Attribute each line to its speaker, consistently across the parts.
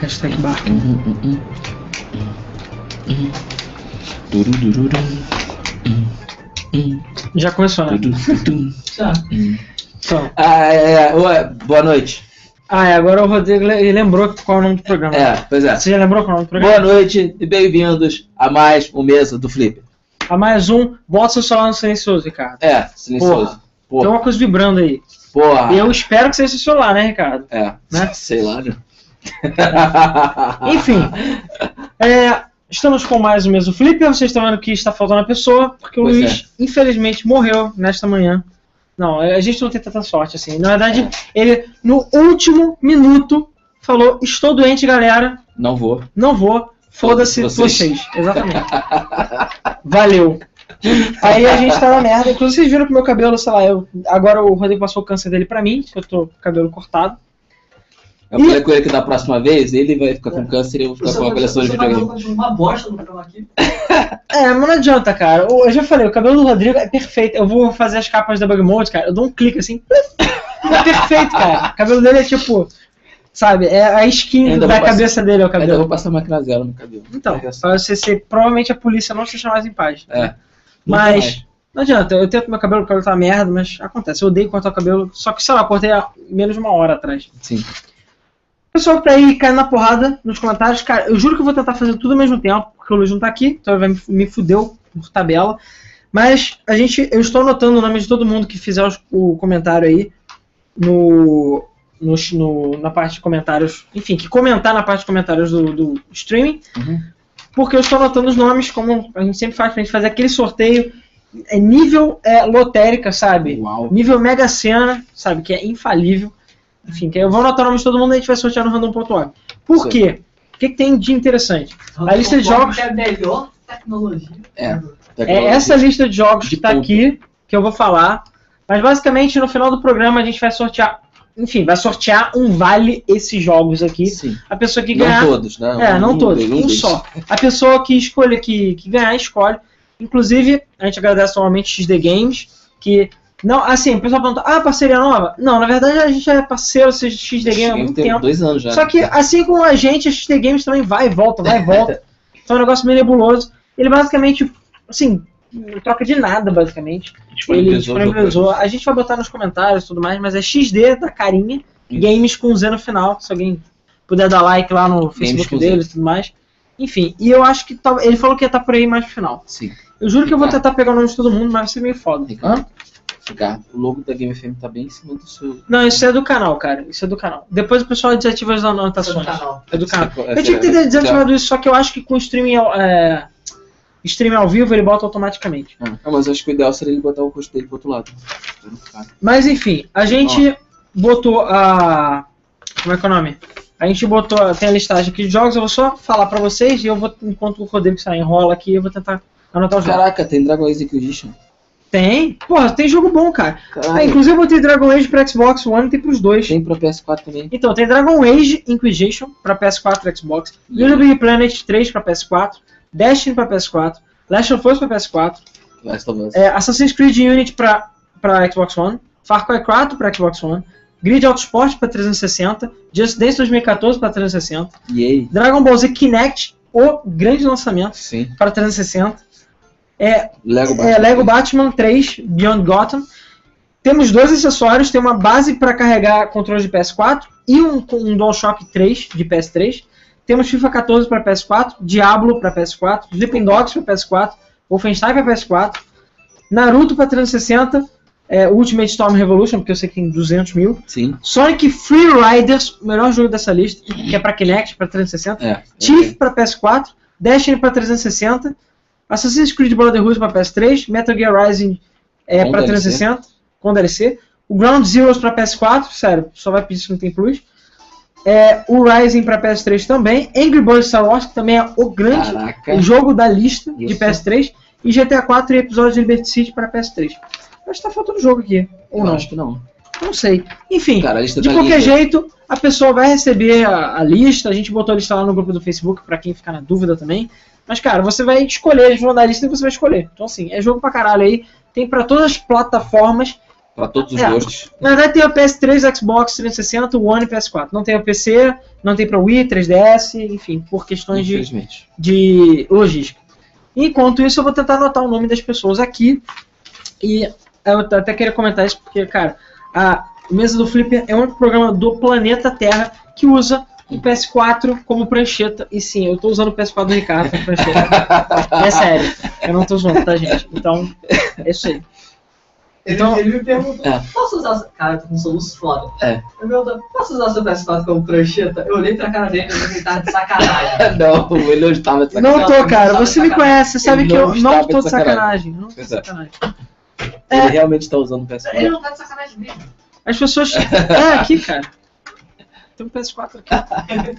Speaker 1: Hashtag barco. Já começou, né?
Speaker 2: Já.
Speaker 1: Então.
Speaker 2: Ah, é, é, ué, boa noite.
Speaker 1: Ah, é, agora o Rodrigo le- ele lembrou qual é o nome do programa.
Speaker 2: É, pois é.
Speaker 1: Você já lembrou qual é o nome do programa?
Speaker 2: Boa noite e bem-vindos a mais um Mesa do Flip.
Speaker 1: A mais um, bota seu celular no silencioso, Ricardo.
Speaker 2: É, silencioso.
Speaker 1: Tem
Speaker 2: Porra.
Speaker 1: uma coisa vibrando aí.
Speaker 2: Porra.
Speaker 1: E eu espero que seja seu celular, né, Ricardo?
Speaker 2: É,
Speaker 1: Né?
Speaker 2: sei lá, né? Ah.
Speaker 1: Enfim, é, estamos com mais um mesmo Flipper. Vocês estão vendo que está faltando a pessoa, porque o
Speaker 2: Pois é.
Speaker 1: Luiz, infelizmente, morreu nesta manhã. Não, a gente não tem tanta sorte assim. Na verdade, ele, no último minuto, falou: Estou doente, galera.
Speaker 2: Não vou.
Speaker 1: Não vou. Foda-se vocês.
Speaker 2: Vocês.
Speaker 1: Exatamente. Valeu. Aí a gente tá na merda. Inclusive, vocês viram que meu cabelo, sei lá, eu, agora o Rodrigo passou o câncer dele pra mim, que eu tô com o cabelo cortado.
Speaker 2: Eu
Speaker 1: Ih.
Speaker 2: falei com ele que da próxima vez ele vai ficar com câncer e eu vou ficar com uma coleção de videogame.
Speaker 3: uma bosta no programa aqui.
Speaker 1: É, mas não adianta, cara. Eu eu já falei, o cabelo do Rodrigo é perfeito. Eu vou fazer as capas da Bug Mode, cara. Eu dou um clique assim. plif. É perfeito, cara. O cabelo dele é tipo. Sabe? É a skin
Speaker 2: Ainda
Speaker 1: da
Speaker 2: vou passar-
Speaker 1: cabeça dele, é o
Speaker 2: Ainda
Speaker 1: cabelo.
Speaker 2: vou passar máquina zero no cabelo.
Speaker 1: Então,
Speaker 2: É,
Speaker 1: pra você ser, provavelmente a polícia não te chama mais em paz.
Speaker 2: É. Nunca
Speaker 1: Mas
Speaker 2: mais.
Speaker 1: não adianta, eu tento meu cabelo, o cabelo tá uma merda, mas acontece. Eu odeio cortar o cabelo, só que sei lá, cortei há menos de uma hora atrás.
Speaker 2: Sim.
Speaker 1: Pessoal, pra ir cair na porrada nos comentários, cara, eu juro que eu vou tentar fazer tudo ao mesmo tempo, porque o Luiz não tá aqui, então ele vai me, me fudeu por tabela. Mas a gente, eu estou anotando o nome de todo mundo que fizer os- o comentário aí no, no, no- na parte de comentários, enfim, que comentar na parte de comentários do, do streaming
Speaker 2: Uhum.
Speaker 1: porque eu estou anotando os nomes, como a gente sempre faz pra gente fazer aquele sorteio é nível é, lotérica, sabe?
Speaker 2: Uau.
Speaker 1: Nível Mega Sena, sabe? Que é infalível. Enfim, que eu vou anotar o nome de todo mundo e a gente vai sortear no random.org. Por
Speaker 2: Sim.
Speaker 1: quê? O que, que tem de interessante? A lista de jogos-
Speaker 3: É a melhor tecnologia.
Speaker 2: É.
Speaker 1: É essa lista de jogos
Speaker 2: De
Speaker 1: que tá
Speaker 2: ponto.
Speaker 1: aqui, que eu vou falar. Mas basicamente no final do programa a gente vai sortear. Enfim, vai sortear um vale esses jogos aqui.
Speaker 2: Sim.
Speaker 1: A pessoa que ganhar.
Speaker 2: Não todos, né?
Speaker 1: É, não
Speaker 2: Um
Speaker 1: todos,
Speaker 2: deles,
Speaker 1: um
Speaker 2: deles.
Speaker 1: só. A pessoa que escolhe, que, que ganhar, escolhe. Inclusive, a gente agradece novamente XD Games, que. Não, assim, o pessoal pergunta, ah, parceria nova? Não, na verdade a gente já é parceiro de XD Games há muito
Speaker 2: Tem
Speaker 1: tempo.
Speaker 2: Dois anos já.
Speaker 1: Só que, assim como a gente, a XT Games também vai e volta, vai e volta. então é um negócio meio nebuloso. Ele basicamente, assim, não troca de nada, basicamente. Tipo, Ele
Speaker 2: Disponibilizou
Speaker 1: disponibilizou. A gente vai botar nos comentários e tudo mais, mas é XD da carinha,
Speaker 2: Isso.
Speaker 1: games com Z no final, se alguém puder dar like lá no
Speaker 2: com
Speaker 1: Facebook
Speaker 2: Z.
Speaker 1: dele e tudo mais. Enfim, e eu acho que tal- ele falou que ia estar por aí mais pro final.
Speaker 2: Sim.
Speaker 1: Eu juro que eu vou
Speaker 2: Ah.
Speaker 1: tentar pegar o nome de todo mundo, mas vai ser meio foda.
Speaker 2: Ricardo, Ricardo, o logo da Game FM tá bem em cima do seu.
Speaker 1: Não, isso é do canal, cara. Isso é do canal. Depois o pessoal desativa as anotações.
Speaker 3: canal.
Speaker 1: É do canal.
Speaker 2: Eu
Speaker 1: Eu tinha que ter
Speaker 2: Tá.
Speaker 1: desativado isso, só que eu acho que com o streaming ao, é, streaming ao vivo ele bota automaticamente.
Speaker 2: Ah, mas acho que o ideal seria ele botar o rosto dele pro outro lado. Pra não ficar-
Speaker 1: Mas enfim, a gente botou a. Como é que é o nome? A gente botou. Tem a listagem aqui de jogos, eu vou só falar pra vocês e eu vou, enquanto o Rodrigo sai enrola aqui, eu vou tentar anotar os jogos.
Speaker 2: Caraca, tem Dragon Age Inquisition.
Speaker 1: Tem? Porra, tem jogo bom, cara. Ah,
Speaker 2: Caralho.
Speaker 1: inclusive eu botei Dragon Age pra Xbox One e tem pros dois.
Speaker 2: Tem pra PS4 também.
Speaker 1: Então, tem Dragon Age Inquisition pra PS4 e Xbox, Little Big Planet 3 pra PS4, Destiny pra PS4, Last of Us pra PS4,
Speaker 2: Last of Us.
Speaker 1: é, Assassin's Creed Unity pra, pra Xbox One, Far Cry 4 pra Xbox One, Grid Autosport pra 360, Just Dance 2014 pra 360,
Speaker 2: Yay.
Speaker 1: Dragon Ball Z Kinect, o grande lançamento
Speaker 2: Sim.
Speaker 1: para 360,
Speaker 2: Lego
Speaker 1: é, Lego Batman 3 Beyond Gotham. Temos dois acessórios, tem uma base para carregar controle de PS4 e um, um DualShock 3 de PS3. Temos FIFA 14 para PS4, Diablo para PS4, Sleeping Dogs para PS4, Wolfenstein para PS4, Naruto para 360, é, Ultimate Storm Revolution, porque eu sei que tem 200 mil,
Speaker 2: Sim.
Speaker 1: Sonic Free Riders, o melhor jogo dessa lista, que é para Kinect, para 360,
Speaker 2: É.
Speaker 1: Thief pra PS4, Destiny pra 360, Assassin's Creed Brotherhood pra PS3, Metal Gear Rising é,
Speaker 2: Com
Speaker 1: pra
Speaker 2: DLC.
Speaker 1: 360, com DLC, o Ground Zeroes pra PS4, sério, só vai pedir se não tem plus, é, o Rising pra PS3 também, Angry Birds Star Wars, que também é o grande
Speaker 2: Caraca.
Speaker 1: jogo da lista de
Speaker 2: Isso.
Speaker 1: PS3, e GTA 4 e episódios de Liberty City pra PS3. Acho que tá faltando jogo aqui, ou
Speaker 2: Eu
Speaker 1: não,
Speaker 2: acho que não.
Speaker 1: não sei. Enfim,
Speaker 2: Cara, a lista
Speaker 1: de
Speaker 2: tá
Speaker 1: qualquer
Speaker 2: linda.
Speaker 1: jeito, a pessoa vai receber a, a lista. A gente botou a lista lá no grupo do Facebook pra quem ficar na dúvida também. Mas, cara, você vai escolher, eles vão dar a lista e você vai escolher. Então, assim, é jogo pra caralho aí. Tem pra todas as plataformas.
Speaker 2: Pra todos os
Speaker 1: É.
Speaker 2: gostos.
Speaker 1: Na verdade tem o PS3, Xbox 360, o One e PS4. Não tem o PC, não tem pra Wii, 3DS, enfim, por questões de,
Speaker 2: Infelizmente.
Speaker 1: de logística. Enquanto isso, eu vou tentar anotar o nome das pessoas aqui. E eu até queria comentar isso porque, cara, a Mesa do Flipper é o único programa do planeta Terra que usa o PS4 como prancheta. E sim, eu tô usando o PS4 do Ricardo como prancheta. É sério. Eu não tô zoando, tá, gente? Então, é isso aí.
Speaker 3: Ele,
Speaker 1: Então-
Speaker 3: ele me perguntou,
Speaker 2: É.
Speaker 3: posso usar... Cara, eu tô com um soluço foda.
Speaker 2: É.
Speaker 3: Ele me perguntou, posso usar seu PS4 como prancheta? Eu olhei pra cara dele e ele tava de sacanagem.
Speaker 2: Não, ele hoje tá tava de
Speaker 1: Não tô, cara. Você me conhece, você sabe que eu
Speaker 2: Ele não
Speaker 1: não
Speaker 2: estava
Speaker 1: tô
Speaker 2: de
Speaker 1: de sacanagem. Não tô de
Speaker 2: Pois é.
Speaker 1: sacanagem.
Speaker 2: Ele
Speaker 1: É.
Speaker 2: realmente tá usando o
Speaker 3: Ele
Speaker 2: PS4.
Speaker 3: não tá de sacanagem mesmo.
Speaker 1: As pessoas. É, aqui, cara. Tem um PS4 aqui.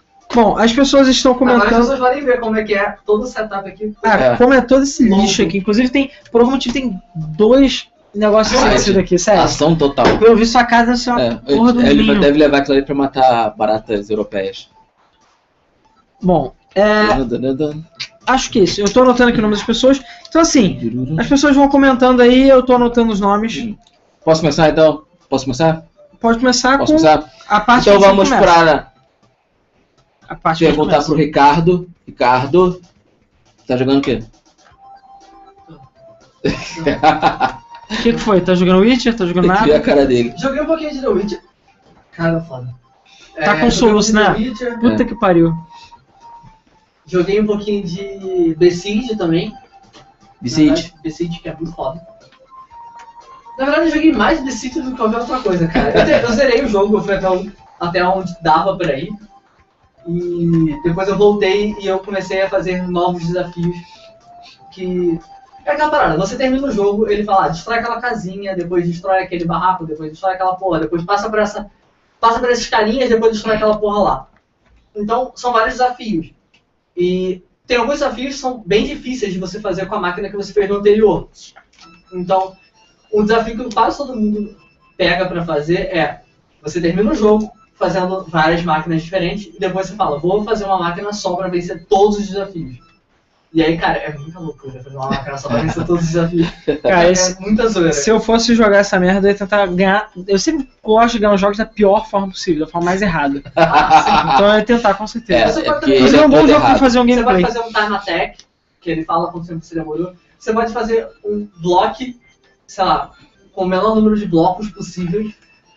Speaker 1: Bom, as pessoas estão
Speaker 3: Agora as
Speaker 1: comentando.
Speaker 3: pessoas podem ver como é que é todo o setup aqui.
Speaker 1: Ah,
Speaker 2: É.
Speaker 1: como é todo esse
Speaker 3: Longo.
Speaker 1: lixo aqui. Inclusive, tem. Por algum motivo, tem dois negócios
Speaker 2: Sério?
Speaker 1: parecidos aqui, sério.
Speaker 2: Ação total.
Speaker 1: Eu vi sua casa ser uma
Speaker 2: Ah, É,
Speaker 1: porra do
Speaker 2: ele
Speaker 1: ninho.
Speaker 2: deve levar aquilo ali pra matar baratas europeias.
Speaker 1: Bom, é, acho que é isso. Eu tô anotando aqui o nome das pessoas. Então, assim, as pessoas vão comentando aí, eu tô anotando os nomes.
Speaker 2: Posso começar então? Posso começar?
Speaker 1: Pode começar
Speaker 2: Posso
Speaker 1: Tá com
Speaker 2: começar?
Speaker 1: a parte
Speaker 2: Então
Speaker 1: que você
Speaker 2: vamos
Speaker 1: começa.
Speaker 2: pra
Speaker 1: A parte que você
Speaker 2: perguntar
Speaker 1: começa.
Speaker 2: pro Ricardo. Ricardo, tá jogando o quê?
Speaker 1: O que, que foi? Tá jogando Witcher? Tá jogando
Speaker 2: Eu queria
Speaker 1: nada?
Speaker 2: é a cara dele.
Speaker 3: Joguei um pouquinho de The Witcher. Cara, foda.
Speaker 1: Tá com
Speaker 3: joguei um
Speaker 1: soluço, né?
Speaker 3: pouquinho de The Witcher,
Speaker 2: É.
Speaker 1: Puta que pariu.
Speaker 3: Joguei um pouquinho de Besiege também.
Speaker 2: Vicente,
Speaker 3: Besiege que é muito foda. Na verdade, eu joguei mais Besiege do que qualquer outra coisa, cara. Eu, te- eu zerei o jogo, eu fui até, onde- até onde dava pra ir. E depois eu voltei e eu comecei a fazer novos desafios. Que. É aquela parada, você termina o jogo, ele fala, ah, destrói aquela casinha, depois destrói aquele barraco, depois destrói aquela porra, depois passa por essa. Passa por essas carinhas, depois destrói aquela porra lá. Então, são vários desafios. E tem alguns desafios que são bem difíceis de você fazer com a máquina que você fez no anterior. Então, um desafio que quase todo mundo pega pra fazer é você termina o jogo fazendo várias máquinas diferentes e depois você fala, vou fazer uma máquina só pra vencer todos os desafios. E aí, cara, é muita loucura fazer uma máquina só pra vencer todos os desafios.
Speaker 1: Cara, esse,
Speaker 3: é muita zoeira.
Speaker 1: Se eu fosse jogar essa merda, eu ia tentar ganhar. Eu sempre gosto de ganhar os jogos da pior forma possível, da forma mais errada.
Speaker 3: Ah,
Speaker 1: Então eu ia tentar, com
Speaker 2: É,
Speaker 1: certeza.
Speaker 3: Você
Speaker 2: é
Speaker 3: pode-
Speaker 2: porque
Speaker 1: Mas
Speaker 2: ele
Speaker 1: é
Speaker 2: é
Speaker 1: um bom
Speaker 2: todo
Speaker 1: jogo pra
Speaker 2: errado.
Speaker 1: fazer um
Speaker 3: Você pode
Speaker 1: gameplay.
Speaker 3: fazer um time attack, que ele fala quanto tempo você demorou. Você pode fazer um bloco, sei lá, com o menor número de blocos possível.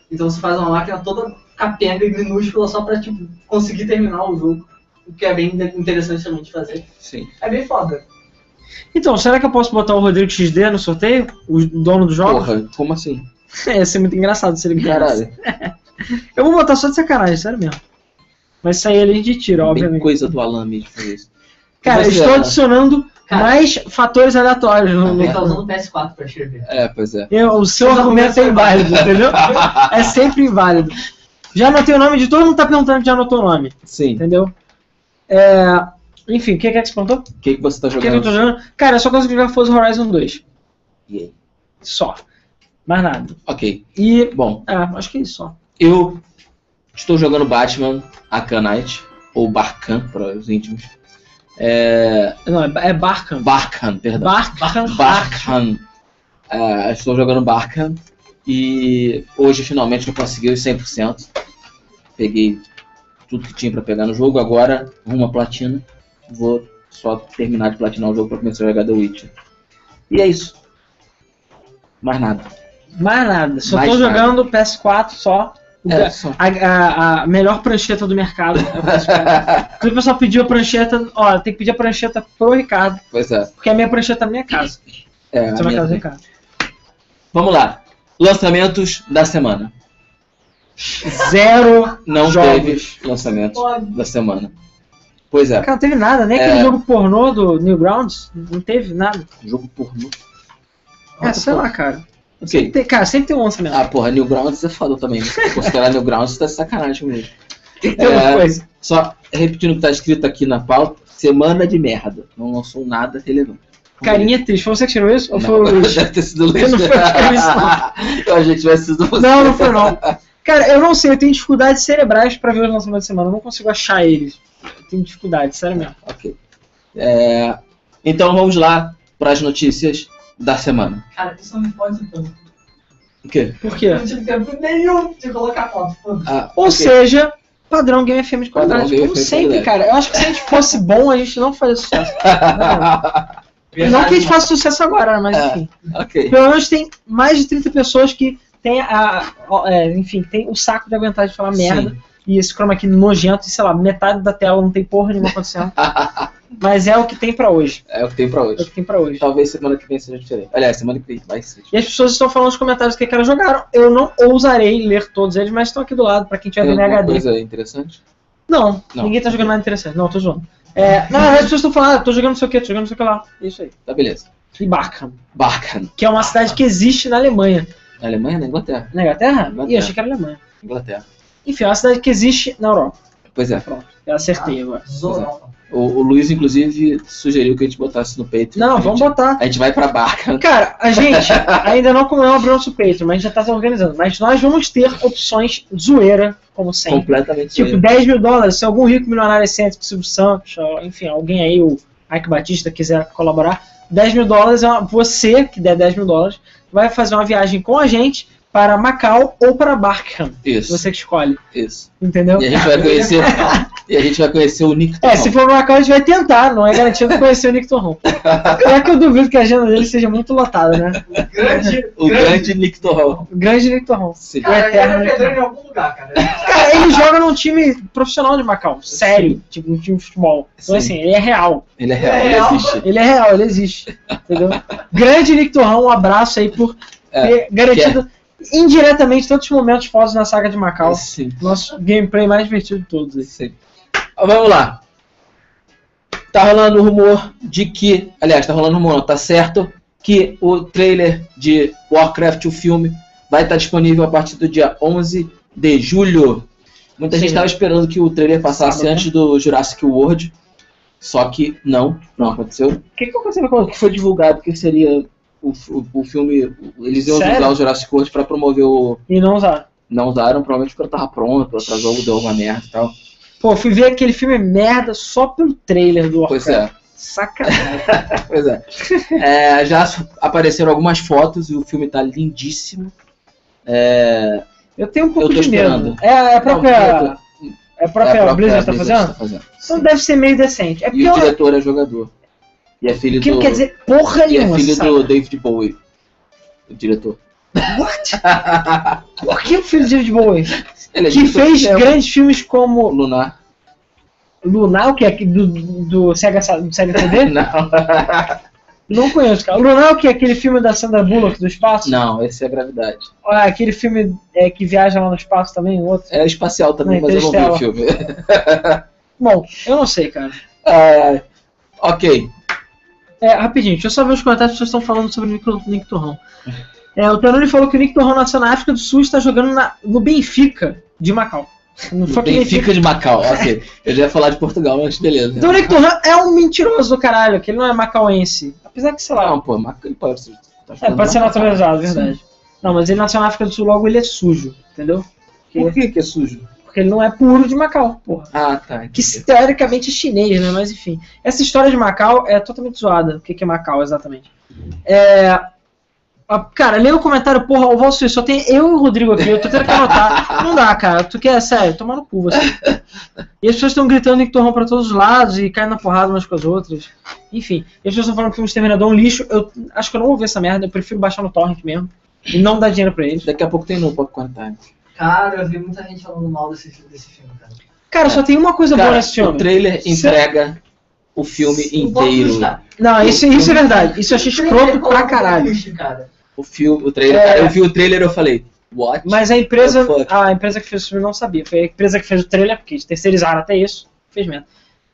Speaker 3: Então você faz uma máquina toda capenga e minúscula só pra tipo, conseguir terminar o jogo. O que é bem interessante também de fazer.
Speaker 2: Sim.
Speaker 3: É bem foda.
Speaker 1: Então, será que eu posso botar o Rodrigo XD no sorteio? O dono do jogo?
Speaker 2: Porra, como assim?
Speaker 1: É, ia ser muito engraçado se ele ganhasse.
Speaker 2: Caralho.
Speaker 1: Eu vou botar só de sacanagem, sério mesmo. Mas é sair ele a gente tira,
Speaker 2: Bem
Speaker 1: obviamente.
Speaker 2: coisa do Alan mesmo fazer isso.
Speaker 1: Cara, eu
Speaker 2: Mas,
Speaker 1: estou
Speaker 2: é,
Speaker 1: adicionando
Speaker 3: Cara.
Speaker 1: mais fatores aleatórios no.
Speaker 3: Ele tá
Speaker 1: no-
Speaker 3: usando o PS4 pra escrever.
Speaker 2: É, pois é.
Speaker 1: Eu- o seu
Speaker 3: Mas
Speaker 1: argumento é
Speaker 3: argumento é
Speaker 1: inválido, entendeu? É sempre inválido. Já anotei o nome de todo mundo que tá perguntando que já anotou o nome.
Speaker 2: Sim.
Speaker 1: Entendeu? É, enfim, o que, que é que você perguntou?
Speaker 2: O que, que você tá
Speaker 1: O que, é que eu tô
Speaker 2: jogando?
Speaker 1: jogando? Cara, eu só consigo jogar Forza Horizon 2.
Speaker 2: E aí?
Speaker 1: Só. Mais nada.
Speaker 2: Ok.
Speaker 1: E.
Speaker 2: Bom,
Speaker 1: É, acho que é isso só.
Speaker 2: eu estou jogando Batman Arcanite, ou Barkan para os íntimos. É...
Speaker 1: Não, é, é Barkham.
Speaker 2: Barkan, perdão.
Speaker 1: Barkham.
Speaker 2: Barkan. É, estou jogando Barkan e hoje finalmente eu consegui os 100%. Peguei tudo que tinha pra pegar no jogo, agora rumo à platina. Vou só terminar de platinar o jogo pra começar a jogar The Witcher. E é isso. Mais nada.
Speaker 1: Mais nada. Só
Speaker 2: Mais
Speaker 1: tô
Speaker 2: nada.
Speaker 1: jogando PS4 só. O
Speaker 2: É,
Speaker 1: pe-
Speaker 2: só.
Speaker 1: A, a- a melhor prancheta do mercado. é o PS4. Inclusive, o pessoal pediu a prancheta. Ó, tem que pedir a prancheta pro Ricardo.
Speaker 2: Pois é.
Speaker 1: Porque a minha prancheta é na minha casa.
Speaker 2: é,
Speaker 1: Você vai na
Speaker 2: a minha-
Speaker 1: casa do Ricardo.
Speaker 2: Vamos lá. Lançamentos da semana.
Speaker 1: Zero.
Speaker 2: Não
Speaker 1: Jogos.
Speaker 2: teve lançamentos
Speaker 3: Foda.
Speaker 2: da semana. Pois é,
Speaker 1: Cara, não teve nada, nem
Speaker 2: É.
Speaker 1: aquele jogo pornô do Newgrounds. Não teve nada.
Speaker 2: jogo pornô.
Speaker 1: É, sei lá, cara.
Speaker 2: Ok.
Speaker 1: Tem- cara, sempre tem um lançamento.
Speaker 2: Ah, porra, Newgrounds é foda também. né? Considerar Newgrounds tá de sacanagem mesmo.
Speaker 1: tem tem uma
Speaker 2: é.
Speaker 1: coisa.
Speaker 2: Só repetindo o que tá escrito aqui na pauta, semana de merda. Não lançou nada relevante.
Speaker 1: Carinha triste. Foi você que tirou isso? Ou
Speaker 2: Não,
Speaker 1: foi o Luiz?
Speaker 2: Deve ter sido o Luiz.
Speaker 1: Não foi o Luiz,
Speaker 2: Eu achei que tivesse sido você.
Speaker 1: Não, não foi não. Cara, eu não sei, eu tenho dificuldades cerebrais pra ver os lançamentos de semana. Eu não consigo achar eles. Eu tenho dificuldade, sério mesmo.
Speaker 2: Ok. É, então vamos lá para as notícias da semana.
Speaker 3: Cara, isso não me pode tanto.
Speaker 2: O quê?
Speaker 1: Por quê?
Speaker 3: Não tive tempo nenhum de colocar foto. foda-se.
Speaker 2: Ah,
Speaker 1: Ou
Speaker 2: ok.
Speaker 1: seja, padrão Game FM de
Speaker 2: Padrão
Speaker 1: qualidade.
Speaker 2: Game
Speaker 1: Como
Speaker 2: FM de
Speaker 1: sempre,
Speaker 2: qualidade.
Speaker 1: cara. Eu acho que se a gente fosse bom, a gente não faria sucesso. Não, não que a gente faça sucesso agora, mas
Speaker 2: É.
Speaker 1: enfim.
Speaker 2: ok.
Speaker 1: Pelo menos tem mais de 30 pessoas que tem a. ó, é, enfim, tem o saco de aguentar de falar merda.
Speaker 2: Sim.
Speaker 1: E esse chroma aqui nojento, e sei lá, metade da tela não tem porra nenhuma acontecendo. mas é o que tem pra hoje.
Speaker 2: É o que tem pra
Speaker 1: É o
Speaker 2: hoje.
Speaker 1: que tem pra hoje.
Speaker 2: Talvez semana que vem seja diferente. Aliás, semana que vem vai ser.
Speaker 1: E as pessoas estão falando nos comentários o que, que elas jogaram. Eu não ousarei ler todos eles, mas estão aqui do lado, pra quem tiver
Speaker 2: Tem
Speaker 1: vendo em
Speaker 2: alguma
Speaker 1: HD.
Speaker 2: coisa interessante?
Speaker 1: Não,
Speaker 2: Não.
Speaker 1: ninguém tá jogando nada interessante. Não, tô zoando. É, na verdade, as pessoas estão falando, ah, tô jogando não sei o que, tô jogando não sei o que lá. Isso aí.
Speaker 2: Tá, beleza.
Speaker 1: E Barkham,
Speaker 2: Barcan.
Speaker 1: que é uma cidade que existe na Alemanha.
Speaker 2: Na Alemanha, na Inglaterra.
Speaker 1: Na Inglaterra?
Speaker 2: Inglaterra.
Speaker 1: Ih, achei que era Alemanha.
Speaker 2: Inglaterra.
Speaker 1: Enfim, é uma cidade que existe na Europa.
Speaker 2: Pois é.
Speaker 1: Pronto, eu acertei agora.
Speaker 3: Zorão.
Speaker 2: O, o Luiz, inclusive, sugeriu que a gente botasse no peito.
Speaker 1: Não, vamos botar.
Speaker 2: A gente vai pra Barcan.
Speaker 1: Cara, a gente ainda não comeu o nosso peito, mas a gente já tá se organizando. Mas nós vamos ter opções zoeira, como sempre.
Speaker 2: Completamente.
Speaker 1: Tipo, 10 mil dólares, se algum rico milionário excêntrico, Silvio Santos, ou, enfim, alguém aí, o Ike Batista, quiser colaborar, 10 mil dólares, é uma- você que der 10 mil dólares, vai fazer uma viagem com a gente para Macau ou para Barkham.
Speaker 2: Isso.
Speaker 1: Você que escolhe,
Speaker 2: Isso.
Speaker 1: entendeu?
Speaker 2: E a gente vai conhecer. e a gente vai conhecer o Nick
Speaker 1: É,
Speaker 2: Tom.
Speaker 1: se for pra Macau, a gente vai tentar, não é garantido conhecer o Nick Torron. É que eu duvido que a agenda dele seja muito lotada, né?
Speaker 3: Grande.
Speaker 2: O grande Nick Torrão.
Speaker 1: O grande Nick Torron.
Speaker 2: Sim.
Speaker 3: Cara, ele
Speaker 1: eterno,
Speaker 3: era
Speaker 1: né,
Speaker 3: pedreiro
Speaker 1: cara?
Speaker 3: em algum lugar, cara.
Speaker 1: Cara, ele joga num time profissional de Macau, sério, tipo, um time de futebol. Então,
Speaker 2: Sim.
Speaker 1: assim, ele é real.
Speaker 2: Ele é real,
Speaker 3: É
Speaker 2: ele existe.
Speaker 1: Ele é real, ele existe. Entendeu? Grande Nick Torrão, um abraço aí por
Speaker 2: É,
Speaker 1: ter garantido indiretamente tantos momentos fotos na saga de Macau.
Speaker 2: Sim,
Speaker 1: Nosso gameplay mais divertido de todos. aí.
Speaker 2: sim. Ó, vamos lá. Tá rolando rumor de que. Aliás, tá rolando rumor, não, tá certo. Que o trailer de Warcraft, o filme, vai estar disponível a partir do dia 11 de julho. Muita
Speaker 1: Sim.
Speaker 2: gente estava esperando que o trailer passasse
Speaker 1: Sábado, né?
Speaker 2: antes do Jurassic World. Só que não, não aconteceu.
Speaker 1: O que, que aconteceu com
Speaker 2: O que foi divulgado que seria o, o, o filme. Eles iam
Speaker 1: Sério?
Speaker 2: usar o Jurassic World para promover o,
Speaker 1: E não usaram.
Speaker 2: não usaram, provavelmente porque eu tava pronto, atrasou, deu alguma merda e tal.
Speaker 1: Pô, fui ver aquele filme merda só pelo trailer do
Speaker 2: Pois
Speaker 1: Warcraft.
Speaker 2: é,
Speaker 1: Sacanagem.
Speaker 2: pois é. É, já s- apareceram algumas fotos e o filme tá lindíssimo. É,
Speaker 1: Eu tenho um pouco
Speaker 2: Eu tô
Speaker 1: de medo.
Speaker 2: esperando.
Speaker 1: É, é a própria.
Speaker 2: Não, o diretor-
Speaker 1: é a
Speaker 2: é a
Speaker 1: própria Blizzard tá
Speaker 2: Blizzard
Speaker 1: fazendo?
Speaker 2: tá fazendo.
Speaker 1: Então deve ser meio decente. É
Speaker 2: E
Speaker 1: porque
Speaker 2: o
Speaker 1: eu-
Speaker 2: diretor é jogador. E é filho
Speaker 1: que um
Speaker 2: do.
Speaker 1: não quer dizer porra
Speaker 2: e é
Speaker 1: nenhuma.
Speaker 2: filho
Speaker 1: sabe?
Speaker 2: do David Bowie. O diretor.
Speaker 1: Por que o filho de David Bowie?
Speaker 2: Ele é
Speaker 1: Que
Speaker 2: diretor
Speaker 1: fez
Speaker 2: de cinema.
Speaker 1: grandes filmes como
Speaker 2: Lunar.
Speaker 1: Lunar, o que é aquele do, do, do Sega, Sa- do Sega CD?
Speaker 2: Não.
Speaker 1: Não conheço, cara. Lunar, o que é aquele filme da Sandra Bullock do espaço?
Speaker 2: não, esse é a gravidade.
Speaker 1: Ah, aquele filme é, que viaja lá no espaço também, o outro.
Speaker 2: É espacial também,
Speaker 1: Não,
Speaker 2: mas eu não vi o
Speaker 1: Interstellar.
Speaker 2: filme.
Speaker 1: Bom, eu não sei, cara.
Speaker 2: Ah, ok.
Speaker 1: É, rapidinho, deixa eu só ver os comentários que vocês estão falando sobre o Nick, Nick Torrão. É, o Tanuri falou que o Nick Torrão nasceu na África do Sul e está jogando na- no Benfica de Macau. No fucking Benfica.
Speaker 2: Benfica de Macau, ok. Eu já ia falar de Portugal, mas beleza.
Speaker 1: Então o Nick Torrão é um mentiroso do caralho, que ele não é macauense. Apesar que, sei lá,
Speaker 2: Não, pô, Maca ele pode ser. tá
Speaker 1: É,
Speaker 2: falando
Speaker 1: pode ser
Speaker 2: Maca.
Speaker 1: naturalizado, verdade. Não, mas ele nasceu na África do Sul, logo ele é sujo, entendeu?
Speaker 2: Por que que é sujo?
Speaker 1: Porque ele não é puro de Macau, porra.
Speaker 2: Ah, tá.
Speaker 1: Que
Speaker 2: entendi.
Speaker 1: teoricamente é chinês, né? Mas enfim. Essa história de Macau é totalmente zoada. O que que é Macau, exatamente? É. ah, Cara, lê o comentário, porra, o Valsui, só tem eu e o Rodrigo aqui, eu tô tendo que anotar. Não dá, cara, tu quer, sério, tomar no cu você. E as pessoas estão gritando Nick Torrão pra todos os lados e caindo na porrada umas com as outras. Enfim, e as pessoas estão falando que o Exterminador é um lixo, eu acho que eu não vou ver essa merda, eu prefiro baixar no torrent mesmo e não dar dinheiro pra eles.
Speaker 2: Daqui a pouco tem no Popcorn Time.
Speaker 3: Cara, eu vi muita gente falando mal desse, fi- desse filme, cara.
Speaker 1: Cara, só tem uma coisa boa
Speaker 2: É. Cara,
Speaker 1: nesse filme.
Speaker 2: o trailer
Speaker 1: Sério?
Speaker 2: entrega o filme
Speaker 3: O Bob
Speaker 2: inteiro.
Speaker 3: Gustavo.
Speaker 1: Não, isso, isso é verdade. Isso eu achei escroto
Speaker 2: é
Speaker 1: pra caralho.
Speaker 3: Cara.
Speaker 2: O filme, o trailer.
Speaker 1: É.
Speaker 2: Cara, eu vi o trailer e eu falei, what?
Speaker 1: Mas a empresa,
Speaker 2: What the
Speaker 1: a empresa que fez o filme não sabia. Foi a empresa que fez o trailer, porque eles terceirizaram até isso. Fez merda.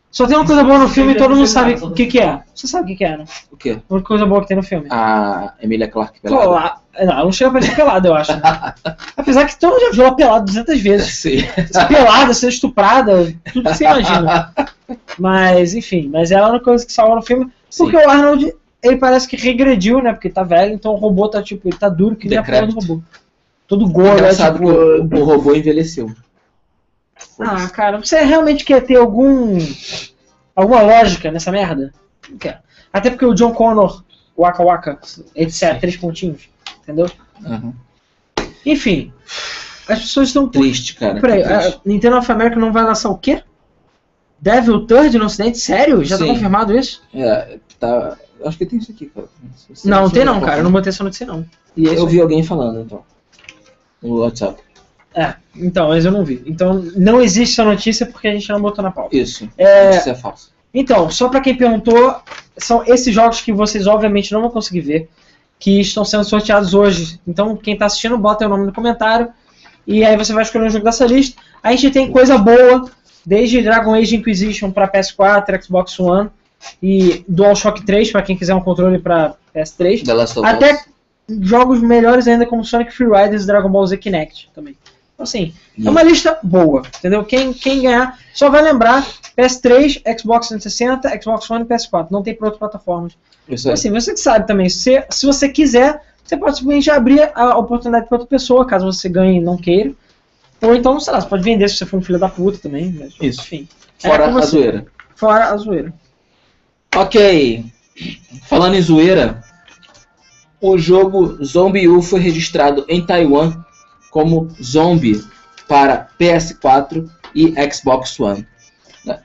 Speaker 1: Só tem uma coisa boa no filme e todo mundo sabe o que, que é. Você sabe o que, que é, né?
Speaker 2: O quê?
Speaker 1: A única coisa boa que tem no filme.
Speaker 2: Ah, A Emilia Clarke pelada.
Speaker 1: Colar. Não, ela não chega pra ser pelada, eu acho. né? Apesar que todo mundo já viu ela pelada 200 vezes.
Speaker 2: Sim.
Speaker 1: Pelada, sendo estuprada, tudo que você imagina. Mas, enfim, mas ela é uma coisa que salva no filme. Porque
Speaker 2: Sim.
Speaker 1: o Arnold, ele parece que regrediu, né? Porque tá velho, então o robô tá tipo, ele tá duro que nem a porra do
Speaker 2: Decrépito.
Speaker 1: robô. Todo gordo, é,
Speaker 2: Engraçado
Speaker 1: tipo...
Speaker 2: que o, o robô envelheceu.
Speaker 1: Ah, cara, você realmente quer ter algum... Alguma lógica nessa merda? Não quero. Até porque o John Connor, Waka Waka, etc, três pontinhos, entendeu?
Speaker 2: Aham.
Speaker 1: Enfim, as pessoas estão
Speaker 2: Triste, cara.
Speaker 1: Peraí, é-
Speaker 2: triste.
Speaker 1: a Nintendo of America não vai lançar o quê? Devil Third no ocidente? Sério? Já
Speaker 2: Sim.
Speaker 1: tá confirmado isso?
Speaker 2: É, tá. eu Acho que tem isso aqui, cara. Isso-
Speaker 1: não, não
Speaker 2: isso
Speaker 1: tem
Speaker 2: é
Speaker 1: não,
Speaker 2: bom.
Speaker 1: cara. Eu não botei essa notícia não. E é
Speaker 2: Eu
Speaker 1: isso
Speaker 2: vi alguém falando, então. No WhatsApp.
Speaker 1: aí. Então, mas eu não vi. Então, não existe essa notícia porque a gente não botou na pauta.
Speaker 2: Isso.
Speaker 1: É-
Speaker 2: Isso é falso.
Speaker 1: Então, só pra quem perguntou, são esses jogos que vocês obviamente não vão conseguir ver, que estão sendo sorteados hoje. Então, quem tá assistindo, bota o nome no comentário. E aí você vai escolher um jogo dessa lista. A gente tem coisa boa, desde Dragon Age Inquisition pra PS4, Xbox One e DualShock 3 pra quem quiser um controle pra PS3.
Speaker 2: The Last of
Speaker 1: Até
Speaker 2: Us.
Speaker 1: jogos melhores ainda como Sonic Free Riders e Dragon Ball Z Kinect também. Então, assim,
Speaker 2: E-
Speaker 1: é uma lista boa, entendeu? Quem, quem ganhar, só vai lembrar PS3, Xbox 360, Xbox One e PS4. Não tem para outras plataformas.
Speaker 2: Isso
Speaker 1: Então,
Speaker 2: aí.
Speaker 1: assim, você que sabe também, se, se você quiser, você pode simplesmente abrir a oportunidade para outra pessoa, caso você ganhe e não queira. Ou então, sei lá, você pode vender se você for um filho da puta também. Mas,
Speaker 2: Isso.
Speaker 1: Enfim,
Speaker 2: Fora
Speaker 1: é com
Speaker 2: a
Speaker 1: você.
Speaker 2: zoeira.
Speaker 1: fora a zoeira.
Speaker 2: Ok. Falando em zoeira, o jogo Zombie U foi registrado em Taiwan como Zombie para PS4 e Xbox One. Né?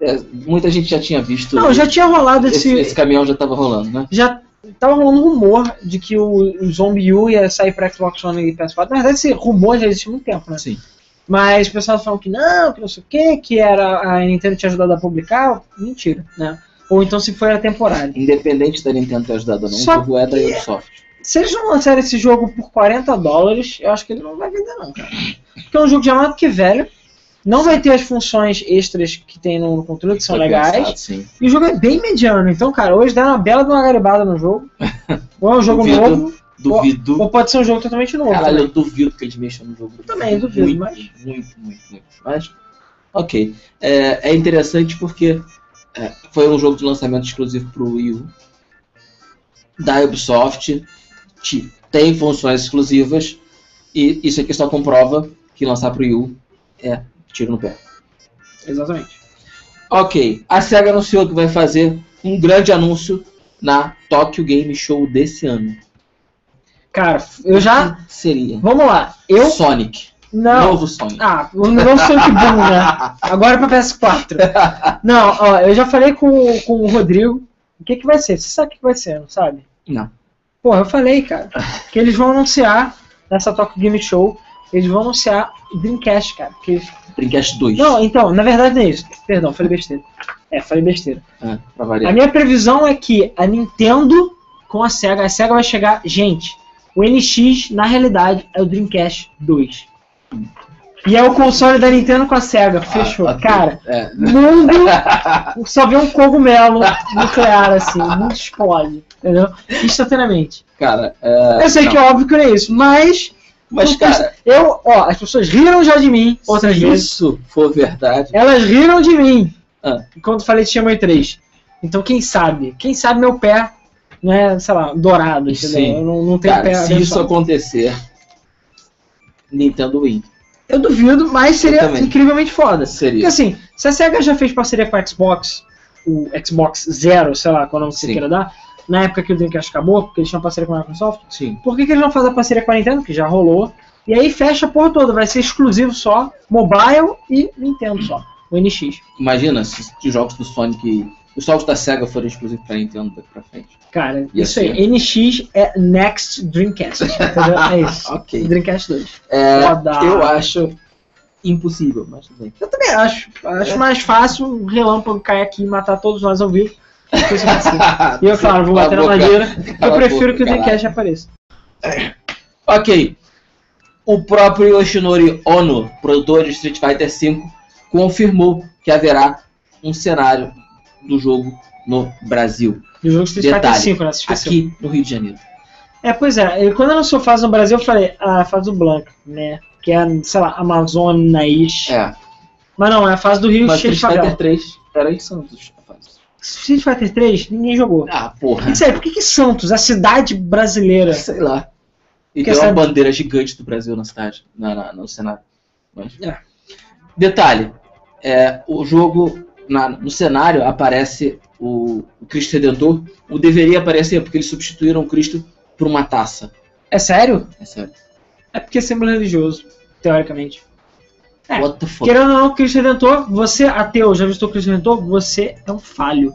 Speaker 2: É, muita gente já tinha visto.
Speaker 1: Não, já tinha rolado
Speaker 2: esse,
Speaker 1: esse,
Speaker 2: esse caminhão já estava rolando, né?
Speaker 1: já tava rolando um rumor de que o, o Zombie U ia sair pra Xbox One e PS4. Na verdade, esse rumor já existia há muito tempo, né?
Speaker 2: Sim.
Speaker 1: Mas o pessoal falou que não, que não sei o que, que era a Nintendo tinha ajudado a publicar. Mentira, né? Ou então se foi era temporário.
Speaker 2: Independente da Nintendo ter ajudado ou não,
Speaker 1: Só
Speaker 2: o jogo é da Ubisoft.
Speaker 1: Se eles não lançarem esse jogo por 40 dólares, eu acho que ele não vai vender não, cara. Porque é um jogo já mais do que velho. Não vai ter as funções extras que tem no controle, que são
Speaker 2: Foi
Speaker 1: legais.
Speaker 2: pensado, sim.
Speaker 1: E o jogo é bem mediano. Então, cara, hoje dá uma bela de uma garibada no jogo. Ou é um jogo
Speaker 2: Duvido.
Speaker 1: novo.
Speaker 2: Duvido.
Speaker 1: Ou pode ser um jogo totalmente novo.
Speaker 2: Caralho,
Speaker 1: também.
Speaker 2: eu duvido que eles mexam no jogo.
Speaker 1: Também duvido,
Speaker 2: muito,
Speaker 1: mas-
Speaker 2: Muito, muito, muito. Mas, ok. É, é interessante porque é, foi um jogo de lançamento exclusivo pro Wii U. Da Ubisoft. Te- tem funções exclusivas. E isso aqui só comprova que lançar pro Wii U é tiro no pé.
Speaker 1: Exatamente.
Speaker 2: Ok. A SEGA anunciou que vai fazer um grande anúncio na Tokyo Game Show desse ano.
Speaker 1: Cara, eu já.
Speaker 2: Quem Seria.
Speaker 1: Vamos lá. Eu.
Speaker 2: Sonic.
Speaker 1: Não.
Speaker 2: Novo Sonic.
Speaker 1: Ah, o não Sonic Boom, né? Agora pra PS4. Não, ó, eu já falei com, com o Rodrigo. O que que vai ser? Você sabe o que que vai ser, não sabe?
Speaker 2: Não.
Speaker 1: Porra, eu falei, cara. Que eles vão anunciar nessa Tokyo Game Show. Eles vão anunciar Dreamcast, cara. Que eles-
Speaker 2: Dreamcast 2.
Speaker 1: Não, então, na verdade não é isso. Perdão, falei besteira. É, falei besteira.
Speaker 2: É,
Speaker 1: A
Speaker 2: pra variar.
Speaker 1: minha previsão é que a Nintendo com a Sega, a Sega vai chegar, gente, o NX na realidade é o Dreamcast 2. E é o console da Nintendo com a Sega, fechou.
Speaker 2: Ah, ok.
Speaker 1: Cara,
Speaker 2: É.
Speaker 1: mundo só vê um cogumelo nuclear assim, o mundo explode, entendeu? Instantaneamente.
Speaker 2: Cara, é,
Speaker 1: Eu sei
Speaker 2: não.
Speaker 1: que é óbvio que não é isso, mas
Speaker 2: Mas,
Speaker 1: não
Speaker 2: cara,
Speaker 1: precisa- eu, ó, as pessoas riram já de mim outras
Speaker 2: se
Speaker 1: vezes.
Speaker 2: isso for verdade,
Speaker 1: Elas riram de mim
Speaker 2: Ah.
Speaker 1: quando falei de Shaman 3. Então quem sabe? Quem sabe meu pé não é, sei lá, dourado, entendeu?
Speaker 2: Sim.
Speaker 1: Eu não, não tenho
Speaker 2: cara,
Speaker 1: pé
Speaker 2: se
Speaker 1: abençoado.
Speaker 2: isso acontecer, Nintendo Wii
Speaker 1: Eu duvido, mas
Speaker 2: Eu
Speaker 1: seria
Speaker 2: também.
Speaker 1: incrivelmente foda. Porque
Speaker 2: seria.
Speaker 1: assim, se a SEGA já fez parceria com a Xbox, o Xbox Zero, sei lá, qual é nome você
Speaker 2: Sim.
Speaker 1: queira dar, na época que o Dreamcast acabou, porque eles tinham parceria com a Microsoft,
Speaker 2: Sim.
Speaker 1: por que, que eles não fazem a parceria com a Nintendo, que já rolou? E aí fecha a porra toda, vai ser exclusivo só, mobile e Nintendo só, o NX.
Speaker 2: Imagina se os jogos do Sonic, os jogos da SEGA forem exclusivos pra Nintendo daqui pra frente.
Speaker 1: Cara,
Speaker 2: Ia
Speaker 1: isso aí. NX é Next Dreamcast. Entendeu? É isso.
Speaker 2: Ok.
Speaker 1: Dreamcast 2.
Speaker 2: É,
Speaker 1: Foda.
Speaker 2: eu acho impossível, mas tudo bem.
Speaker 1: Eu também acho. Acho mais fácil um relâmpago cair aqui e matar todos nós ao vivo. do que isso acontecer. assim. E eu, claro, vou
Speaker 2: Cala
Speaker 1: bater
Speaker 2: a
Speaker 1: na
Speaker 2: boca.
Speaker 1: madeira.
Speaker 2: Cala
Speaker 1: Eu
Speaker 2: a
Speaker 1: prefiro
Speaker 2: boca,
Speaker 1: que o
Speaker 2: caralho.
Speaker 1: Dreamcast apareça.
Speaker 2: Ok. O próprio Yoshinori Ono, produtor de Street Fighter V, confirmou que haverá um cenário do jogo no Brasil,
Speaker 1: E o jogo Street Fighter
Speaker 2: Detalhe,
Speaker 1: 5, né? Você esqueceu.
Speaker 2: aqui no Rio de Janeiro.
Speaker 1: É, pois é. Eu, quando lançou fase no Brasil, eu falei, ah, fase do Blanca, né? Que é, sei lá, Amazonas.
Speaker 2: É,
Speaker 1: Mas não, é a fase do Rio
Speaker 2: mas
Speaker 1: cheia
Speaker 2: Street
Speaker 1: de favela.
Speaker 2: Fighter 3 era em Santos, rapaz.
Speaker 1: Street Fighter 3, ninguém jogou.
Speaker 2: Ah, porra.
Speaker 1: E sério, por que, que Santos, a cidade brasileira,
Speaker 2: Sei lá. É. E
Speaker 1: Porque
Speaker 2: tem uma
Speaker 1: sabe-
Speaker 2: bandeira gigante do Brasil na cidade, na, na- no cenário. Mas-
Speaker 1: É.
Speaker 2: Detalhe, é, o jogo, na- no cenário aparece o, o Cristo Redentor, o deveria aparecer porque eles substituíram o Cristo por uma taça.
Speaker 1: É sério?
Speaker 2: É sério.
Speaker 1: é porque é símbolo religioso, teoricamente. É,
Speaker 2: What the fuck?
Speaker 1: Querendo ou não, Cristo Redentor, você, ateu, já visitou Cristo Redentor? Você é um falho.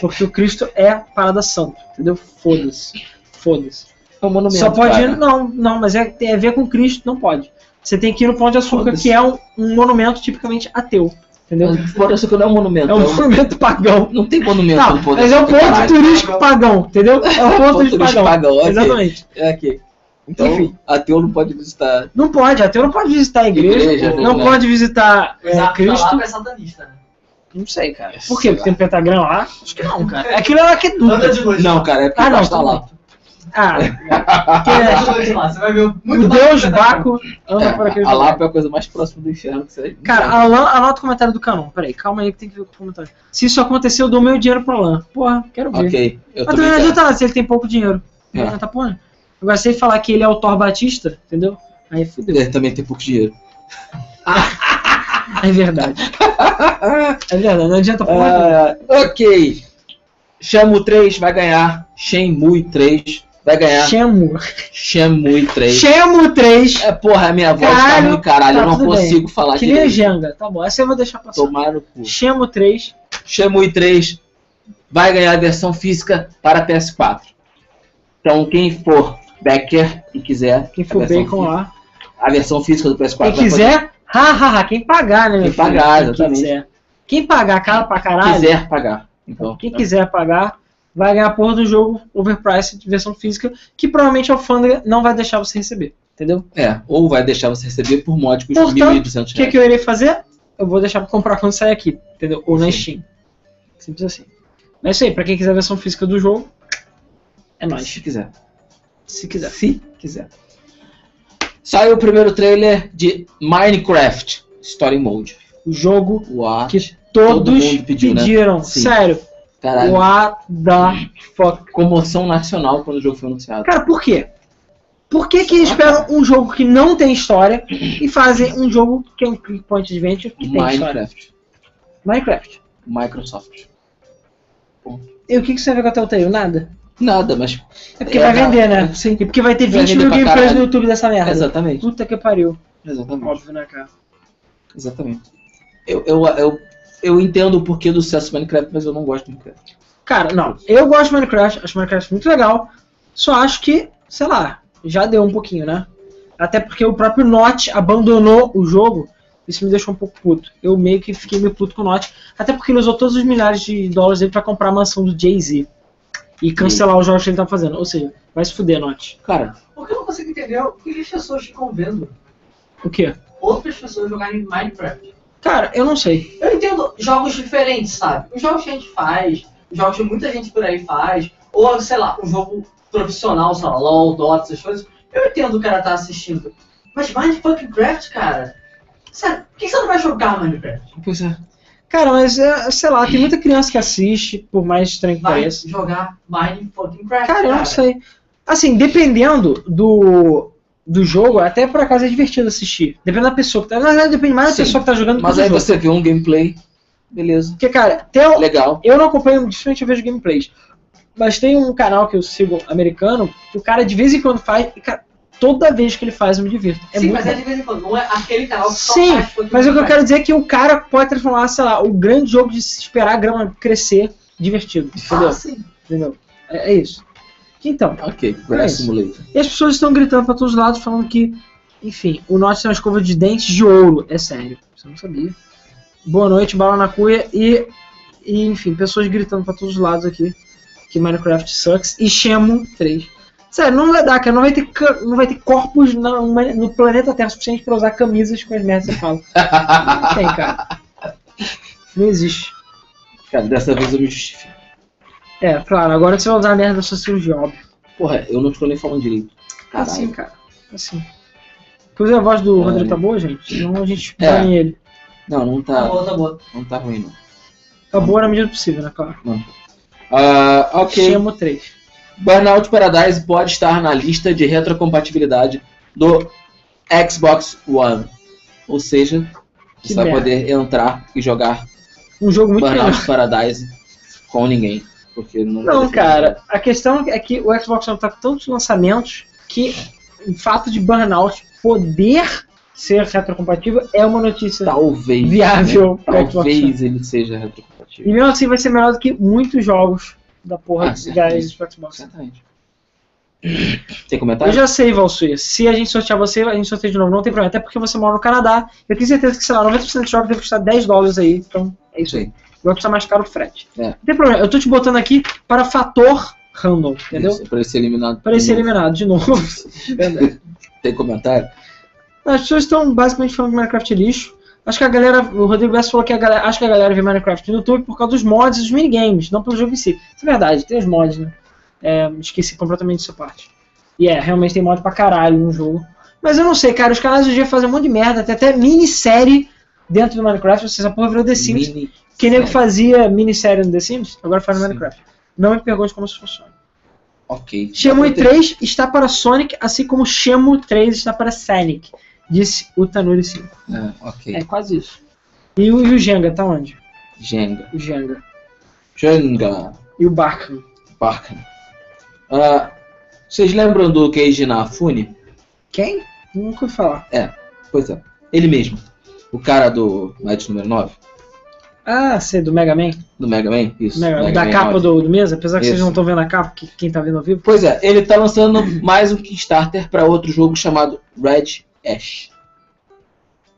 Speaker 1: Porque o Cristo é parada santa, entendeu? Foda-se. Foda-se.
Speaker 2: É um monumento,
Speaker 1: Só pode
Speaker 2: cara.
Speaker 1: ir. Não, não, mas é, tem a ver com Cristo, não pode. Você tem que ir no Pão de Açúcar,
Speaker 2: Foda-se.
Speaker 1: que é um, um monumento tipicamente ateu. Entendeu?
Speaker 2: Mas Pão de Açúcar não é um monumento.
Speaker 1: É um
Speaker 2: é um-
Speaker 1: monumento pagão.
Speaker 2: Não tem monumento
Speaker 1: Não,
Speaker 2: no Pão de
Speaker 1: mas é um
Speaker 2: Açúcar,
Speaker 1: ponto
Speaker 2: caralho.
Speaker 1: turístico pagão, entendeu? É um ponto turístico
Speaker 2: turístico
Speaker 1: pagão.
Speaker 2: pagão, ok.
Speaker 1: Exatamente.
Speaker 2: É aqui. Então,
Speaker 1: Enfim.
Speaker 2: ateu não pode visitar.
Speaker 1: Não pode, ateu não pode visitar a igreja,
Speaker 2: Igreja,
Speaker 1: não
Speaker 2: né? tá
Speaker 1: pode visitar é,
Speaker 3: Mas a
Speaker 1: Cristo.
Speaker 3: palavra é satanista, né?
Speaker 1: Não sei, cara.
Speaker 2: Sei
Speaker 1: Por quê?
Speaker 2: lá.
Speaker 1: Porque tem um pentagrama lá? Acho que não, cara. Aquilo é lá que
Speaker 3: Anda de noite.
Speaker 2: Não, cara, é porque
Speaker 1: Ah, não,
Speaker 2: está
Speaker 1: tudo
Speaker 2: lá.
Speaker 1: Ah, que
Speaker 3: Anda
Speaker 1: é-
Speaker 3: de noite lá, você vai ver muito
Speaker 1: o
Speaker 3: mais tá
Speaker 1: Deus
Speaker 3: coisa, cara.
Speaker 1: Baco anda por aquele
Speaker 2: a
Speaker 1: lugar.
Speaker 2: Lapa é a coisa mais próxima do inferno que você.
Speaker 1: Cara, Alan, anota tá o comentário do Canon. Peraí, calma aí que tem que ver o comentário. Se isso aconteceu, eu dou meu dinheiro pro Alan. Porra, quero ver.
Speaker 2: ok.
Speaker 1: Mas também
Speaker 2: Eu também
Speaker 1: não
Speaker 2: quero.
Speaker 1: adianta nada se ele tem pouco dinheiro. Não
Speaker 2: É.
Speaker 1: adianta porra. Eu gostei de falar que ele é o Thor Batista, entendeu? Aí fudeu.
Speaker 2: Ele também tem pouco dinheiro.
Speaker 1: É verdade. É verdade, não adianta porra. nenhuma.
Speaker 2: Ah, ok. Shamu 3 vai ganhar. Shenmue 3 vai ganhar.
Speaker 1: Chemo.
Speaker 2: Shenmue 3.
Speaker 1: Chemo 3.
Speaker 2: É, porra, a minha voz
Speaker 1: Caralho,
Speaker 2: tá ruim, caralho.
Speaker 1: tá
Speaker 2: eu não
Speaker 1: tudo bem.
Speaker 2: consigo falar
Speaker 1: Que nem a
Speaker 2: direito.
Speaker 1: Jenga. Tá bom, essa eu vou deixar passar.
Speaker 2: Tomar no cu.
Speaker 1: Chemo 3.
Speaker 2: Shenmue 3 vai ganhar a versão física para PS4. Então, quem for backer e quiser
Speaker 1: Quem
Speaker 2: a
Speaker 1: for
Speaker 2: versão
Speaker 1: bacon
Speaker 2: física-
Speaker 1: lá.
Speaker 2: a versão física do PS4
Speaker 1: Quem
Speaker 2: vai
Speaker 1: quiser, ha, ha, ha, quem pagar, né? meu
Speaker 2: Quem
Speaker 1: filho?
Speaker 2: pagar,
Speaker 1: Quem
Speaker 2: exatamente.
Speaker 1: quiser. Quem pagar cara pra
Speaker 2: poder-
Speaker 1: caralho,
Speaker 2: quiser pagar. Então,
Speaker 1: quem quiser pagar, vai ganhar a porra do jogo overpriced, versão física, que provavelmente a alfândega não vai deixar você receber, entendeu?
Speaker 2: É, ou vai deixar você receber por módicos
Speaker 1: Portanto,
Speaker 2: 1.200
Speaker 1: O que,
Speaker 2: reais.
Speaker 1: que eu irei fazer? Eu vou deixar pra comprar quando sair aqui, entendeu? Ou na
Speaker 2: Sim.
Speaker 1: Steam. Simples assim. Mas é isso aí, pra quem quiser a versão física do jogo, é nóis.
Speaker 2: Se quiser.
Speaker 1: Se quiser.
Speaker 2: Se quiser. Saiu o primeiro trailer de Minecraft Story Mode.
Speaker 1: O jogo
Speaker 2: Uau.
Speaker 1: que
Speaker 2: Todo
Speaker 1: todos
Speaker 2: mundo pediu, né?
Speaker 1: pediram.
Speaker 2: Sim.
Speaker 1: Sério.
Speaker 2: Caralho. Hum.
Speaker 1: What the fuck?
Speaker 2: Comoção nacional quando o jogo foi anunciado.
Speaker 1: Cara, por quê? Por que, que eles pegam um jogo que não tem história e fazem um jogo que é um click point adventure que tem história?
Speaker 2: Minecraft.
Speaker 1: Minecraft.
Speaker 2: Microsoft.
Speaker 1: E o que, que você vai com a Telltale? Nada.
Speaker 2: Nada, mas.
Speaker 1: É porque vai vender, né?
Speaker 2: Sim.
Speaker 1: E porque vai ter
Speaker 2: Vai
Speaker 1: 20
Speaker 2: vender
Speaker 1: mil
Speaker 2: pra
Speaker 1: gameplays
Speaker 2: caralho.
Speaker 1: no YouTube dessa merda.
Speaker 2: Exatamente.
Speaker 1: Puta que pariu.
Speaker 2: Exatamente.
Speaker 1: Óbvio, né, cara?
Speaker 2: Exatamente. Eu, eu, eu, eu entendo o porquê do sucesso do Minecraft, mas eu não gosto do Minecraft.
Speaker 1: Cara, não. Eu gosto de Minecraft, acho Minecraft muito legal. Só acho que, sei lá, já deu um pouquinho, né? Até porque o próprio Notch abandonou o jogo. Isso me deixou um pouco puto. Eu meio que fiquei meio puto com o Notch. Até porque ele usou todos os milhares de dólares dele pra comprar a mansão do Jay-Z. E cancelar os jogos que ele tá fazendo. Ou seja, vai se fuder, Notch.
Speaker 2: Cara,
Speaker 3: Por que eu não consigo entender o que as pessoas ficam vendo
Speaker 1: O quê?
Speaker 3: outras pessoas jogarem Minecraft?
Speaker 1: Cara, eu não sei.
Speaker 3: Eu entendo jogos diferentes, sabe? Os jogos que a gente faz, os jogos que muita gente por aí faz, ou sei lá, um jogo profissional, sei lá, LOL, Dota, essas coisas. Eu entendo o cara tá assistindo. Mas Minecraft, cara? Sério, por que você não vai jogar Minecraft?
Speaker 2: pois é.
Speaker 1: Cara, mas, é, sei lá, tem muita criança que assiste, por mais estranho que
Speaker 3: Vai
Speaker 1: pareça.
Speaker 3: jogar Minecraft.
Speaker 1: Cara, eu não sei. Assim, dependendo do, do jogo, até por acaso é divertido assistir. Depende da pessoa que tá. Na verdade, depende mais da
Speaker 2: Sim.
Speaker 1: pessoa que tá jogando do
Speaker 2: Mas
Speaker 1: que do
Speaker 2: aí
Speaker 1: jogo.
Speaker 3: assim-
Speaker 2: você vê um gameplay, beleza.
Speaker 1: Porque, cara, tem um-
Speaker 2: Legal.
Speaker 1: eu não acompanho, dificilmente eu vejo gameplays. Mas tem um canal que eu sigo americano, que o cara de vez em quando faz, e, cara, toda vez que ele faz eu me divirto. É
Speaker 3: Sim,
Speaker 1: muito
Speaker 3: mas
Speaker 1: bom.
Speaker 3: é de vez em quando, não é aquele canal que só
Speaker 1: Sim,
Speaker 3: faz Punk
Speaker 1: Mas o que eu
Speaker 3: Craft.
Speaker 1: quero dizer é que o cara pode transformar, sei lá, o grande jogo de se esperar a grama crescer divertido. Entendeu?
Speaker 3: Ah, sim.
Speaker 1: Entendeu? É, é isso. Então,
Speaker 2: Ok,
Speaker 1: É
Speaker 2: Grass
Speaker 1: isso.
Speaker 2: Simulator.
Speaker 1: E as pessoas estão gritando pra todos os lados, falando que, enfim, o Norte tem uma escova de dentes de ouro. É sério, você não sabia. Boa noite, bala na cuia e, e, enfim, pessoas gritando pra todos os lados aqui que Minecraft sucks e Shemu 3. Sério, não vai dar, cara. Não vai ter, ca- não vai ter corpos na- uma- no planeta Terra suficiente pra usar camisas com as merdas que você fala. Não tem, cara. Não existe.
Speaker 2: Cara, dessa vez eu me justifico.
Speaker 1: É, claro, agora você vai usar a merda da sua cirurgia, óbvio.
Speaker 2: Porra, eu não estou nem falando direito. Caralho.
Speaker 1: Assim, cara. Assim. Inclusive a voz do
Speaker 2: É.
Speaker 1: Rodrigo tá boa, gente? Senão a gente
Speaker 2: É.
Speaker 1: bane ele.
Speaker 2: Não, não
Speaker 3: Tá
Speaker 2: tá,
Speaker 3: bom, tá bom.
Speaker 2: não tá ruim, não.
Speaker 1: Tá boa na medida possível, né, claro?
Speaker 2: Ah, ok.
Speaker 1: Chamo 3.
Speaker 2: Burnout Paradise pode estar na lista de retrocompatibilidade do Xbox One. Ou seja,
Speaker 1: Que
Speaker 2: você vai
Speaker 1: merda.
Speaker 2: poder entrar e jogar
Speaker 1: Um jogo muito melhor.
Speaker 2: Burnout Paradise com ninguém. Porque não, vai
Speaker 1: Não,
Speaker 2: ter-
Speaker 1: cara. A questão é que o Xbox One tá com tantos lançamentos que o fato de Burnout poder ser retrocompatível é uma notícia
Speaker 2: Talvez.
Speaker 1: viável
Speaker 2: né?
Speaker 1: pra Xbox One.
Speaker 2: Talvez ele seja retrocompatível.
Speaker 1: E mesmo assim vai ser melhor do que muitos jogos da porra
Speaker 2: Ah,
Speaker 1: da
Speaker 2: certamente.
Speaker 1: Xbox.
Speaker 2: Certamente. Tem
Speaker 1: Eu
Speaker 2: comentário?
Speaker 1: já sei, Valsuia. Se a gente sortear você, a gente sorteia de novo. Não tem problema. Até porque você mora no Canadá. Eu tenho certeza que, sei lá, 90% dos jogos deve custar 10 dólares aí. Então, é isso aí. Vai custar mais caro o frete.
Speaker 2: É.
Speaker 1: Não tem problema. Eu tô te botando aqui para fator random, entendeu?
Speaker 2: Isso, Pra ele ser eliminado.
Speaker 1: Para ele ser eliminado de novo.
Speaker 2: Tem comentário?
Speaker 1: As pessoas estão basicamente falando que Minecraft é lixo. Acho que a galera, o Rodrigo Bess falou que a galera, acho que a galera vê Minecraft no YouTube por causa dos mods e dos minigames, não pelo jogo em si. Isso é verdade, tem os mods, né? É, esqueci completamente dessa parte. E é, realmente tem mod pra caralho no jogo. Mas eu não sei, cara, os canais hoje em dia fazem um monte de merda, tem até minissérie dentro do Minecraft, vocês essa porra virou The Sims.
Speaker 2: Mini-
Speaker 1: Que nem eu
Speaker 2: Sério?
Speaker 1: fazia minissérie no The Sims, agora faz no
Speaker 2: Sim.
Speaker 1: Minecraft. Não me pergunte como isso funciona.
Speaker 2: Ok.
Speaker 1: Shemu
Speaker 2: Dá pra ter-
Speaker 1: 3 está para Sonic, assim como Shemu 3 está para Sonic, disse o Tanuri 5.
Speaker 2: Ah, ok.
Speaker 1: É quase isso. E o, e o Jenga, tá onde?
Speaker 2: Jenga.
Speaker 1: O Jenga.
Speaker 2: Jenga.
Speaker 1: E o Barkham.
Speaker 2: Barkham. Ah, vocês lembram do Keiji Nafune?
Speaker 1: Quem? Nunca ouvi falar.
Speaker 2: Pois é. Ele mesmo. O cara do Night número 9.
Speaker 1: Ah, sei, do Mega Man?
Speaker 2: Do Mega Man? Isso.
Speaker 1: Mega-
Speaker 2: Mega
Speaker 1: da
Speaker 2: Man
Speaker 1: capa
Speaker 2: 9.
Speaker 1: do, do mês, apesar que vocês
Speaker 2: Isso.
Speaker 1: não estão vendo a capa, que quem tá vendo ao vivo.
Speaker 2: Pois é, ele tá lançando mais um Kickstarter pra outro jogo chamado Red Ash.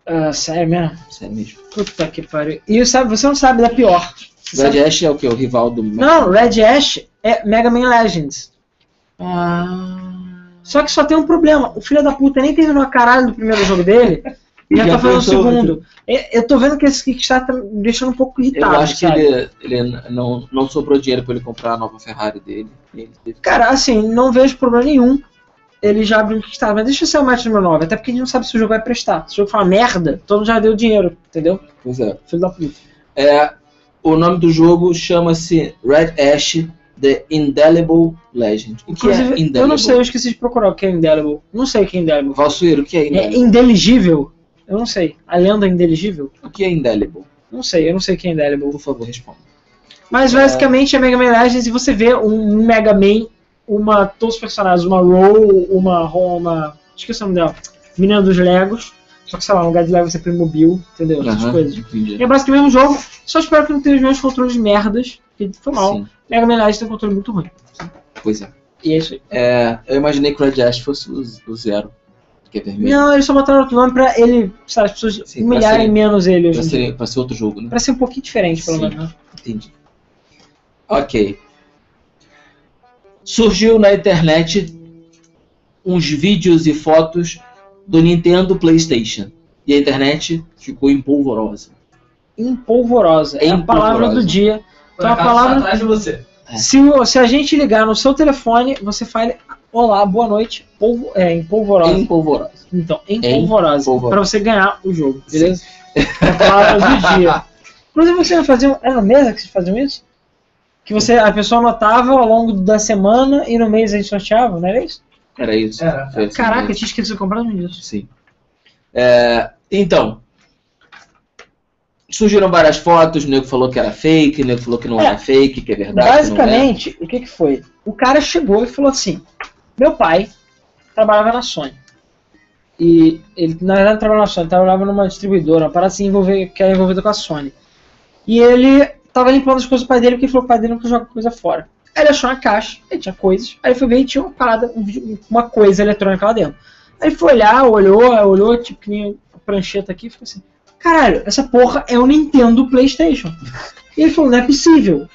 Speaker 1: Ah, sério mesmo?
Speaker 2: Sério mesmo.
Speaker 1: Puta que pariu. E sabe, você não sabe da pior. Você sabe-
Speaker 2: Red Ash é o que? O rival do.
Speaker 1: Não, Red Ash é Mega Man Legends.
Speaker 2: Ah.
Speaker 1: Só que só tem um problema. O filho da puta nem terminou a caralho do primeiro jogo dele. e já
Speaker 2: Já
Speaker 1: tá fazendo o
Speaker 2: pensou,
Speaker 1: segundo. E- Eu tô vendo que esse Kickstarter tá me deixando um pouco
Speaker 2: Eu
Speaker 1: irritado.
Speaker 2: acho que
Speaker 1: sabe?
Speaker 2: ele, ele não, não sobrou dinheiro pra ele comprar a nova Ferrari dele. E Ele teve...
Speaker 1: Cara, assim, não vejo problema nenhum. Ele já abriu um Kickstarter, mas deixa eu ser o match número 9, até porque a gente não sabe se o jogo vai prestar. Se o jogo for uma merda, todo mundo já deu dinheiro, entendeu?
Speaker 2: Pois é.
Speaker 1: Filho da puta.
Speaker 2: É, o nome do jogo chama-se Red Ash The Indelible Legend. O que é
Speaker 1: Inclusive,
Speaker 2: Indelible?
Speaker 1: eu não sei, eu esqueci de procurar o que é Indelible. Não sei o que é Indelible.
Speaker 2: Valsuíro, o que é
Speaker 1: É
Speaker 2: Indelible?
Speaker 1: indeligível? Eu não sei. A lenda é indeligível?
Speaker 2: O que é Indelible?
Speaker 1: Não sei, eu não sei o que é Indelible.
Speaker 2: Por favor, responda.
Speaker 1: Mas basicamente é Mega Man Legends e você vê um Mega Man, uma, todos os personagens, uma Roll, uma Roma, esqueci o nome dela, menina dos Legos, só que sei lá, no lugar de Lego você põe Mobil, entendeu? Essas
Speaker 2: Aham,
Speaker 1: coisas.
Speaker 2: entendi.
Speaker 1: E é basicamente o mesmo jogo, só espero que não tenha os meus controles de merdas, que foi mal.
Speaker 2: Sim,
Speaker 1: Mega Man Legends tem um controle muito ruim.
Speaker 2: pois é.
Speaker 1: E é isso aí.
Speaker 2: É, Eu imaginei que o Red Ash fosse o, o zero, que é vermelho.
Speaker 1: Não, eles só botaram outro nome pra ele, sabe, as pessoas
Speaker 2: Sim, pra
Speaker 1: humilharem
Speaker 2: ser-
Speaker 1: menos ele hoje
Speaker 2: Pra
Speaker 1: em dia.
Speaker 2: ser, pra ser outro jogo, né?
Speaker 1: Pra ser um pouquinho diferente, pelo
Speaker 2: Sim.
Speaker 1: menos. né?
Speaker 2: Entendi. Ok. Surgiu na internet uns vídeos e fotos do Nintendo PlayStation. E a internet ficou empolvorosa.
Speaker 1: Empolvorosa. É a palavra
Speaker 2: Empolvorosa.
Speaker 1: do dia.
Speaker 3: Por
Speaker 1: Então a
Speaker 3: acaso,
Speaker 1: palavra-
Speaker 3: tá atrás de você.
Speaker 2: É.
Speaker 1: Se, o- se a gente ligar no seu telefone, você fale Olá, boa noite, polvo, é, em polvorosa.
Speaker 2: Empolvorosa.
Speaker 1: Então, em
Speaker 2: em
Speaker 1: polvorosa.
Speaker 2: polvorosa.
Speaker 1: Pra você ganhar o jogo, beleza? É a palavra do dia. Inclusive, você não fazia. Era na é mesa que vocês faziam isso? Que você, a pessoa anotava ao longo da semana e no mês a gente sorteava, não era isso?
Speaker 2: Era isso.
Speaker 3: Era.
Speaker 2: Foi assim
Speaker 1: É. Caraca, eu
Speaker 2: mesmo.
Speaker 1: tinha esquecido completamente disso.
Speaker 2: Sim. É, então. Surgiram várias fotos, o nego falou que era fake, o nego falou que não
Speaker 1: É.
Speaker 2: era fake, que é verdade. que não é.
Speaker 1: Basicamente, o que, que foi? O cara chegou e falou assim: Meu pai trabalhava na Sony. E ele, na verdade, não trabalhava na Sony, ele trabalhava numa distribuidora, uma parada assim, envolver, que era envolvida com a Sony. E ele tava limpando as coisas do pai dele, porque ele falou que o pai dele nunca joga coisa fora. Aí ele achou uma caixa, aí tinha coisas, aí ele foi ver e tinha uma parada, um vídeo- uma coisa eletrônica lá dentro. Aí ele foi olhar, olhou, aí olhou, tipo, que nem a prancheta aqui, e ficou assim: Caralho, essa porra é o Nintendo PlayStation. E ele falou: Não é possível.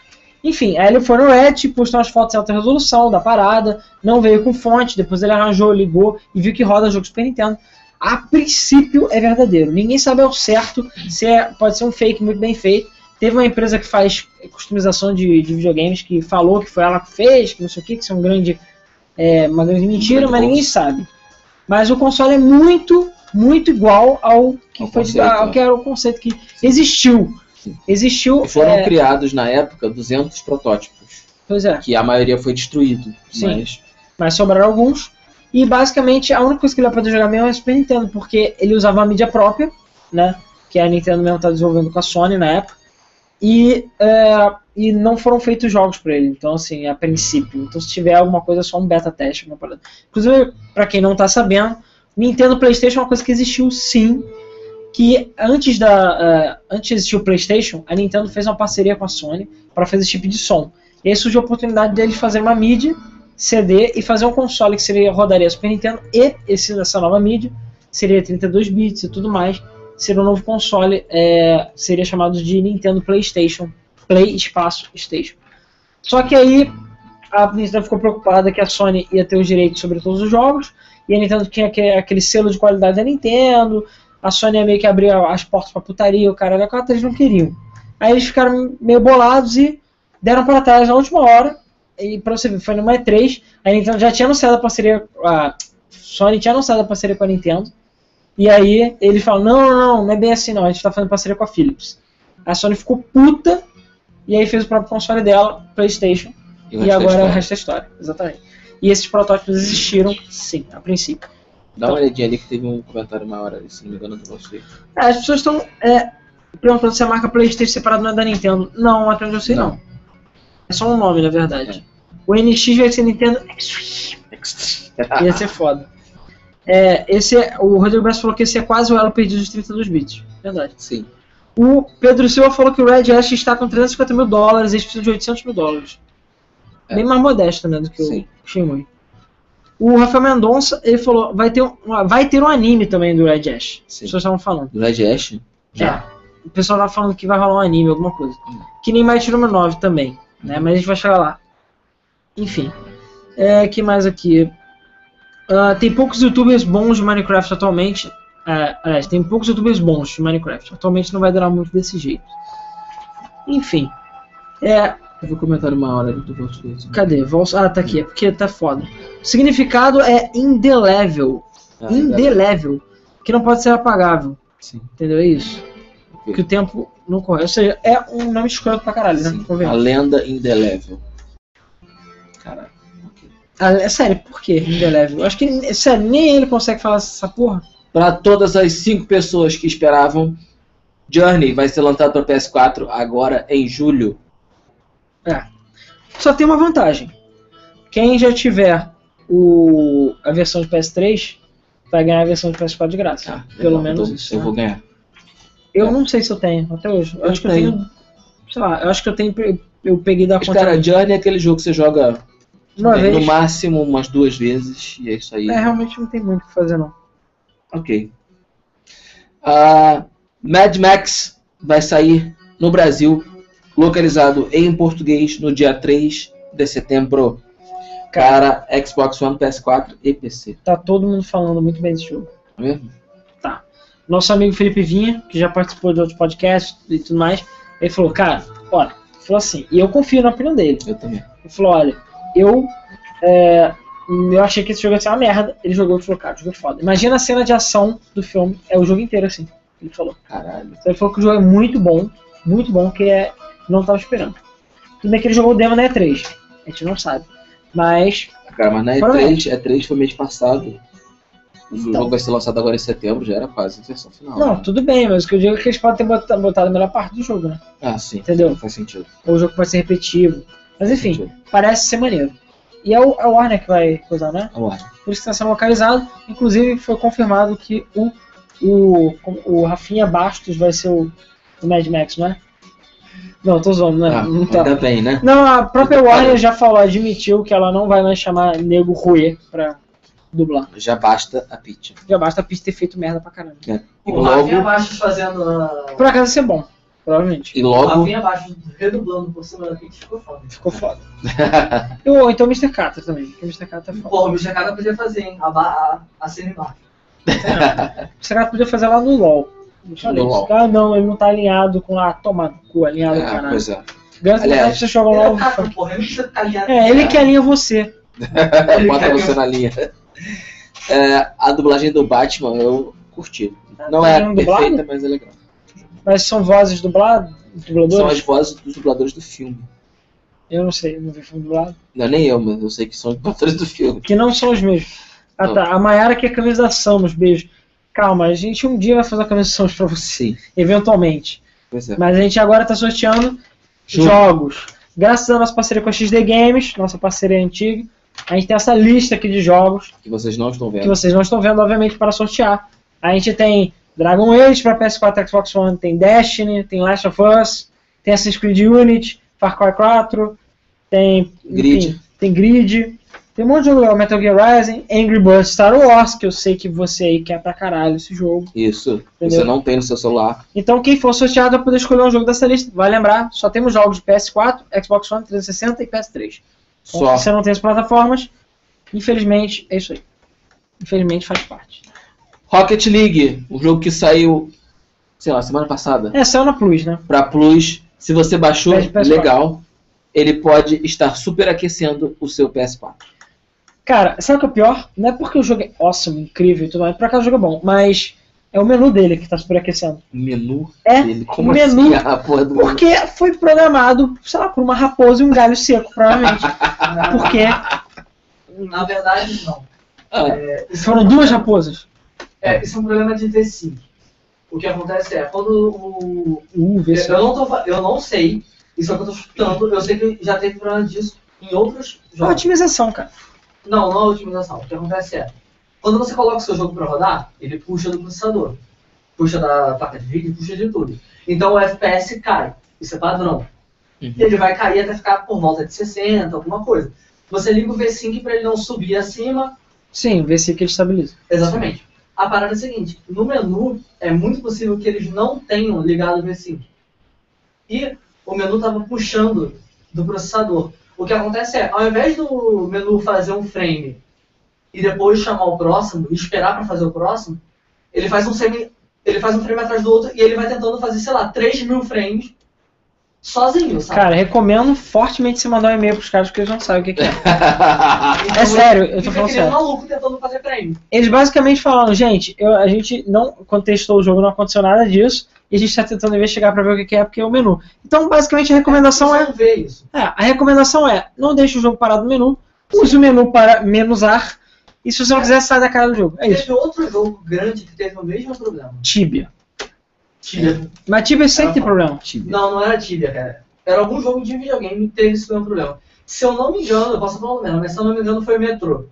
Speaker 1: Enfim, aí ele foi no Reddit, postou umas fotos em alta resolução da parada, não veio com fonte, depois ele arranjou, ligou e viu que roda jogo Super Nintendo. A princípio é verdadeiro, ninguém sabe ao certo se é, pode ser um fake muito bem feito. Teve uma empresa que faz customização de, de videogames que falou que foi ela que fez, que não sei o que, que isso é um grande, é, uma grande mentira, mas
Speaker 2: grande golpe.
Speaker 1: ninguém sabe. Mas o console é muito, muito igual ao que,
Speaker 2: Ao
Speaker 1: foi,
Speaker 2: conceito,
Speaker 1: ao
Speaker 2: né?
Speaker 1: que era o conceito que existiu.
Speaker 2: Sim.
Speaker 1: Existiu.
Speaker 2: E foram
Speaker 1: é,
Speaker 2: criados na época 200 protótipos,
Speaker 1: pois é.
Speaker 2: que a maioria foi destruído.
Speaker 1: Sim.
Speaker 2: Mas
Speaker 1: mas sobraram alguns. E basicamente a única coisa que ele vai poder jogar mesmo é o Super Nintendo, porque ele usava a mídia própria, né? Que a Nintendo mesmo tá desenvolvendo com a Sony na época. E é, e não foram feitos jogos pra ele, então assim, a princípio. Então se tiver alguma coisa, é só um beta teste. alguma parada. Inclusive, pra quem não tá sabendo, Nintendo Playstation é uma coisa que existiu sim, que antes da eh, antes de existir o Playstation, a Nintendo fez uma parceria com a Sony para fazer esse tipo de som. E aí surgiu a oportunidade deles fazer uma mídia, CD e fazer um console que seria rodaria Super Nintendo e esse, essa nova mídia seria 32 bits e tudo mais. Seria um novo console, eh, seria chamado de Nintendo Playstation Play espaço Station. Só que aí a Nintendo ficou preocupada que a Sony ia ter os direitos sobre todos os jogos e a Nintendo tinha aque- aquele selo de qualidade da Nintendo. A Sony ia meio que abrir as portas pra putaria, o cara da quatro, eles não queriam. Aí eles ficaram meio bolados e deram pra trás na última hora. E pra você ver, foi numa E3. A Nintendo já tinha anunciado a parceria. A Sony tinha anunciado a parceria com a Nintendo. E aí eles falam: não, não, não, não é bem assim não, a gente tá fazendo parceria com a Philips. A Sony ficou puta e aí fez o próprio console dela, PlayStation.
Speaker 2: E,
Speaker 1: E, agora o resto é história, exatamente. E esses protótipos existiram, sim, a princípio.
Speaker 2: Dá
Speaker 1: tá.
Speaker 2: uma olhadinha ali que teve um comentário maior ali, se não me engano, do você.
Speaker 1: É, as pessoas estão é, perguntando se a marca PlayStation separada não é da Nintendo. Não, até onde eu sei, não. É só um nome, na verdade. O NX vai ser Nintendo X. Ia ser foda. É, esse é- o Rodrigo Braz falou que esse é quase o elo perdido dos 32 bits. Verdade.
Speaker 2: Sim.
Speaker 1: O Pedro Silva falou que o Red Ash está com 350 mil dólares, eles precisam de 800 mil dólares.
Speaker 2: É.
Speaker 1: Bem mais modesto, né, do que
Speaker 2: Sim.
Speaker 1: o Shenmue. O Rafael Mendonça, ele falou, vai ter um, vai ter um anime também do Red Ash. As
Speaker 2: Sim.
Speaker 1: pessoas estavam falando.
Speaker 2: Do Red Ash?
Speaker 1: É. O pessoal tá falando que vai rolar um anime, alguma coisa.
Speaker 2: Hum.
Speaker 1: Que nem Mighty Number 9 também, né? Mas a gente vai chegar lá. Enfim. É, que mais aqui? Ah, tem poucos youtubers bons de Minecraft atualmente. Ah, aliás, tem poucos youtubers bons de Minecraft. Atualmente não vai durar muito desse jeito. Enfim. É,
Speaker 2: Teve um comentário maior ali do você.
Speaker 1: cadê? Vols- Ah, tá aqui. É porque tá foda. O significado é indelével.
Speaker 2: Ah,
Speaker 1: indelével. Que não pode ser apagável.
Speaker 2: Sim.
Speaker 1: Entendeu? É isso.
Speaker 2: Ok.
Speaker 1: Que o tempo não corre. Ou seja, é um nome escroto pra caralho, né?
Speaker 2: Sim. A
Speaker 1: Convenhamos.
Speaker 2: lenda indelével. Caralho. ok.
Speaker 1: Ah, é sério, por que Indelével? Eu Acho que, é sério, nem ele consegue falar essa porra.
Speaker 2: Para todas as cinco pessoas que esperavam, Journey vai ser lançado para PS4 agora em julho.
Speaker 1: Só tem uma vantagem. Quem já tiver o, a versão de PS3 vai ganhar a versão de PS4 de graça. Tá, Pelo
Speaker 2: legal,
Speaker 1: menos
Speaker 2: então
Speaker 1: isso.
Speaker 2: Eu
Speaker 1: né?
Speaker 2: vou ganhar.
Speaker 1: Eu não sei se eu tenho até hoje. Eu
Speaker 2: Eu
Speaker 1: acho que eu
Speaker 2: tenho.
Speaker 1: tenho. Sei lá, eu acho que eu tenho. Eu peguei da
Speaker 2: Mas,
Speaker 1: conta
Speaker 2: cara, Journey é aquele jogo que você joga
Speaker 1: uma
Speaker 2: no
Speaker 1: vez.
Speaker 2: máximo umas duas vezes e é isso aí.
Speaker 1: É, realmente não tem muito o que fazer, não.
Speaker 2: Ok. Ah, Mad Max vai sair no Brasil, localizado em português no dia 3 de setembro. Cara, Xbox One, PS4 e PC.
Speaker 1: Tá todo mundo falando muito bem desse jogo.
Speaker 2: Tá mesmo?
Speaker 1: nosso amigo Felipe Vinha, que já participou de outros podcasts e tudo mais, ele falou, cara, olha, falou assim, e eu confio na opinião dele.
Speaker 2: Eu também.
Speaker 1: Ele falou, olha, eu, é, eu achei que esse jogo ia ser uma merda. Ele jogou e falou, cara, o jogo é foda. Imagina a cena de ação do filme, é o jogo inteiro assim. Ele falou.
Speaker 2: Caralho.
Speaker 1: Então ele falou que o jogo é muito bom, muito bom, que é, não tava esperando. Tudo bem que ele jogou o demo na E3, a gente não sabe. Mas
Speaker 2: Cara, mas é na
Speaker 1: Provavelmente.
Speaker 2: E3, E3 foi mês passado. O
Speaker 1: Então.
Speaker 2: jogo vai ser lançado agora em setembro, já era quase a versão final.
Speaker 1: Não,
Speaker 2: né?
Speaker 1: tudo bem, mas o que eu digo é que eles podem ter bota- botado a melhor parte do jogo, né?
Speaker 2: Ah, sim.
Speaker 1: Entendeu?
Speaker 2: Faz sentido.
Speaker 1: Ou o jogo pode ser repetitivo. Mas enfim,
Speaker 2: Faz sentido.
Speaker 1: parece ser maneiro. E é o, é o Warner que vai coisar, né?
Speaker 2: Vamos lá.
Speaker 1: Por isso que está sendo localizado. Inclusive, foi confirmado que o, o, o Rafinha Bastos vai ser o, o Mad Max, não é? Não, tô zoando, né?
Speaker 2: Ah,
Speaker 1: não, tá.
Speaker 2: Ainda bem, né?
Speaker 1: não, a própria Warner já falou, admitiu que ela não vai mais chamar Nego Rui pra dublar.
Speaker 2: Já basta a pizza.
Speaker 1: Já basta a pista ter feito merda pra caramba.
Speaker 2: E
Speaker 3: O Rafinha
Speaker 2: logo,
Speaker 3: Baixos fazendo a.
Speaker 1: Por acaso ia ser bom, provavelmente.
Speaker 2: e
Speaker 3: O
Speaker 2: logo
Speaker 3: Rafinha Baixos redublando por cima da Pink ficou foda.
Speaker 1: Ficou foda. Ou então Mr. Catra também, porque Mr. Catra é foda.
Speaker 3: Pô, o bicho cara podia fazer, hein? A, ba- a, a cena embaixo.
Speaker 1: Esse cara podia fazer lá no LOL. Eu falei
Speaker 2: No
Speaker 1: isso.
Speaker 2: LOL.
Speaker 1: Ah, não, ele não tá alinhado com lá, toma no cu, alinhado com
Speaker 2: Ah,
Speaker 1: nada.
Speaker 2: pois é.
Speaker 1: Ganso
Speaker 2: Aliás,
Speaker 1: Aliás, você joga
Speaker 3: Ele
Speaker 1: LOL.
Speaker 3: é taco, porra, ele não precisa ficar ligado.
Speaker 1: É, ele que alinha você.
Speaker 3: Ele
Speaker 2: É, Bota
Speaker 1: tá
Speaker 3: quer
Speaker 2: você
Speaker 3: que
Speaker 2: na linha. É, a dublagem do Batman eu curti. Não
Speaker 1: Tá
Speaker 2: é
Speaker 1: sendo dublado?
Speaker 2: perfeita, mas é legal.
Speaker 1: Mas são vozes dubladas?
Speaker 2: São
Speaker 1: Dubladores?
Speaker 2: as vozes dos dubladores do filme.
Speaker 1: Eu não sei, não vi filme dublado.
Speaker 2: Não, nem eu, mas eu sei que são os dubladores do filme.
Speaker 1: Que não são os mesmos. Ah
Speaker 2: Não.
Speaker 1: tá, a Mayara que é a camisa da Samus, beijo. Calma, a gente um dia vai fazer a camisa da Samus pra você,
Speaker 2: Sim,
Speaker 1: eventualmente.
Speaker 2: pois é.
Speaker 1: Mas a gente agora tá sorteando
Speaker 2: Show.
Speaker 1: jogos. Graças à nossa parceria com a XD Games, nossa parceria antiga, a gente tem essa lista aqui de jogos
Speaker 2: Que vocês não estão
Speaker 1: que
Speaker 2: vendo.
Speaker 1: vocês não estão vendo, obviamente, para sortear. A gente tem Dragon Age para PS4 e Xbox One, tem Destiny, tem Last of Us, tem Assassin's Creed Unity, Far Cry 4, tem
Speaker 2: Grid.
Speaker 1: enfim, tem Grid, tem um monte de jogo legal, Metal Gear Rising, Angry Birds Star Wars, que eu sei que você aí quer pra caralho esse jogo.
Speaker 2: Isso. Você
Speaker 1: Entendeu?
Speaker 2: não tem no seu celular.
Speaker 1: Então quem for sorteado vai poder escolher um jogo dessa lista. Vai lembrar, só temos jogos de PS4, Xbox One 360 e PS3. Então,
Speaker 2: Só.
Speaker 1: Se você não tem as plataformas, infelizmente é isso aí. Infelizmente faz parte.
Speaker 2: Rocket League, um jogo que saiu, sei lá, semana passada.
Speaker 1: É, saiu na Plus, né?
Speaker 2: Pra Plus, se você baixou,
Speaker 1: Pede PS4.
Speaker 2: legal. Ele pode estar superaquecendo o seu PS4.
Speaker 1: Cara, sabe o que é o pior? Não é porque o jogo é awesome, incrível e tudo mais, por acaso o jogo é bom, mas é o menu dele que tá superaquecendo.
Speaker 2: Menu
Speaker 1: É,
Speaker 2: dele. Como
Speaker 1: menu.
Speaker 2: assim? A porra do menu?
Speaker 1: Porque foi programado, sei lá, por uma raposa e um galho seco, provavelmente. Porque
Speaker 3: Na verdade, não.
Speaker 2: Ah,
Speaker 1: foram duas raposas.
Speaker 3: É, isso é um problema de The Sim. O que acontece é, quando o.
Speaker 1: Uh, vê
Speaker 3: Eu
Speaker 1: só.
Speaker 3: não, tô, fa- eu não sei, isso é o que eu tô chutando, eu sei que já teve problema disso em outros
Speaker 1: É uma
Speaker 3: jogos.
Speaker 1: otimização, cara.
Speaker 3: Não, não é otimização. O que acontece é, quando você coloca o seu jogo pra rodar, ele puxa do processador. Puxa da placa de vídeo, puxa de tudo. Então o FPS cai. Isso é padrão.
Speaker 2: Uhum.
Speaker 3: E ele vai cair até ficar por volta de 60, alguma coisa. Você liga o V sync pra ele não subir acima.
Speaker 1: Sim, vê se que ele estabiliza.
Speaker 3: Exatamente. A parada é a seguinte, no menu é muito possível que eles não tenham ligado o V-Sync. E o menu estava puxando do processador. O que acontece é, ao invés do menu fazer um frame e depois chamar o próximo e esperar para fazer o próximo, ele faz um semi, ele faz um frame atrás do outro e ele vai tentando fazer, sei lá, 3 mil frames sozinho, sabe?
Speaker 1: Cara, recomendo fortemente você mandar um e-mail pros caras porque eles não sabem o que que é. É sério, eu tô
Speaker 3: Então,
Speaker 1: falando
Speaker 3: Fica que nem
Speaker 1: sério.
Speaker 3: maluco tentando fazer frame.
Speaker 1: Eles basicamente falaram, gente, eu- a gente não contestou o jogo, não aconteceu nada disso, e a gente tá tentando investigar pra ver o que que é, porque é o menu. Então, basicamente, a recomendação é
Speaker 3: Você não vê isso.
Speaker 1: É, a recomendação é, não deixe o jogo parado no menu, use o menu para menusar, e se você não quiser, sai da cara do jogo. É isso.
Speaker 3: Teve outro jogo grande que teve o mesmo problema.
Speaker 1: Tibia.
Speaker 3: Tibia.
Speaker 1: Mas Tibia sempre tem problema.
Speaker 3: É. Não, não era Tibia, cara. Era algum jogo de videogame que teve esse mesmo problema. Se eu não me engano, eu posso falar mesmo, mas se eu não me engano foi Metrô.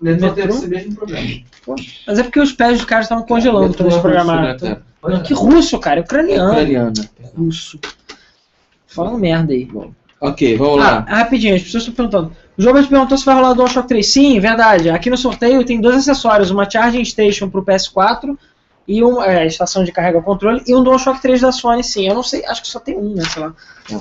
Speaker 3: Metrô,
Speaker 1: Metrô?
Speaker 3: teve esse mesmo problema.
Speaker 1: Mas é porque os pés dos caras estavam congelando quando eles programaram.
Speaker 2: assim, né, tá?
Speaker 3: Né?
Speaker 1: Não, que russo, cara, é ucraniano.
Speaker 2: Ucraniana.
Speaker 1: Russo. Falando merda aí.
Speaker 2: Ok, vamos
Speaker 1: Ah,
Speaker 2: lá.
Speaker 1: rapidinho, as pessoas estão perguntando. O João te perguntou se vai rolar o DualShock 3. Sim, verdade. Aqui no sorteio tem dois acessórios, uma Charging Station pro PS4 e um, é, estação de carrega ao controle e um DualShock 3 da Sony, sim. Eu não sei, acho que só tem um, né, sei lá.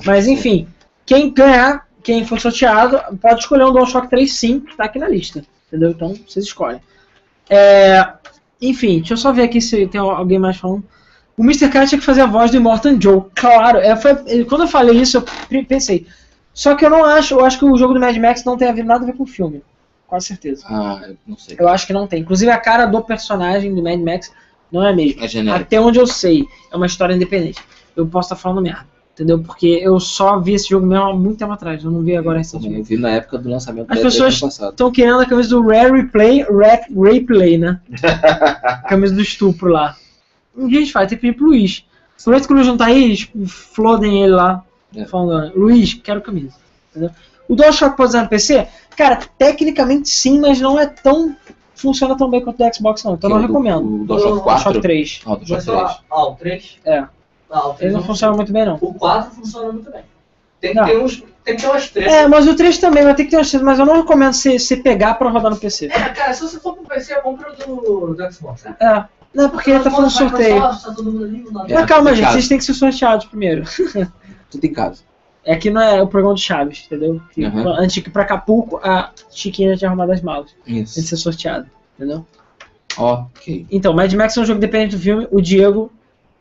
Speaker 1: Mas enfim, quem ganhar, quem for sorteado, pode escolher um DualShock 3 sim, que tá aqui na lista. Entendeu? Então vocês escolhem. É, enfim, deixa eu só ver aqui se tem alguém mais falando. O Mr. Cat tinha que fazer a voz do Immortan Joe. Claro, é, foi- ele- quando eu falei isso, eu pre- pensei. Só que eu não acho, eu acho que o jogo do Mad Max não tem a ver- nada a ver com o filme. Quase certeza.
Speaker 2: Ah, eu não sei.
Speaker 1: Eu acho que não tem. Inclusive a cara do personagem do Mad Max não é a mesma.
Speaker 2: É genérico.
Speaker 1: Até onde eu sei, é uma história independente. Eu posso estar falando merda, entendeu? Porque eu só vi esse jogo mesmo há muito tempo atrás, eu não vi Ah, agora recentemente.
Speaker 2: Eu vi na época do lançamento
Speaker 1: As
Speaker 2: da E3
Speaker 1: pessoas-
Speaker 2: ano passado.
Speaker 1: Estão querendo a camisa do Rare Replay, Rare Replay, né? camisa do estupro lá. O que a gente faz? Tem que pedir pro Luiz. Se o Red Cruz não tá aí, eles flodem ele lá.
Speaker 2: É.
Speaker 1: Falando, Luiz, quero camisa. Entendeu? O DualShock pode usar no PC? Cara, tecnicamente sim, mas não é tão. Funciona tão bem quanto o do Xbox, não. Então eu não
Speaker 2: Que é o do-
Speaker 1: recomendo.
Speaker 2: O DualShock
Speaker 3: O
Speaker 1: DualShock
Speaker 2: 4?
Speaker 1: 3.
Speaker 2: Ah, o
Speaker 3: Mas
Speaker 2: DualShock
Speaker 3: sei lá,
Speaker 2: 3.
Speaker 3: ah, o 3?
Speaker 1: É.
Speaker 3: Ah, o 3
Speaker 1: Ele não funciona muito bem, não.
Speaker 3: O 4 funciona muito bem. Tem que,
Speaker 1: Não.
Speaker 3: ter, uns, tem que ter umas três.
Speaker 1: É, mas o 3 também, vai ter que ter umas coisas, mas eu não recomendo você você pegar pra rodar no PC.
Speaker 3: É, cara, se você for pro PC, é bom pro do, do Xbox, né?
Speaker 1: É. Não é porque ele tá falando sorteio.
Speaker 3: Microsoft, Tá todo mundo ali, não dá
Speaker 2: É.
Speaker 1: Mas calma, gente,
Speaker 2: complicado.
Speaker 1: vocês têm que ser sorteados primeiro.
Speaker 2: Tudo em casa.
Speaker 1: É que não é o programa do Chaves, entendeu? Que,
Speaker 2: Uhum.
Speaker 1: Antes que ir pra Acapulco, a Chiquinha já tinha arrumado as malas. Tem que
Speaker 2: Isso.
Speaker 1: ser sorteado, entendeu?
Speaker 2: Ok.
Speaker 1: Então, Mad Max é um jogo dependente do filme, o Diego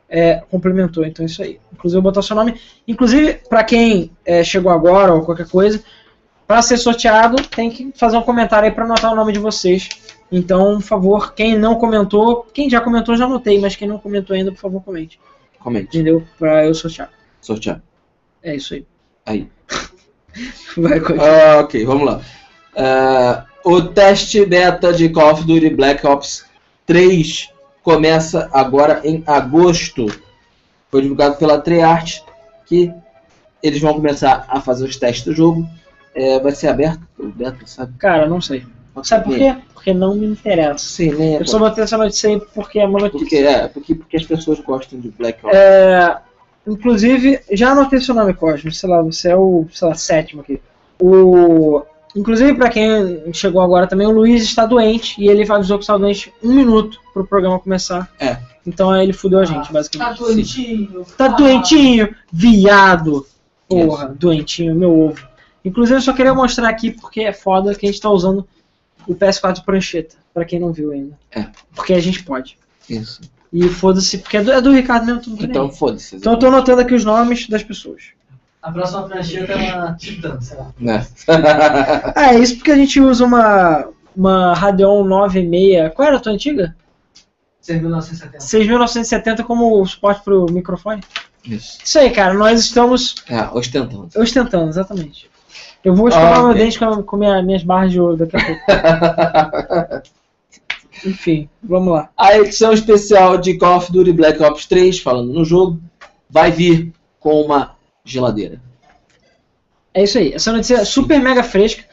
Speaker 1: é, complementou, então é isso aí. Inclusive, eu vou botar seu nome. Inclusive, pra quem é, chegou agora ou qualquer coisa, pra ser sorteado, tem que fazer um comentário aí pra anotar o nome de vocês. Então, por favor, quem não comentou, quem já comentou já anotei, mas quem não comentou ainda, por favor, comente.
Speaker 2: Comente.
Speaker 1: Entendeu? Pra eu sortear.
Speaker 2: Sortear.
Speaker 1: É isso aí.
Speaker 2: Aí.
Speaker 1: Vai, coisa.
Speaker 2: Ah, ok, vamos lá. Ah, o teste beta de Call of Duty Black Ops 3 começa agora em agosto. Foi divulgado pela Treyarch, que eles vão começar a fazer os testes do jogo. É, vai ser aberto, o Beto sabe?
Speaker 1: Cara, não sei. Sabe por quê? Porque não me interessa.
Speaker 2: Sim, né?
Speaker 1: Eu só botei essa notícia aí porque é uma notícia.
Speaker 2: Porque, é, porque, porque as pessoas gostam de Black Ops.
Speaker 1: É, inclusive, já anotei seu nome, Cosmo. Sei lá, você é o sei lá, sétimo aqui. O, inclusive, pra quem chegou agora também, o Luiz está doente e ele avisou que está doente um minuto pro programa começar.
Speaker 2: É.
Speaker 1: Então aí ele fudeu a gente,
Speaker 3: Tá
Speaker 1: basicamente.
Speaker 3: doentinho.
Speaker 1: Tá
Speaker 3: Ah,
Speaker 1: doentinho, viado. Porra, doentinho, meu ovo. Inclusive, eu só queria mostrar aqui porque é foda que a gente tá usando o PS4 de prancheta, pra quem não viu ainda.
Speaker 2: É.
Speaker 1: Porque a gente pode.
Speaker 2: Isso.
Speaker 1: E foda-se, porque é do, é do Ricardo mesmo, tudo
Speaker 2: Então
Speaker 1: então,
Speaker 2: foda-se.
Speaker 1: então eu tô anotando aqui os nomes das pessoas.
Speaker 3: A próxima prancheta é uma Titan, sei lá.
Speaker 2: Né?
Speaker 1: Ah, é isso porque a gente usa uma, uma Radeon 96. Qual era a tua antiga?
Speaker 3: 1970.
Speaker 1: 6970 como suporte pro microfone.
Speaker 2: Isso.
Speaker 1: Isso aí, cara, nós estamos
Speaker 2: É, ostentando.
Speaker 1: Ostentando, exatamente. Eu vou escovar
Speaker 2: Ah,
Speaker 1: meu
Speaker 2: ok.
Speaker 1: dente com, a- com minha- minhas barras de ouro daqui a pouco. Enfim, vamos lá.
Speaker 2: A edição especial de Call of Duty Black Ops 3, falando no jogo, vai vir com uma geladeira.
Speaker 1: É isso aí. Essa notícia é super mega fresca.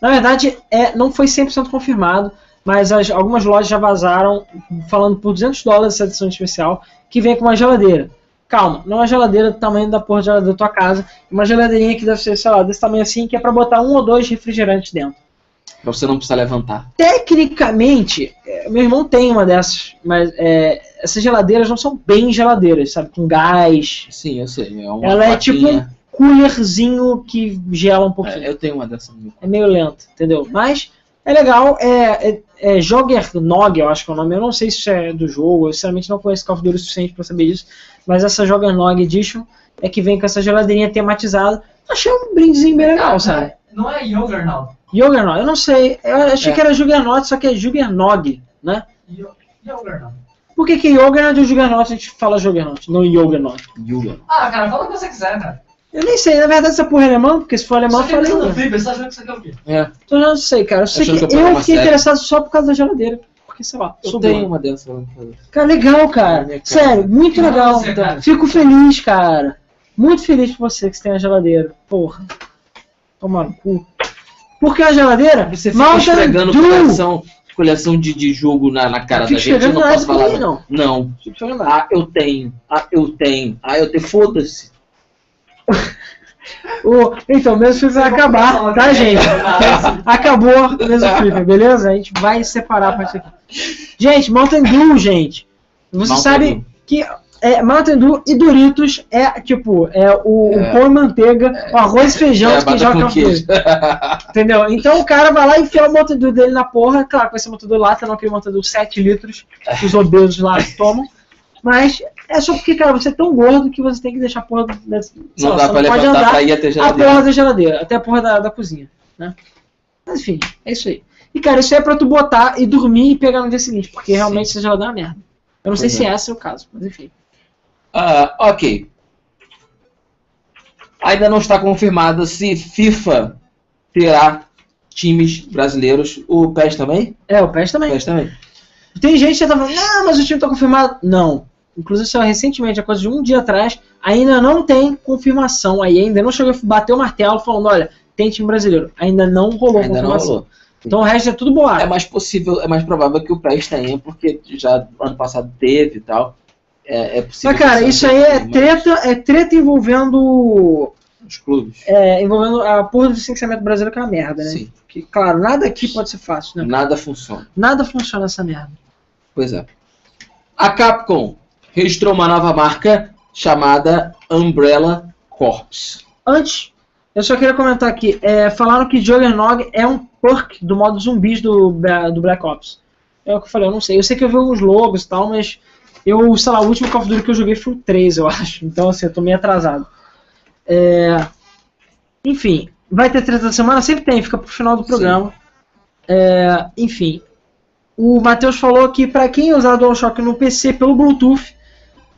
Speaker 1: Na verdade, é, não foi 100% confirmado, mas as- algumas lojas já vazaram falando por 200 dólares essa edição especial, que vem com uma geladeira. Calma, não é uma geladeira do tamanho da porra de geladeira da tua casa, é uma geladeirinha que deve ser, sei lá, desse tamanho assim, que é pra botar um ou dois refrigerantes dentro.
Speaker 2: Pra você não precisar levantar.
Speaker 1: Tecnicamente, é, meu irmão tem uma dessas, mas é, essas geladeiras não são bem geladeiras, sabe? Com gás,
Speaker 2: Sim, eu sei. É uma
Speaker 1: Ela é tipo
Speaker 2: plaquinha.
Speaker 1: coolerzinho que gela um pouquinho.
Speaker 2: É,
Speaker 1: É,
Speaker 2: eu tenho uma dessa no meu.
Speaker 1: meio lento, entendeu? Mas é legal, é, é, é Joggernog, eu acho que é o nome, eu não sei se isso é do jogo, eu sinceramente não conheço Call of Duty o suficiente pra saber disso, mas essa Joggernog Edition é que vem com essa geladeirinha tematizada. Achei um brindezinho bem legal, sabe?
Speaker 3: Não é Yogurt, não.
Speaker 1: Juggernaut, eu não sei, eu achei
Speaker 2: É.
Speaker 1: que era Juggernaut, só que é Juggernog, né?
Speaker 3: Yo- Yogurt, não.
Speaker 1: Por que que Juggernaut ou Juggernaut a gente fala Juggernaut, não Juggernaut?
Speaker 2: Yuga.
Speaker 3: Ah, cara, fala o que você quiser, cara.
Speaker 1: Eu nem sei, na verdade essa porra é alemã, porque se for alemã eu
Speaker 3: Você tá
Speaker 1: falo
Speaker 3: pensando no
Speaker 1: alemão.
Speaker 3: Flipper, você tá achando que isso aqui é o quê?
Speaker 2: É,
Speaker 1: Então eu não sei, cara. Eu, sei que
Speaker 2: Achando que é um
Speaker 1: eu
Speaker 2: programa
Speaker 1: fiquei
Speaker 2: sério.
Speaker 1: interessado só por causa da geladeira. Porque, sei lá,
Speaker 2: eu
Speaker 1: sou
Speaker 2: tenho
Speaker 1: bom.
Speaker 2: uma dessa. lá em casa.
Speaker 1: Cara, legal, cara.
Speaker 2: Minha cara.
Speaker 1: Sério, muito
Speaker 3: Nossa,
Speaker 1: legal.
Speaker 3: cara.
Speaker 1: Fico feliz, cara. Muito feliz por você que você tem a geladeira. Porra. Toma no cu. Porque a geladeira,
Speaker 2: Você fica
Speaker 1: Mountain
Speaker 2: esfregando
Speaker 1: Dew.
Speaker 2: coleção, coleção de, de jogo na, na cara
Speaker 1: Fica
Speaker 2: da gente. Eu
Speaker 1: esfregando
Speaker 2: não
Speaker 1: nada
Speaker 2: posso falar.
Speaker 1: comigo, não.
Speaker 2: Não.
Speaker 1: Fico falando nada.
Speaker 2: Ah, eu tenho. Ah, eu tenho. Ah, eu tenho. Foda-se.
Speaker 1: O- então, mesmo filme vai acabar, tá, gente? Acabou o mesmo filme, beleza? A gente vai separar pra isso aqui. Gente, Mountain Dew, gente. Você
Speaker 2: Mountain
Speaker 1: sabe
Speaker 2: Dew.
Speaker 1: que é, Mountain Dew e Doritos é, tipo, é o, o
Speaker 2: É.
Speaker 1: pão e manteiga, o arroz e feijão
Speaker 2: É,
Speaker 1: que quem
Speaker 2: bata
Speaker 1: joga
Speaker 2: com
Speaker 1: Call of
Speaker 2: queijo.
Speaker 1: Duty. Entendeu? Então o cara vai lá e enfia o Mountain Dew dele na porra. Claro, com esse Mountain Dew lata, não um aquele Mountain Dew 7 litros que os obesos lá tomam. Mas é só porque, cara, você é tão gordo que você tem que deixar a porra... do- da- sei
Speaker 2: Não
Speaker 1: lá,
Speaker 2: dá
Speaker 1: você
Speaker 2: pra
Speaker 1: pode
Speaker 2: levantar
Speaker 1: andar
Speaker 2: pra ir até a
Speaker 1: a
Speaker 2: geladeira.
Speaker 1: porra da geladeira, até a porra da, da cozinha, né? Mas enfim, é isso aí. E cara, isso aí é pra tu botar e dormir e pegar no dia seguinte, porque
Speaker 2: Sim. Uhum.
Speaker 1: realmente essa geladeira é uma merda. Eu não sei
Speaker 2: Pois
Speaker 1: se esse é o caso, mas enfim.
Speaker 2: Ah, ok. Ainda não está confirmado se FIFA terá times brasileiros. O PES também?
Speaker 1: É, o PES também.
Speaker 2: PES também.
Speaker 1: Tem gente que já tá falando, não, mas o time tá confirmado. Não. Inclusive, só recentemente, a coisa de um dia atrás, ainda não tem confirmação aí, ainda não chegou a bater o martelo falando, olha, tem time brasileiro. Ainda não rolou a
Speaker 2: Ainda não
Speaker 1: confirmação.
Speaker 2: rolou.
Speaker 1: Então o resto é tudo boato.
Speaker 2: É mais possível, é mais provável que o PES tenha, porque já ano passado teve e tal. É, é possível.
Speaker 1: mas cara,
Speaker 2: que
Speaker 1: isso
Speaker 2: seja
Speaker 1: aí é
Speaker 2: mais
Speaker 1: treta, é treta envolvendo
Speaker 2: Os clubes.
Speaker 1: é, envolvendo a porra do licenciamento brasileiro que é uma merda, né?
Speaker 2: Sim.
Speaker 1: Que, claro, nada aqui pode ser fácil, né?
Speaker 2: Nada funciona.
Speaker 1: Nada funciona essa merda.
Speaker 2: Pois é. A Capcom registrou uma nova marca chamada Umbrella Corps.
Speaker 1: Antes, eu só queria comentar aqui, é, falaram que Juggernog é um perk do modo zumbis do, Bla- do Black Ops. É o que eu falei, eu não sei. Eu sei que eu vi uns logos e tal, mas eu, sei lá, o último Call of Duty que eu joguei foi o 3, eu acho. Então, assim, eu tô meio atrasado. É, Enfim, vai ter treta da semana? Sempre tem, fica pro final do programa. É, Enfim, o Matheus falou que pra quem usar DualShock no PC pelo Bluetooth,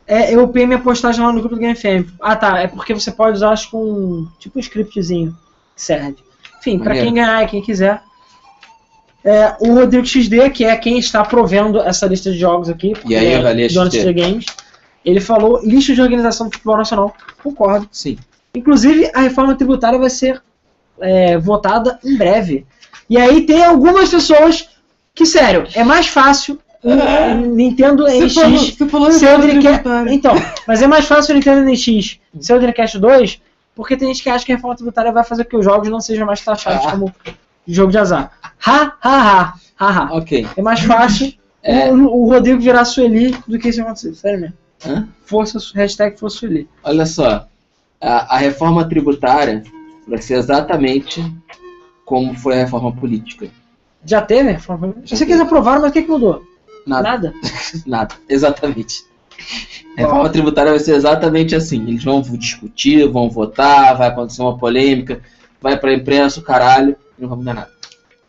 Speaker 1: é, eu upei minha postagem lá no grupo do Game FM. Ah tá, é porque você pode usar acho que um tipo um scriptzinho que serve. Enfim, pra
Speaker 2: Maneiro.
Speaker 1: quem ganhar e quem quiser. É, o Rodrigo XD, que é quem está provendo essa lista de jogos aqui, porque
Speaker 2: E aí,
Speaker 1: ele é
Speaker 2: avalia
Speaker 1: dono de
Speaker 2: XD.
Speaker 1: Games, ele falou lixo de organização do futebol nacional. Concordo.
Speaker 2: Sim.
Speaker 1: Inclusive, a reforma tributária vai ser é, votada em breve. E aí tem algumas pessoas que, sério, é mais fácil o Nintendo NX
Speaker 4: falou
Speaker 1: se
Speaker 4: reforma
Speaker 1: eu brinquei-
Speaker 4: tributária.
Speaker 1: Então, mas é mais fácil o Nintendo NX ser é o Dreamcast 2, porque tem gente que acha que a reforma tributária vai fazer com que os jogos não sejam mais taxados
Speaker 2: Ah.
Speaker 1: como jogo de azar. Ha, ha, ha, ha, ha.
Speaker 2: Ok.
Speaker 1: É mais fácil
Speaker 2: É,
Speaker 1: o, o Rodrigo virar Sueli do que isso acontecer, sério mesmo.
Speaker 2: Hã?
Speaker 1: Força, hashtag Força Sueli.
Speaker 2: olha só. A, a reforma tributária vai ser exatamente como foi a reforma política.
Speaker 1: Já teve? Eu sei que eles aprovaram, mas o que, que mudou?
Speaker 2: Nada.
Speaker 1: Nada.
Speaker 2: Nada, exatamente. A reforma tributária vai ser exatamente assim. Eles vão discutir, vão votar, vai acontecer uma polêmica, vai pra imprensa, o caralho, e não vai mudar nada.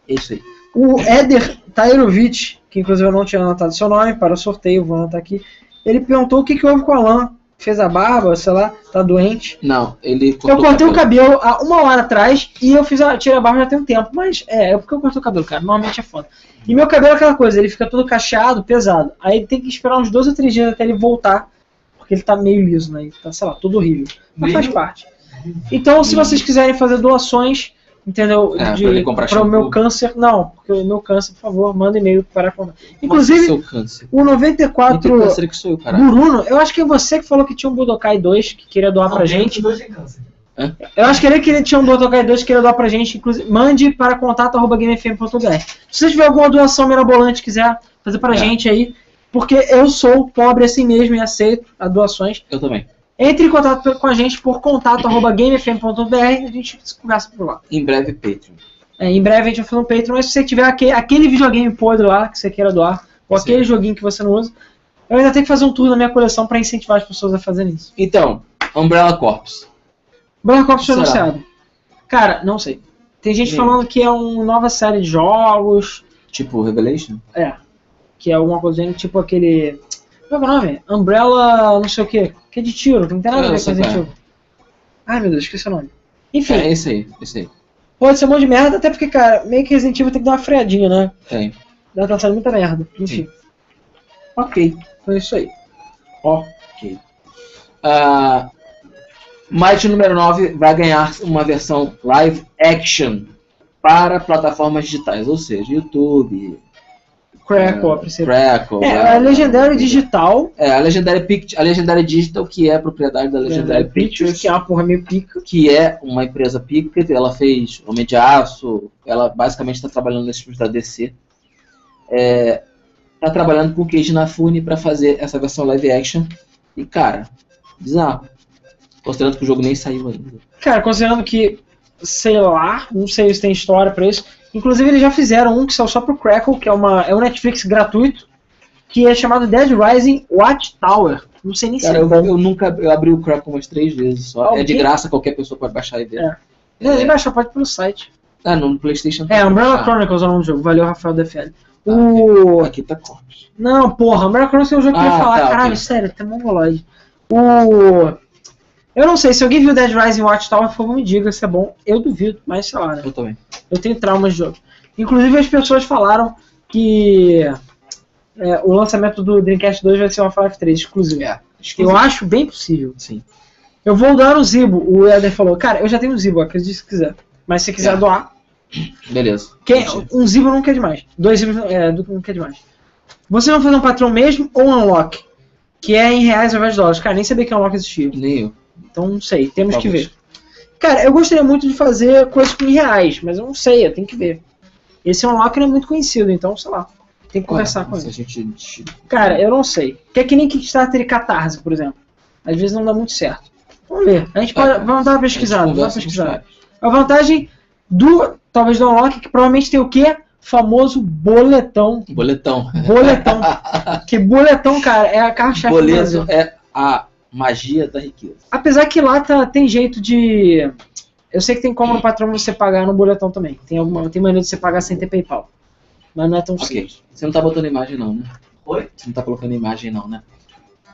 Speaker 2: É isso aí.
Speaker 1: O Éder Tairovic, que inclusive eu não tinha anotado seu nome para o sorteio, vou anotar aqui. Ele perguntou o que, que houve com o Alan. Fez a barba, sei lá, tá doente.
Speaker 2: Não, ele
Speaker 1: Eu
Speaker 2: cortou
Speaker 1: cortei o cabelo há uma hora atrás e eu fiz a, tirei a barba já tem um tempo, mas é, é porque eu cortei o cabelo, cara. Normalmente é foda. E meu cabelo é aquela coisa, ele fica todo cacheado, pesado. Aí tem que esperar uns dois ou três dias até ele voltar, porque ele tá meio liso, né? Ele tá, sei lá, todo horrível. Mas faz
Speaker 3: Meio-
Speaker 1: parte. Então, se vocês quiserem fazer doações, entendeu?
Speaker 2: É,
Speaker 1: de-
Speaker 2: pra ele comprar
Speaker 1: pra o meu
Speaker 2: shampoo.
Speaker 1: câncer, não, porque o meu câncer, por favor, manda e-mail para comprar.
Speaker 2: Inclusive.
Speaker 1: Inclusive,
Speaker 2: Seu câncer.
Speaker 1: o
Speaker 2: Nem tem
Speaker 1: 94
Speaker 2: câncer é que sou eu, caralho.
Speaker 1: Bruno, eu acho que é você que falou que tinha um Budokai 2 que queria doar pra gente.
Speaker 3: Dois tem câncer.
Speaker 1: Eu acho que ele queria tinha um Budokai 2 que queria doar pra gente, inclusive, mande para contato.gamefm.br. Se você tiver alguma doação mirabolante quiser fazer pra
Speaker 2: É.
Speaker 1: gente aí, porque eu sou pobre assim mesmo e aceito as doações,
Speaker 2: Eu também.
Speaker 1: entre em contato pe- com a gente por contato.gamefm.br e a gente se conversa por lá.
Speaker 2: Em breve, Patreon.
Speaker 1: É, em breve a gente vai fazer um Patreon, mas se você tiver aque- aquele, videogame podre lá que você queira doar, ou
Speaker 2: Sim.
Speaker 1: aquele joguinho que você não usa, eu ainda tenho que fazer um tour na minha coleção pra incentivar as pessoas a fazerem isso.
Speaker 2: Então, Umbrella Corps.
Speaker 1: Black Ops foi
Speaker 2: Será?
Speaker 1: anunciado. Cara, não sei. Tem gente
Speaker 2: Sim.
Speaker 1: falando que é uma nova série de jogos,
Speaker 2: Tipo Revelation?
Speaker 1: é, que é alguma coisa do tipo aquele... Qual é o nome? Umbrella não sei o que, que é de tiro, que não tem nada a
Speaker 2: Eu
Speaker 1: ver com
Speaker 2: sei
Speaker 1: esse
Speaker 2: qual é.
Speaker 1: tiro. Ai meu Deus, esqueci o nome. Enfim,
Speaker 2: É esse aí, esse aí.
Speaker 1: pode ser um monte de merda, até porque, cara, meio que Resident Evil tem que dar uma freadinha, né?
Speaker 2: Tem.
Speaker 1: Ela tá saindo muita merda. Enfim,
Speaker 2: Ok.
Speaker 1: foi isso aí. Ó,
Speaker 2: Ok. Ah, Might número 9 vai ganhar uma versão live action para plataformas digitais, ou seja, YouTube,
Speaker 1: Crackle, a princípio.
Speaker 2: Crackle.
Speaker 1: É, a Legendary Digital,
Speaker 2: É, a Legendary, Pict- a Legendary Digital, que é propriedade da Legendary Pictures,
Speaker 1: que é uma porra meio pica.
Speaker 2: que é uma empresa Picket, ela fez Homem de Aço, ela basicamente está trabalhando nesse filmes da DC. Está tá trabalhando com o Keiji Nafune para fazer essa versão live action. E cara, bizarro. Considerando que o jogo nem saiu ainda.
Speaker 1: Cara, considerando que, sei lá, não sei se tem história pra isso. Inclusive, eles já fizeram um que saiu só pro Crackle, que é, uma, é um Netflix gratuito, que é chamado Dead Rising Watchtower. Não sei nem
Speaker 2: Cara,
Speaker 1: se é
Speaker 2: eu,
Speaker 1: bom.
Speaker 2: eu nunca eu abri o Crackle umas três vezes só. É de
Speaker 1: Alguém-
Speaker 2: graça, qualquer pessoa pode baixar e ver.
Speaker 1: É. Não, Nem baixar, pode pelo site.
Speaker 2: Ah, não, no PlayStation.
Speaker 1: É,
Speaker 2: tá.
Speaker 1: Umbrella
Speaker 2: Ah,
Speaker 1: Chronicles é o nome do jogo. Valeu, Rafael DFL. O...
Speaker 2: Aqui tá Corpus.
Speaker 1: Não, porra, Umbrella Chronicles é um jogo que eu ia
Speaker 2: Ah,
Speaker 1: falar.
Speaker 2: tá,
Speaker 1: Caralho,
Speaker 2: ok.
Speaker 1: sério, tem mongoloide. O... Eu não sei, se alguém viu Dead Rising Watchtower, por favor, me diga se é bom. Eu duvido, mas sei lá, né?
Speaker 2: Eu também.
Speaker 1: Eu tenho traumas de jogo. Inclusive as pessoas falaram que é, o lançamento do Dreamcast 2 vai ser uma Half-Life 3 exclusiva.
Speaker 2: É.
Speaker 1: Eu acho bem possível.
Speaker 2: Sim.
Speaker 1: Eu vou doar um Zibo, o Eder falou. Cara, eu já tenho um Zibo, acredite se quiser. Mas se quiser
Speaker 2: É.
Speaker 1: doar,
Speaker 2: Beleza.
Speaker 1: quem, um Zibo não quer demais. Dois Zibos é, do- não quer demais. Vocês vão fazer um patrão mesmo ou um unlock? Que é em reais ao invés de dólares. Cara, nem sabia que unlock existia.
Speaker 2: Nem eu.
Speaker 1: Então não sei, temos que ver.
Speaker 2: Talvez.
Speaker 1: Cara, eu gostaria muito de fazer coisas com reais, mas eu não sei, eu tenho que ver. Esse é um lock que não é muito conhecido, então, sei lá, tem que conversar
Speaker 2: Olha,
Speaker 1: com
Speaker 2: se
Speaker 1: ele.
Speaker 2: a gente
Speaker 1: Cara, eu não sei. Que é que nem Kickstarter e Catarse, por exemplo. Às vezes não dá muito certo. Vamos ver. A gente
Speaker 2: Vai,
Speaker 1: pode, Tipo, vamos dar uma pesquisada,
Speaker 2: É, A
Speaker 1: vamos
Speaker 2: gente
Speaker 1: dar uma
Speaker 2: conversa com os
Speaker 1: pesquisada.
Speaker 2: caras.
Speaker 1: A vantagem do, talvez do unlock, é que provavelmente tem o quê? Famoso boletão.
Speaker 2: Boletão.
Speaker 1: Boletão. que boletão, cara, é a caixa
Speaker 2: Boleto é a magia da riqueza.
Speaker 1: Apesar que lá tá- tem jeito de. Eu sei que tem como no patrão você pagar no boletão também. Tem, alguma, tem maneira de você pagar sem ter PayPal. Mas não é tão
Speaker 2: Ok.
Speaker 1: simples.
Speaker 2: Você não tá botando imagem não, né?
Speaker 3: Oi?
Speaker 2: Você não tá colocando imagem não, né?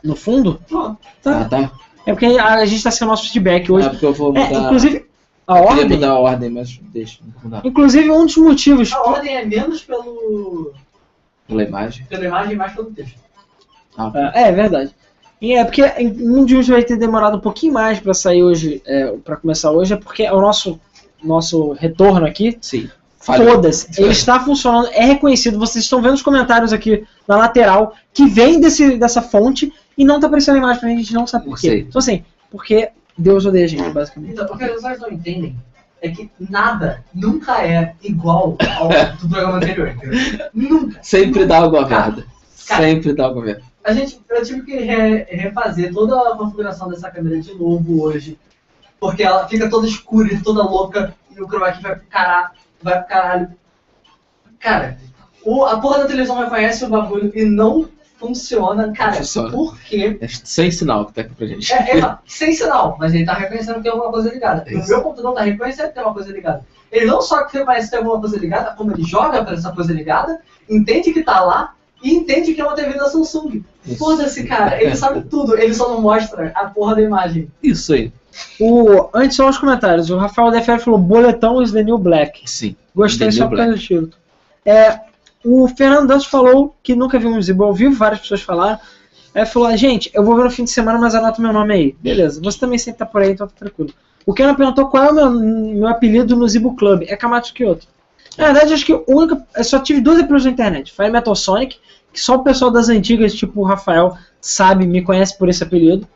Speaker 1: No fundo?
Speaker 3: Pronto.
Speaker 1: Tá.
Speaker 2: Ah, tá.
Speaker 1: É porque a, a gente tá sendo nosso feedback hoje.
Speaker 2: Ah, porque eu vou
Speaker 1: É,
Speaker 2: mudar.
Speaker 1: inclusive, a
Speaker 2: eu queria
Speaker 1: ordem.
Speaker 2: mudar Ah, a ordem, mas deixa. Não vou mudar
Speaker 1: Inclusive, um dos motivos.
Speaker 3: A ordem é menos pelo...
Speaker 2: pela imagem.
Speaker 3: pela imagem e mais pelo texto.
Speaker 2: Ah,
Speaker 1: É, é verdade. E é porque um de uns vai ter demorado um pouquinho mais pra sair hoje, é, para começar hoje, é porque o nosso nosso retorno aqui,
Speaker 2: Sim. Falhou.
Speaker 1: foda-se, ele está funcionando, é reconhecido, vocês estão vendo os comentários aqui na lateral que vem desse, dessa fonte e não tá aparecendo a imagem pra gente, a gente não sabe por
Speaker 2: Não
Speaker 1: quê.
Speaker 2: sei.
Speaker 1: Então assim, porque Deus odeia a gente, basicamente.
Speaker 3: Então, o que as pessoas não entendem é que nada nunca é igual ao do programa anterior. entendeu? Nunca.
Speaker 2: Sempre dá alguma merda.
Speaker 3: Cara.
Speaker 2: Sempre dá alguma merda.
Speaker 3: A gente, eu tive que re- refazer toda a configuração dessa câmera de novo hoje, porque ela fica toda escura e toda louca, e o chroma key vai pro caralho, vai pro caralho. Cara, o- a porra da televisão reconhece o bagulho e não funciona, cara.
Speaker 2: Funciona.
Speaker 3: Por quê?
Speaker 2: É sem sinal que tá aqui pra gente.
Speaker 3: É, é, sem sinal, mas ele tá reconhecendo que tem alguma coisa ligada.
Speaker 2: Isso.
Speaker 3: O meu computador tá reconhecendo que tem uma coisa ligada. Ele não só reconhece que tem alguma coisa ligada, como ele joga pra essa coisa ligada, entende que tá lá e entende que é uma TV da Samsung.
Speaker 2: Isso.
Speaker 3: Foda-se, cara, ele sabe tudo, ele só não mostra a porra da imagem.
Speaker 2: Isso aí.
Speaker 1: O, antes só os comentários, o Rafael DFF falou boletão is the new black.
Speaker 2: Sim.
Speaker 1: Gostei
Speaker 2: The
Speaker 1: só
Speaker 2: New
Speaker 1: por causa do título. É, o Fernando Dantos falou que nunca viu um Zibo ao vivo, várias pessoas falaram. Aí falou, "Ah, gente, eu vou ver no fim de semana, mas anota meu nome aí. Beleza, você também sempre tá por aí, então tá tranquilo. O Kenan perguntou qual é o meu, meu apelido no Zibo Club. É Kamatsu Kyoto. Na verdade, acho que o único. Eu só tive dois apelidos na internet. Fire Metal Sonic, que só o pessoal das antigas, tipo o Rafael, sabe, me conhece por esse apelido.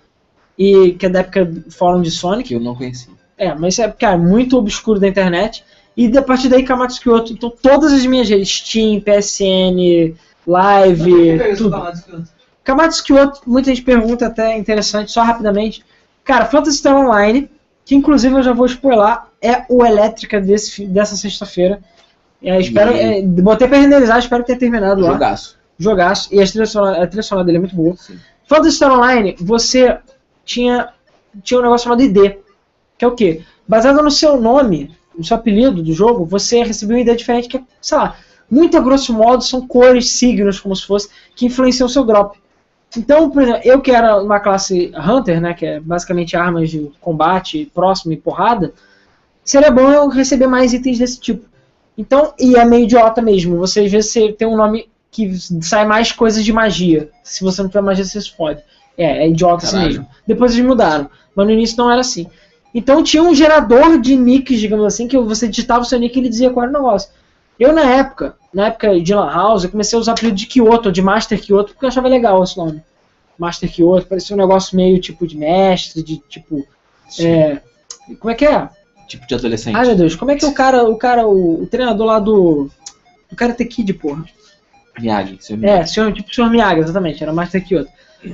Speaker 1: E que é da época do fórum de Sonic.
Speaker 2: Que eu não conheci.
Speaker 1: É, mas é, cara, muito obscuro da internet. E da- a partir daí, Kamatsu Kyoto. Então, todas as minhas redes, Steam, PSN, Live,
Speaker 3: Eu
Speaker 1: tudo.
Speaker 3: tava discutindo.
Speaker 1: Kamatsu Kyoto, muita gente pergunta até é interessante, só rapidamente. Cara, Phantasy Star Online, que inclusive eu já vou spoiler, é o Elétrica desse, fi- dessa sexta-feira. É, espero,
Speaker 2: E aí?
Speaker 1: é, botei pra renderizar, espero ter terminado lá.
Speaker 2: Jogaço.
Speaker 1: Jogaço. E a trilha sonora, a trilha sonora dele é muito boa.
Speaker 2: Sim.
Speaker 1: Phantasy Star Online, você tinha, tinha um negócio chamado ID, que é o quê? Baseado no seu nome, no seu apelido do jogo, você recebeu um ID diferente, que é, sei lá, muito a grosso modo são cores, signos, como se fosse, que influenciam o seu drop. Então, por exemplo, eu que era uma classe Hunter, né, que é basicamente armas de combate próximo e porrada, seria bom eu receber mais itens desse tipo. Então, e é meio idiota mesmo, você às vezes você tem um nome que sai mais coisas de magia. Se você não tiver magia, você se fode. É, é idiota assim
Speaker 2: Caralho.
Speaker 1: mesmo. Depois eles mudaram, mas no início não era assim. Então tinha um gerador de nicks, digamos assim, que você digitava o seu nick e ele dizia qual era o negócio. Eu, na época, na época de Lan House, eu comecei a usar o apelido de Kyoto, de Master Kyoto, porque eu achava legal esse nome. Master Kyoto, parecia um negócio meio tipo de mestre, de tipo. é, como é que é?
Speaker 2: Tipo de adolescente.
Speaker 1: Ai meu Deus, como é que é o cara, o cara, o, o treinador lá do. Do Karate Kid, porra.
Speaker 2: Viagem. Seu
Speaker 1: É, senhor, tipo o senhor Miyaga, exatamente, era Master Kyoto.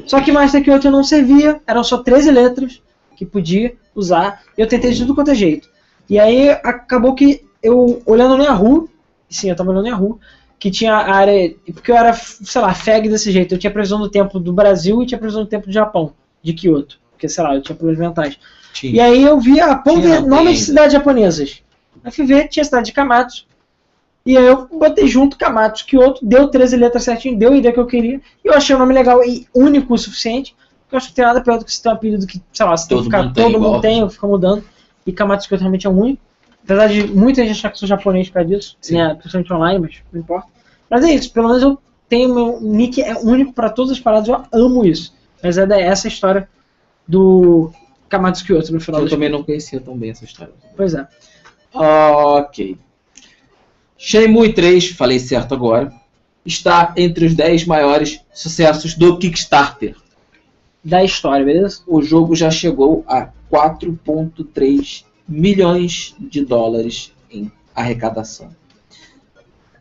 Speaker 1: Só que Master Kyoto não servia, eram só 13 letras que podia usar. Eu tentei de tudo quanto é jeito. E aí acabou que eu, olhando no Yahoo, sim, eu tava olhando no Yahoo, que tinha a área. Porque eu era, sei lá, fag desse jeito. Eu tinha previsão do tempo do Brasil e tinha previsão do tempo do Japão, de Kyoto. Porque, sei lá, eu tinha problemas mentais.
Speaker 2: Tinha.
Speaker 1: E aí eu vi a pão
Speaker 2: Tinha,
Speaker 1: ver
Speaker 2: não
Speaker 1: nome
Speaker 2: tem
Speaker 1: de
Speaker 2: ainda.
Speaker 1: cidades japonesas. Aí fui ver, tinha a cidade de Kamatsu. E aí eu botei junto Kamatsu, Kyoto, deu 13 letras certinho, deu a ideia que eu queria. E eu achei o nome legal e único o suficiente. Porque eu acho que não tem nada pior do que você ter um apelido que, sei lá, você tem que
Speaker 2: Todo
Speaker 1: ficar,
Speaker 2: mundo tem
Speaker 1: todo mundo
Speaker 2: igual.
Speaker 1: tem, fica mudando. E Kamatsu Kyoto realmente é o único. Apesar de muita gente achar que eu sou japonês por causa disso,
Speaker 2: Sim.
Speaker 1: né, principalmente online, mas não importa. Mas é isso, pelo menos eu tenho meu nick é único para todas as paradas, eu amo isso. Mas é da- essa a história do Kamatsu Kyoto no final
Speaker 2: Eu
Speaker 1: das
Speaker 2: também não conhecia tão bem essa história.
Speaker 1: Pois é.
Speaker 2: Ok. Shenmue 3, falei certo agora, está entre os 10 maiores sucessos do Kickstarter.
Speaker 1: Da história, beleza?
Speaker 2: O jogo já chegou a 4,3 milhões de dólares em arrecadação.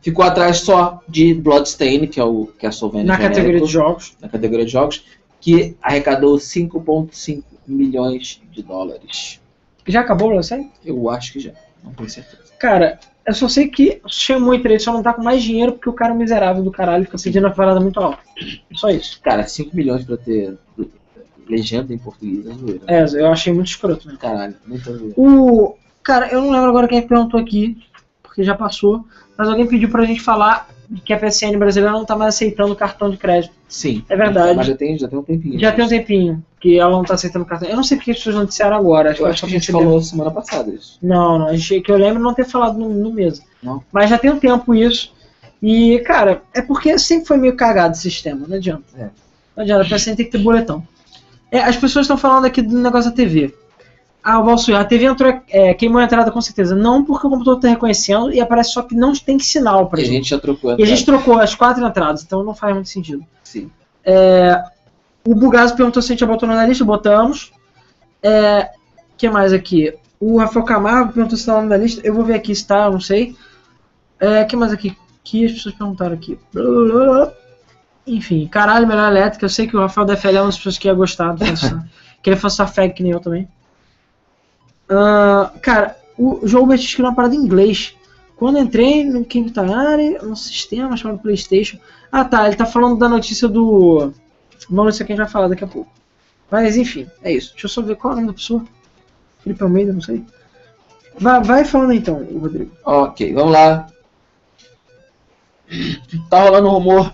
Speaker 2: Ficou atrás só de Bloodstained, que é o Castlevania
Speaker 1: Na
Speaker 2: genérico,
Speaker 1: categoria de jogos.
Speaker 2: na categoria de jogos, que arrecadou 5,5 milhões de dólares.
Speaker 1: Já acabou pra você?
Speaker 2: Eu acho que já, não tenho certeza.
Speaker 1: Cara, eu só sei que chamou em três, só não tá com mais dinheiro porque o cara é um miserável do caralho fica pedindo uma parada muito alta. Só isso.
Speaker 2: Cara, 5 milhões pra ter legenda em português é zoeira. né?
Speaker 1: É, eu achei muito escroto, né?
Speaker 2: Caralho, muita zoeira.
Speaker 1: O. Cara, eu não lembro agora quem é perguntou aqui, porque já passou, mas alguém pediu pra gente falar que a PSN brasileira não tá mais aceitando cartão de crédito.
Speaker 2: Sim.
Speaker 1: É verdade.
Speaker 2: Mas já tem, já tem um tempinho.
Speaker 1: Já tem um tempinho que ela não tá aceitando cartão. Eu não sei porque as pessoas não disseram agora.
Speaker 2: Eu acho que a gente falou semana passada isso.
Speaker 1: Não, não, achei que eu lembro não ter falado no, no mesmo.
Speaker 2: Não.
Speaker 1: Mas já tem um tempo isso. E, cara, é porque sempre foi meio cagado o sistema, não adianta.
Speaker 2: É.
Speaker 1: Não adianta, a PSN tem que ter boletão. É, as pessoas estão falando aqui do negócio da TV. Ah, o Valsuir, a TV entrou, é, queimou a entrada com certeza. Não porque o computador está reconhecendo e aparece só que não tem sinal pra
Speaker 2: a
Speaker 1: gente.
Speaker 2: gente já trocou.
Speaker 1: E a gente trocou as quatro entradas, então não faz muito sentido.
Speaker 2: Sim.
Speaker 1: O Bugazo perguntou se a gente já botou na lista, botamos. É, o que mais aqui? O Rafael Camargo perguntou se tá lá na lista. Eu vou ver aqui se tá, eu não sei. O que mais aqui? que as pessoas perguntaram aqui? Blá, blá, blá, blá. Enfim, caralho, melhor elétrica. Eu sei que o Rafael da FL é uma das pessoas que ia gostar. do Fansa- que ele fosse fag que nem eu também. Ah, cara, o João Betis escreveu uma parada em inglês. Quando eu entrei no King Tayari, no sistema chamado PlayStation. Ah tá, ele tá falando da notícia do. Vamos ver quem vai falar daqui a pouco. Mas enfim, é isso. Deixa eu só ver qual é o nome da pessoa. Felipe Almeida, não sei. Vai, vai falando então, Rodrigo.
Speaker 2: Ok, vamos lá. Tá rolando um rumor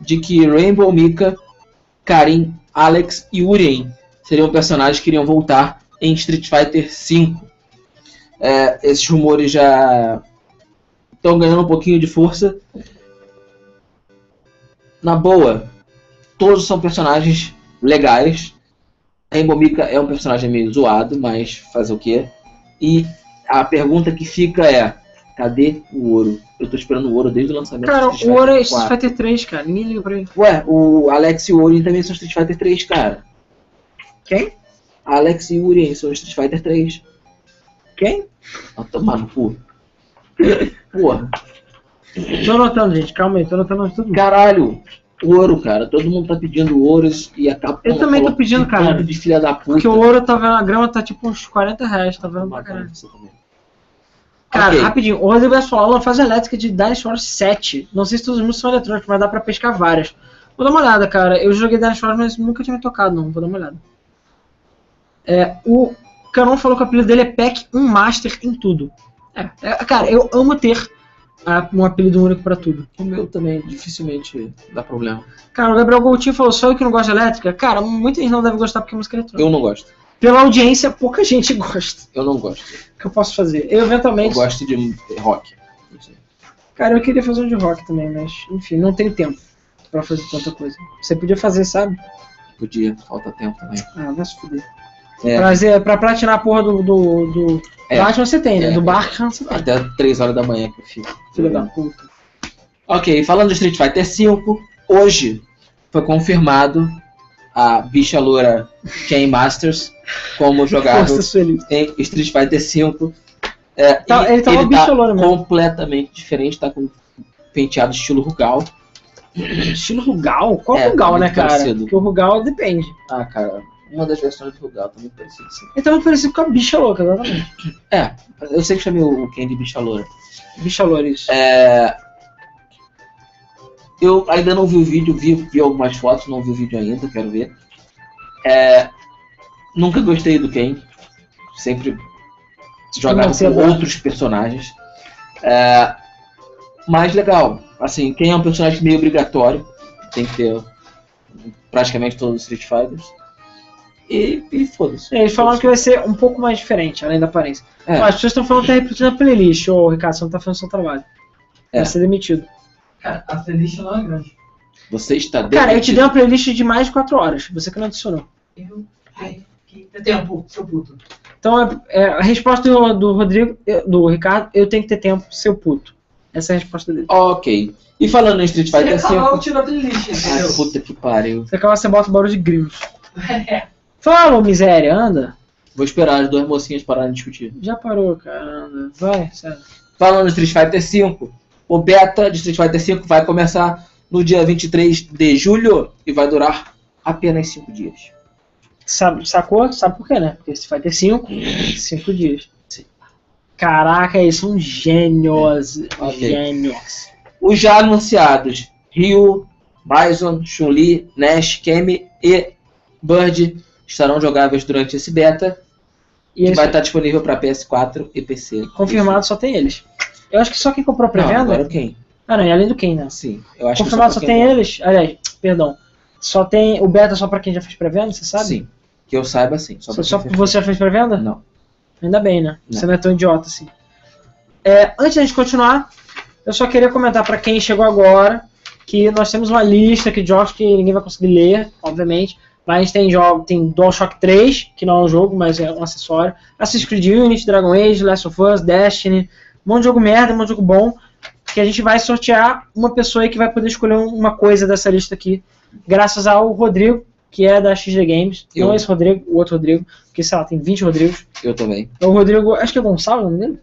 Speaker 2: de que Rainbow Mika, Karim, Alex e Urien seriam personagens que iriam voltar em Street Fighter V. É, esses rumores já estão ganhando um pouquinho de força. Na boa, todos são personagens legais. Rainbow Mika é um personagem meio zoado, mas fazer o quê? E a pergunta que fica é: cadê o ouro? Eu tô esperando o ouro desde o lançamento.
Speaker 1: Cara,
Speaker 2: do
Speaker 1: o
Speaker 2: Street
Speaker 1: Ouro é
Speaker 2: Fighter
Speaker 1: Street
Speaker 2: 4.
Speaker 1: Fighter 3, cara. Ninguém liga pra ele.
Speaker 2: Ué, o Alex e o Urien também são Street Fighter 3, cara.
Speaker 1: Quem?
Speaker 2: Alex e Urien são Street Fighter 3.
Speaker 1: Quem?
Speaker 2: Ó, tomar no cu. Porra,
Speaker 1: Tô anotando, gente. Calma aí, tô anotando tudo.
Speaker 2: caralho. Ouro, cara. Todo mundo tá pedindo ouros e acaba.
Speaker 1: Eu também tô pedindo, cara.
Speaker 2: De filha da puta.
Speaker 1: Porque o ouro tá vendo a grama, tá tipo uns 40 reais, tá vendo pra caralho.
Speaker 2: Cara,
Speaker 1: Cara,
Speaker 2: Ok.
Speaker 1: rapidinho, o Rodrigo vai falar uma fase elétrica de Dinosaur 7. Não sei se todos os músicos são eletrônicos, mas dá pra pescar várias. Vou dar uma olhada, cara. Eu joguei Dinosaur, mas nunca tinha me tocado, não. Vou dar uma olhada. É, o Canon falou que o apelido dele é PEC, um master em tudo. É, é, cara, eu amo ter ah, um apelido único pra tudo.
Speaker 2: o meu também dificilmente dá problema.
Speaker 1: Cara, o Gabriel Goutinho falou, só eu que não gosto de elétrica. Cara, muita gente não deve gostar porque é música eletrônica.
Speaker 2: Eu não gosto.
Speaker 1: Pela audiência, pouca gente gosta.
Speaker 2: Eu não gosto.
Speaker 1: O que eu posso fazer? Eu,
Speaker 2: Eu
Speaker 1: eventualmente,
Speaker 2: gosto de rock. Não sei.
Speaker 1: Cara, eu queria fazer um de rock também, mas enfim, não tem tempo pra fazer tanta coisa. Você podia fazer, sabe?
Speaker 2: Podia, falta tempo também.
Speaker 1: Ah, vai se fuder.
Speaker 2: É.
Speaker 1: Pra, fazer- pra platinar a porra do. do, do
Speaker 2: É.
Speaker 1: Batman você tem, né?
Speaker 2: É.
Speaker 1: Do Barkham você tem.
Speaker 2: Até 3 horas da manhã que eu fico. É.
Speaker 1: Filho da puta.
Speaker 2: Ok, falando de Street Fighter V, hoje foi confirmado a bicha loura Jane Masters como
Speaker 1: Força,
Speaker 2: jogável
Speaker 1: Sueli.
Speaker 2: em Street Fighter V. É,
Speaker 1: Tá-
Speaker 2: e
Speaker 1: ele tá uma bicha loura mesmo.
Speaker 2: completamente diferente, tá com um penteado estilo Rugal.
Speaker 1: Estilo Rugal? Qual
Speaker 2: É,
Speaker 1: Rugal,
Speaker 2: muito
Speaker 1: né, cara?
Speaker 2: parecido.
Speaker 1: Porque o Rugal depende.
Speaker 2: Ah, cara, uma das versões do Rugal tá muito parecida. Assim.
Speaker 1: Ele tá muito parecido com a bicha louca, exatamente.
Speaker 2: É, eu sempre chamei o Ken de bicha loura.
Speaker 1: Bicha loura, isso.
Speaker 2: É, Eu ainda não vi o vídeo, vi, vi algumas fotos, não vi o vídeo ainda, quero ver. É, Nunca gostei do Ken. Sempre jogava
Speaker 1: Não, você
Speaker 2: com
Speaker 1: é bom.
Speaker 2: outros personagens. É, Mas legal, assim, Ken é um personagem meio obrigatório, tem que ter praticamente todos os Street Fighters. E, e foda-se.
Speaker 1: Eles falaram que vai ser um pouco mais diferente, além da aparência.
Speaker 2: É.
Speaker 1: Ó, As pessoas estão falando que tá repetindo a playlist, ô Ricardo, você não tá fazendo seu trabalho.
Speaker 2: É.
Speaker 1: Vai ser demitido.
Speaker 3: Cara, a playlist não é grande.
Speaker 2: Você
Speaker 1: Cara,
Speaker 2: está
Speaker 1: eu te
Speaker 2: Tá demitido.
Speaker 1: dei uma playlist de mais de 4 horas, você que não adicionou.
Speaker 3: Eu perdi tempo, seu um puto.
Speaker 1: Então, é- é, a resposta do, do Rodrigo, eu- do Ricardo, eu tenho que ter tempo, seu puto. Essa é a resposta dele.
Speaker 2: Ok. E falando em Street
Speaker 1: é
Speaker 2: Fighter
Speaker 3: Se acabar,
Speaker 2: 5.
Speaker 3: eu tiro a playlist,
Speaker 2: Ai,
Speaker 3: entendeu?
Speaker 2: puta que pariu.
Speaker 1: Você acaba, você bota o barulho de grilos.
Speaker 3: É,
Speaker 1: Fala, ô miséria, anda.
Speaker 2: Vou esperar as duas mocinhas pararem de discutir.
Speaker 1: Já parou, cara, anda. Vai, sério.
Speaker 2: Falando em Street Fighter 5, o beta de Street Fighter 5 vai começar no dia 23 de julho e vai durar apenas 5 dias.
Speaker 1: Sabe, sacou? Sabe por quê, né? Porque se vai ter cinco, cinco dias.
Speaker 2: Sim.
Speaker 1: Caraca, eles são gênios.
Speaker 2: Ok.
Speaker 1: Gênios.
Speaker 2: Os já anunciados Ryu, Bison, Chun-Li, Nash, Kemi e Bird estarão jogáveis durante esse beta,
Speaker 1: E
Speaker 2: que
Speaker 1: eles
Speaker 2: vai estar disponível para PS4 e PC.
Speaker 1: confirmado só tem eles. Eu acho que só quem comprou
Speaker 2: Não,
Speaker 1: pré-venda.
Speaker 2: agora quem?
Speaker 1: Ah, não, e além do quem, né?
Speaker 2: Sim, eu acho
Speaker 1: Confirmado
Speaker 2: que
Speaker 1: só
Speaker 2: pra
Speaker 1: tem
Speaker 2: quem-
Speaker 1: eles? Aliás, perdão. Só tem o beta só pra quem já fez pré-venda, você sabe?
Speaker 2: Sim, que eu saiba sim. assim, Só
Speaker 1: Só,
Speaker 2: pra
Speaker 1: só
Speaker 2: quem
Speaker 1: porque
Speaker 2: fez-
Speaker 1: você já fez pré-venda?
Speaker 2: Não.
Speaker 1: Ainda bem, né?
Speaker 2: Não.
Speaker 1: Você não é tão idiota assim. É, antes da gente continuar, eu só queria comentar pra quem chegou agora que nós temos uma lista aqui de jogos que ninguém vai conseguir ler, obviamente, Mas tem jogo, tem DualShock 3, que não é um jogo, mas é um acessório. Assassin's Creed Unity, Dragon Age, Last of Us, Destiny, um monte de jogo merda, um monte de jogo bom, que a gente vai sortear uma pessoa aí que vai poder escolher um, uma coisa dessa lista aqui, graças ao Rodrigo, que é da XG Games.
Speaker 2: Eu.
Speaker 1: Não esse Rodrigo, o outro Rodrigo, porque sei lá, tem 20 Rodrigos.
Speaker 2: Eu também.
Speaker 1: É o Rodrigo, acho que é Gonçalo o nome dele?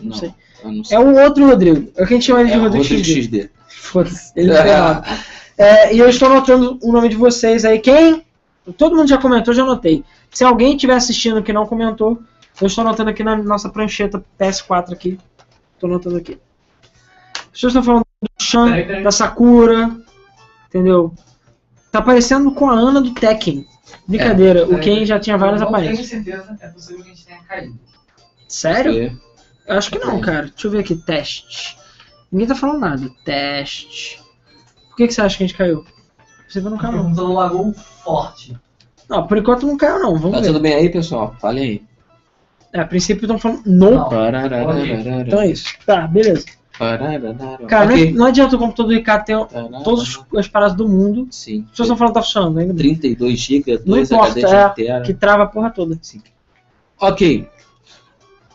Speaker 1: Não sei.
Speaker 2: Eu não sei.
Speaker 1: É o outro Rodrigo. É o que a gente chama ele de
Speaker 2: É,
Speaker 1: Rodrigo,
Speaker 2: Rodrigo
Speaker 1: XG.
Speaker 2: XD.
Speaker 1: Foda-se, ele não tem nada. É, e eu estou anotando o nome de vocês aí. Quem? Todo mundo já comentou, já anotei. Se alguém estiver assistindo que não comentou, eu estou anotando aqui na nossa prancheta PS4 aqui. Estou anotando aqui. As pessoas estão falando do
Speaker 3: Peraí,
Speaker 1: Shan,
Speaker 3: peraí.
Speaker 1: da Sakura, entendeu? Tá parecendo com a Ana do Tekken. Brincadeira, o
Speaker 3: É.
Speaker 1: Ken já tinha várias
Speaker 3: não
Speaker 1: aparências.
Speaker 3: tenho certeza, é possível que a gente tenha caído.
Speaker 1: Sério?
Speaker 2: É.
Speaker 1: Eu acho que não,
Speaker 2: É.
Speaker 1: cara. Deixa eu ver aqui. Teste. Ninguém tá falando nada. Teste. Por que, que você acha que a gente caiu? Você não caiu, não.
Speaker 3: Pergunta no Lagoon forte.
Speaker 1: Não, por enquanto não caiu, não. Vamos
Speaker 2: Tá
Speaker 1: ver.
Speaker 2: tudo bem aí, pessoal? Fale aí.
Speaker 1: É, a princípio estão falando
Speaker 2: Tá.
Speaker 1: não.
Speaker 3: Não.
Speaker 2: Pararararara.
Speaker 1: Então é isso. Tá, beleza.
Speaker 2: Pararararara.
Speaker 1: Cara, não é-
Speaker 2: Ok.
Speaker 1: não adianta o computador do Ricardo ter
Speaker 2: Parararara.
Speaker 1: todas as paradas do mundo.
Speaker 2: Sim.
Speaker 1: As pessoas estão falando que tá funcionando ainda. bem.
Speaker 2: 32 GB,
Speaker 1: Não
Speaker 2: 2
Speaker 1: importa,
Speaker 2: HD
Speaker 1: é,
Speaker 2: de né? tera.
Speaker 1: Que trava a porra toda.
Speaker 2: Ok.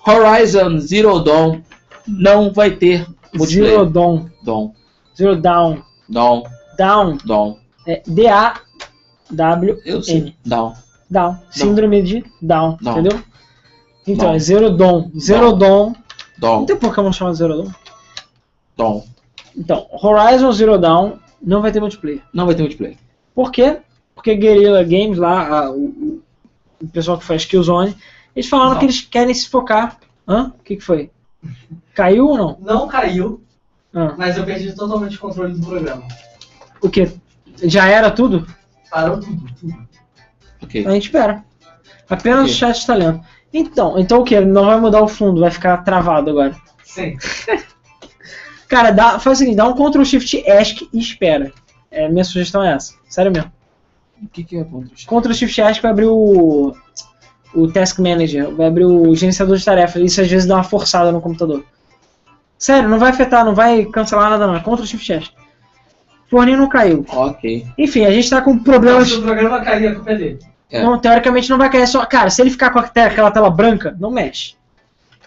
Speaker 2: Horizon Zero Dawn não vai ter
Speaker 1: Zero
Speaker 2: multiplayer.
Speaker 1: down.
Speaker 2: Dawn.
Speaker 1: Zero down.
Speaker 2: Dawn.
Speaker 1: Down.
Speaker 2: Dawn.
Speaker 1: É D-A-W.
Speaker 2: Eu sei.
Speaker 1: N.
Speaker 2: Down.
Speaker 1: Down. Síndrome de Down.
Speaker 2: Down.
Speaker 1: Entendeu? Então,
Speaker 2: Down.
Speaker 1: é Zero Dawn. Zero Dawn. Não
Speaker 2: Dawn.
Speaker 1: tem Pokémon chamado Zero Dawn.
Speaker 2: Dawn.
Speaker 1: Então, Horizon Zero Dawn não vai ter multiplayer.
Speaker 2: Não vai ter multiplayer.
Speaker 1: Por quê? Porque Guerrilla Games lá, a- o, o pessoal que faz Killzone, eles falaram
Speaker 3: Não.
Speaker 1: que eles querem se focar. Hã? O que, que foi? Caiu ou não?
Speaker 3: Não caiu,
Speaker 1: Hã?
Speaker 3: mas eu perdi totalmente o controle do programa.
Speaker 1: O quê? Já era tudo?
Speaker 3: Parou tudo, tudo.
Speaker 2: Ok.
Speaker 1: A gente espera. Apenas
Speaker 2: Ok.
Speaker 1: o chat está lendo. Então, então o quê? Não vai mudar o fundo, vai ficar travado agora.
Speaker 3: Sim.
Speaker 1: Cara, dá, faz o seguinte, dá um Ctrl Shift ESC e espera. É, minha sugestão é essa. Sério mesmo.
Speaker 2: O que, que é contra os-
Speaker 1: Ctrl Shift Shift vai abrir o. O Task Manager, vai abrir o gerenciador de tarefas. Isso às vezes dá uma forçada no computador. Sério, não vai afetar, não vai cancelar nada, não. É Ctrl Shift Shift. Forninho não caiu.
Speaker 2: Ok.
Speaker 1: Enfim, a gente tá com
Speaker 3: Mas
Speaker 1: problemas.
Speaker 3: Se o programa cair, a culpa é dele.
Speaker 2: É.
Speaker 1: Não, teoricamente não vai cair. é Só, cara, se ele ficar com a te- aquela tela branca, não mexe.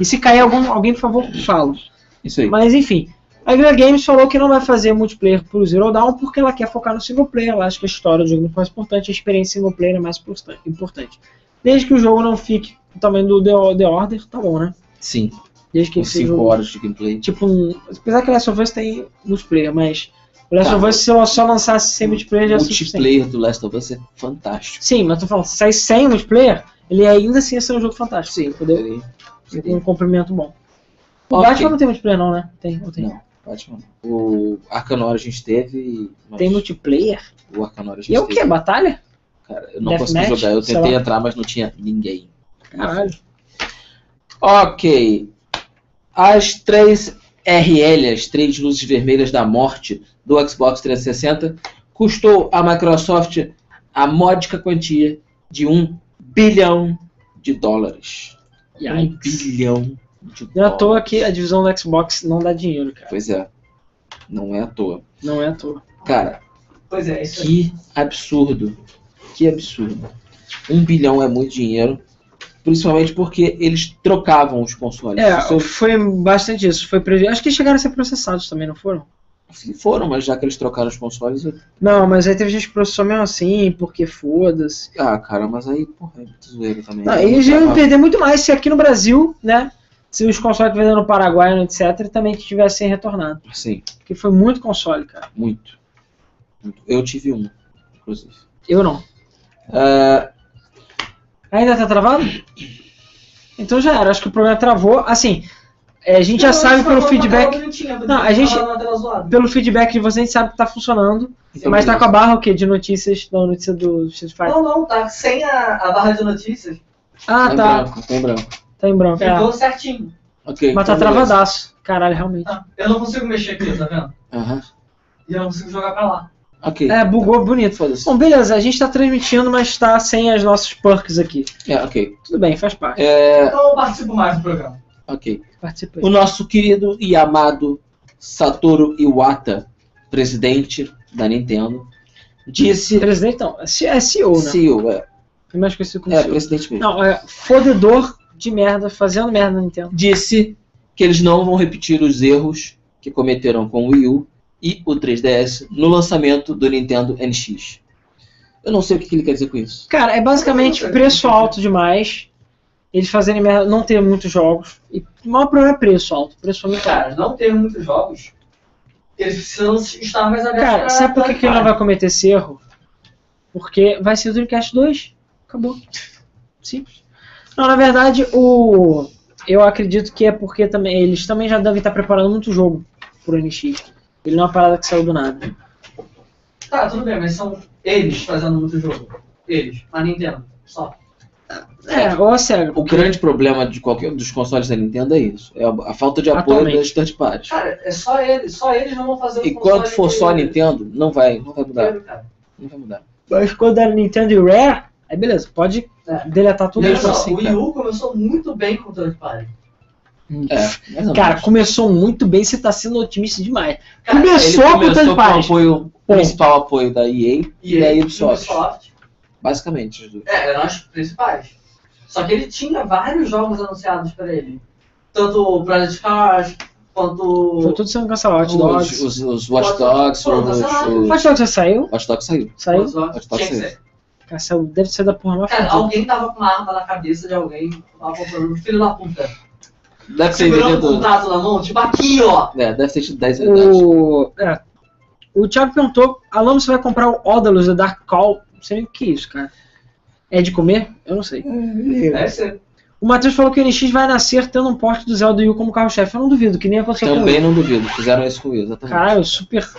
Speaker 1: E se cair algum, alguém, por favor, fala.
Speaker 2: Isso aí.
Speaker 1: Mas enfim, a Guerrilla Games falou que não vai fazer multiplayer pro Zero Dawn porque ela quer focar no single player. Ela acha que a história do jogo é mais importante, a experiência single player é mais importan- importante. Desde que o jogo não fique do tamanho do The, O- The Order, tá bom, né?
Speaker 2: Sim.
Speaker 1: Desde que
Speaker 2: Com
Speaker 1: esse
Speaker 2: 5
Speaker 1: jogo,
Speaker 2: horas de gameplay.
Speaker 1: tipo um, apesar que Last of Us tem multiplayer, mas o Last
Speaker 2: Tá.
Speaker 1: of Us se ela só lançasse sem multiplayer já é suficiente.
Speaker 2: multiplayer do Last of Us é fantástico.
Speaker 1: Sim, mas tô falando, se sair sem multiplayer, ele ainda assim ia ser um jogo fantástico. Sim, entendeu?
Speaker 2: Peraí.
Speaker 1: Um comprimento bom. O
Speaker 2: Ok.
Speaker 1: Batman não tem multiplayer não, né? Tem, ou tem.
Speaker 2: Não, Batman. O Arcanor a gente teve. mas
Speaker 1: Tem multiplayer?
Speaker 2: O Arcanor a gente
Speaker 1: E é o
Speaker 2: teve.
Speaker 1: que? Batalha?
Speaker 2: Cara, eu não
Speaker 1: Death
Speaker 2: consegui
Speaker 1: Match?
Speaker 2: jogar. Eu
Speaker 1: Sei
Speaker 2: tentei
Speaker 1: lá.
Speaker 2: entrar, mas não tinha ninguém.
Speaker 1: Caralho.
Speaker 2: Ok. As três RL, as três luzes vermelhas da morte do Xbox 360, custou à Microsoft a módica quantia de um bilhão de dólares. Um bilhão de
Speaker 1: Não é à
Speaker 2: dólares.
Speaker 1: toa que a divisão do Xbox não dá dinheiro, cara.
Speaker 2: Pois é. Não é à toa.
Speaker 1: Não é à toa.
Speaker 2: Cara,
Speaker 3: Pois é, isso aí.
Speaker 2: Que absurdo. Que absurdo. Um bilhão é muito dinheiro. Principalmente porque eles trocavam os consoles.
Speaker 1: É,
Speaker 2: Se eu-
Speaker 1: foi bastante isso. Foi preju... Acho que chegaram a ser processados também, não foram?
Speaker 2: se foram, mas já que eles trocaram os consoles. eu-
Speaker 1: Não, mas aí teve gente que processou mesmo assim, porque foda-se.
Speaker 2: Ah, cara, mas aí, porra, é muito zoeiro também.
Speaker 1: Não, eles iam
Speaker 2: Não,
Speaker 1: perder muito mais se aqui no Brasil, né? Se os consoles que venderam no Paraguai, etc., também tivessem retornado.
Speaker 2: Sim,
Speaker 1: Porque foi muito console, cara.
Speaker 2: assim, muito. Muito. Eu tive um, inclusive.
Speaker 1: Eu não. É.
Speaker 2: Ah,
Speaker 1: Ainda tá travado? Então já era. Acho que o programa travou. Assim, é, a gente já
Speaker 3: Então,
Speaker 1: sabe pelo feedback. Não,
Speaker 3: Não,
Speaker 1: a
Speaker 3: a
Speaker 1: gente-
Speaker 3: gente. falou na tela zoada.
Speaker 1: pelo feedback de vocês, a gente sabe que tá funcionando.
Speaker 2: então
Speaker 1: mas tá com
Speaker 2: beleza.
Speaker 1: a barra o quê? De notícias? Não, notícia do Street Fighter.
Speaker 3: Não, não, tá sem a, a barra de notícias.
Speaker 1: Ah,
Speaker 2: Em
Speaker 1: tá.
Speaker 2: branco, tá em branco.
Speaker 1: Tá em branco. é.
Speaker 3: Ficou certinho.
Speaker 2: Ok.
Speaker 1: Mas tá
Speaker 2: então beleza.
Speaker 1: travadaço. Caralho, realmente.
Speaker 3: Ah, eu não consigo mexer aqui, tá vendo?
Speaker 2: Aham.
Speaker 3: E eu não consigo jogar pra lá.
Speaker 2: Ok.
Speaker 1: É, bugou bonito.
Speaker 2: Foda-se.
Speaker 1: Bom, beleza, a gente tá transmitindo, mas tá sem as nossas perks aqui.
Speaker 2: É, ok.
Speaker 1: Tudo bem, faz parte.
Speaker 2: É,
Speaker 3: Então eu não participo mais do programa.
Speaker 2: ok.
Speaker 1: Participa
Speaker 2: o
Speaker 1: aí.
Speaker 2: nosso querido e amado Satoru Iwata, presidente da Nintendo, disse
Speaker 1: Presidente não, é C- é CEO, né?
Speaker 2: CEO, é,
Speaker 1: É mais conhecido como
Speaker 2: é
Speaker 1: CEO.
Speaker 2: presidente mesmo.
Speaker 1: Não, é fodedor de merda, fazendo merda na Nintendo.
Speaker 2: Disse que eles não vão repetir os erros que cometeram com o Wii U e o 3DS no lançamento do Nintendo NX. Eu não sei o que que ele quer dizer com isso.
Speaker 1: Cara, é basicamente preço alto demais, eles fazerem merda, não ter muitos jogos. E o maior problema é preço alto, preço muito alto.
Speaker 3: Cara, não ter muitos jogos, eles precisam estar mais abertos
Speaker 1: Cara,
Speaker 3: pra-
Speaker 1: sabe por que, que ele não
Speaker 3: pra-
Speaker 1: vai cometer esse erro? Porque vai ser o Dreamcast 2. Acabou. Simples. Não, na verdade, o. Eu acredito que é porque também eles também já devem estar preparando muito jogo pro NX. Ele não é uma parada que saiu do nada.
Speaker 3: Tá, tudo bem, mas são eles fazendo muito jogo. Eles, a Nintendo, só.
Speaker 1: É, ou a SEGA.
Speaker 2: O grande problema de qualquer um dos consoles da Nintendo é isso. É a a falta de apoio
Speaker 1: Atualmente.
Speaker 2: das third parties.
Speaker 3: Cara, é só eles, só eles não vão fazer o
Speaker 2: Enquanto for só a
Speaker 3: inteiro,
Speaker 2: Nintendo, não vai, não vai mudar.
Speaker 3: cara.
Speaker 2: Não vai mudar.
Speaker 1: Mas quando era Nintendo e Rare, aí beleza, pode
Speaker 3: É.
Speaker 1: deletar tudo
Speaker 2: Olha
Speaker 3: Olha
Speaker 1: isso
Speaker 3: só,
Speaker 2: assim,
Speaker 3: o Wii U começou muito bem com o Third Party.
Speaker 2: É, mais ou
Speaker 1: Cara,
Speaker 2: menos.
Speaker 1: começou muito bem, você tá sendo otimista demais.
Speaker 3: Cara,
Speaker 1: começou
Speaker 2: ele
Speaker 1: com o
Speaker 2: começou
Speaker 1: Third
Speaker 2: com o
Speaker 1: Party.
Speaker 2: apoio, principal apoio da EA e da
Speaker 3: aí
Speaker 2: Ubisoft. Basicamente, os dois.
Speaker 3: É, eram as principais. Só que ele tinha vários jogos anunciados pra ele. Tanto o Project Cars,
Speaker 1: Foi
Speaker 3: quanto.
Speaker 1: tudo sendo cancelado, Hot
Speaker 2: Os,
Speaker 1: Dogs.
Speaker 2: os, os Watch Dogs, tá
Speaker 3: Pô,
Speaker 2: os,
Speaker 3: cancelado.
Speaker 2: os-
Speaker 1: Hot Dogs já saiu?
Speaker 2: Watch Dogs saiu.
Speaker 1: Saiu?
Speaker 3: Watch Dogs. Tinha que ser.
Speaker 1: Cancelou. Deve ser da porra mais
Speaker 3: Cara,
Speaker 1: fodida.
Speaker 3: É, alguém tava com uma arma na cabeça de alguém, tava apontando um filho da puta.
Speaker 2: Deve ser
Speaker 3: Segurando um
Speaker 2: vendedor.
Speaker 3: contato na mão, tipo aqui, ó.
Speaker 2: É, deve ter tido 10 verdades.
Speaker 1: O, é. o Thiago perguntou: Alamo, você vai comprar o Odalus da Dark Call? Não sei nem o que é isso, cara. É de comer? Eu não sei.
Speaker 3: Deve ser.
Speaker 1: O Matheus falou que o NX vai nascer tendo um porte do Zelda Wii U como carro-chefe. Eu não duvido, que nem aconteceu com o
Speaker 2: Também
Speaker 1: Wii.
Speaker 2: não duvido, fizeram isso com o Will, exatamente.
Speaker 1: Caralho, eu super.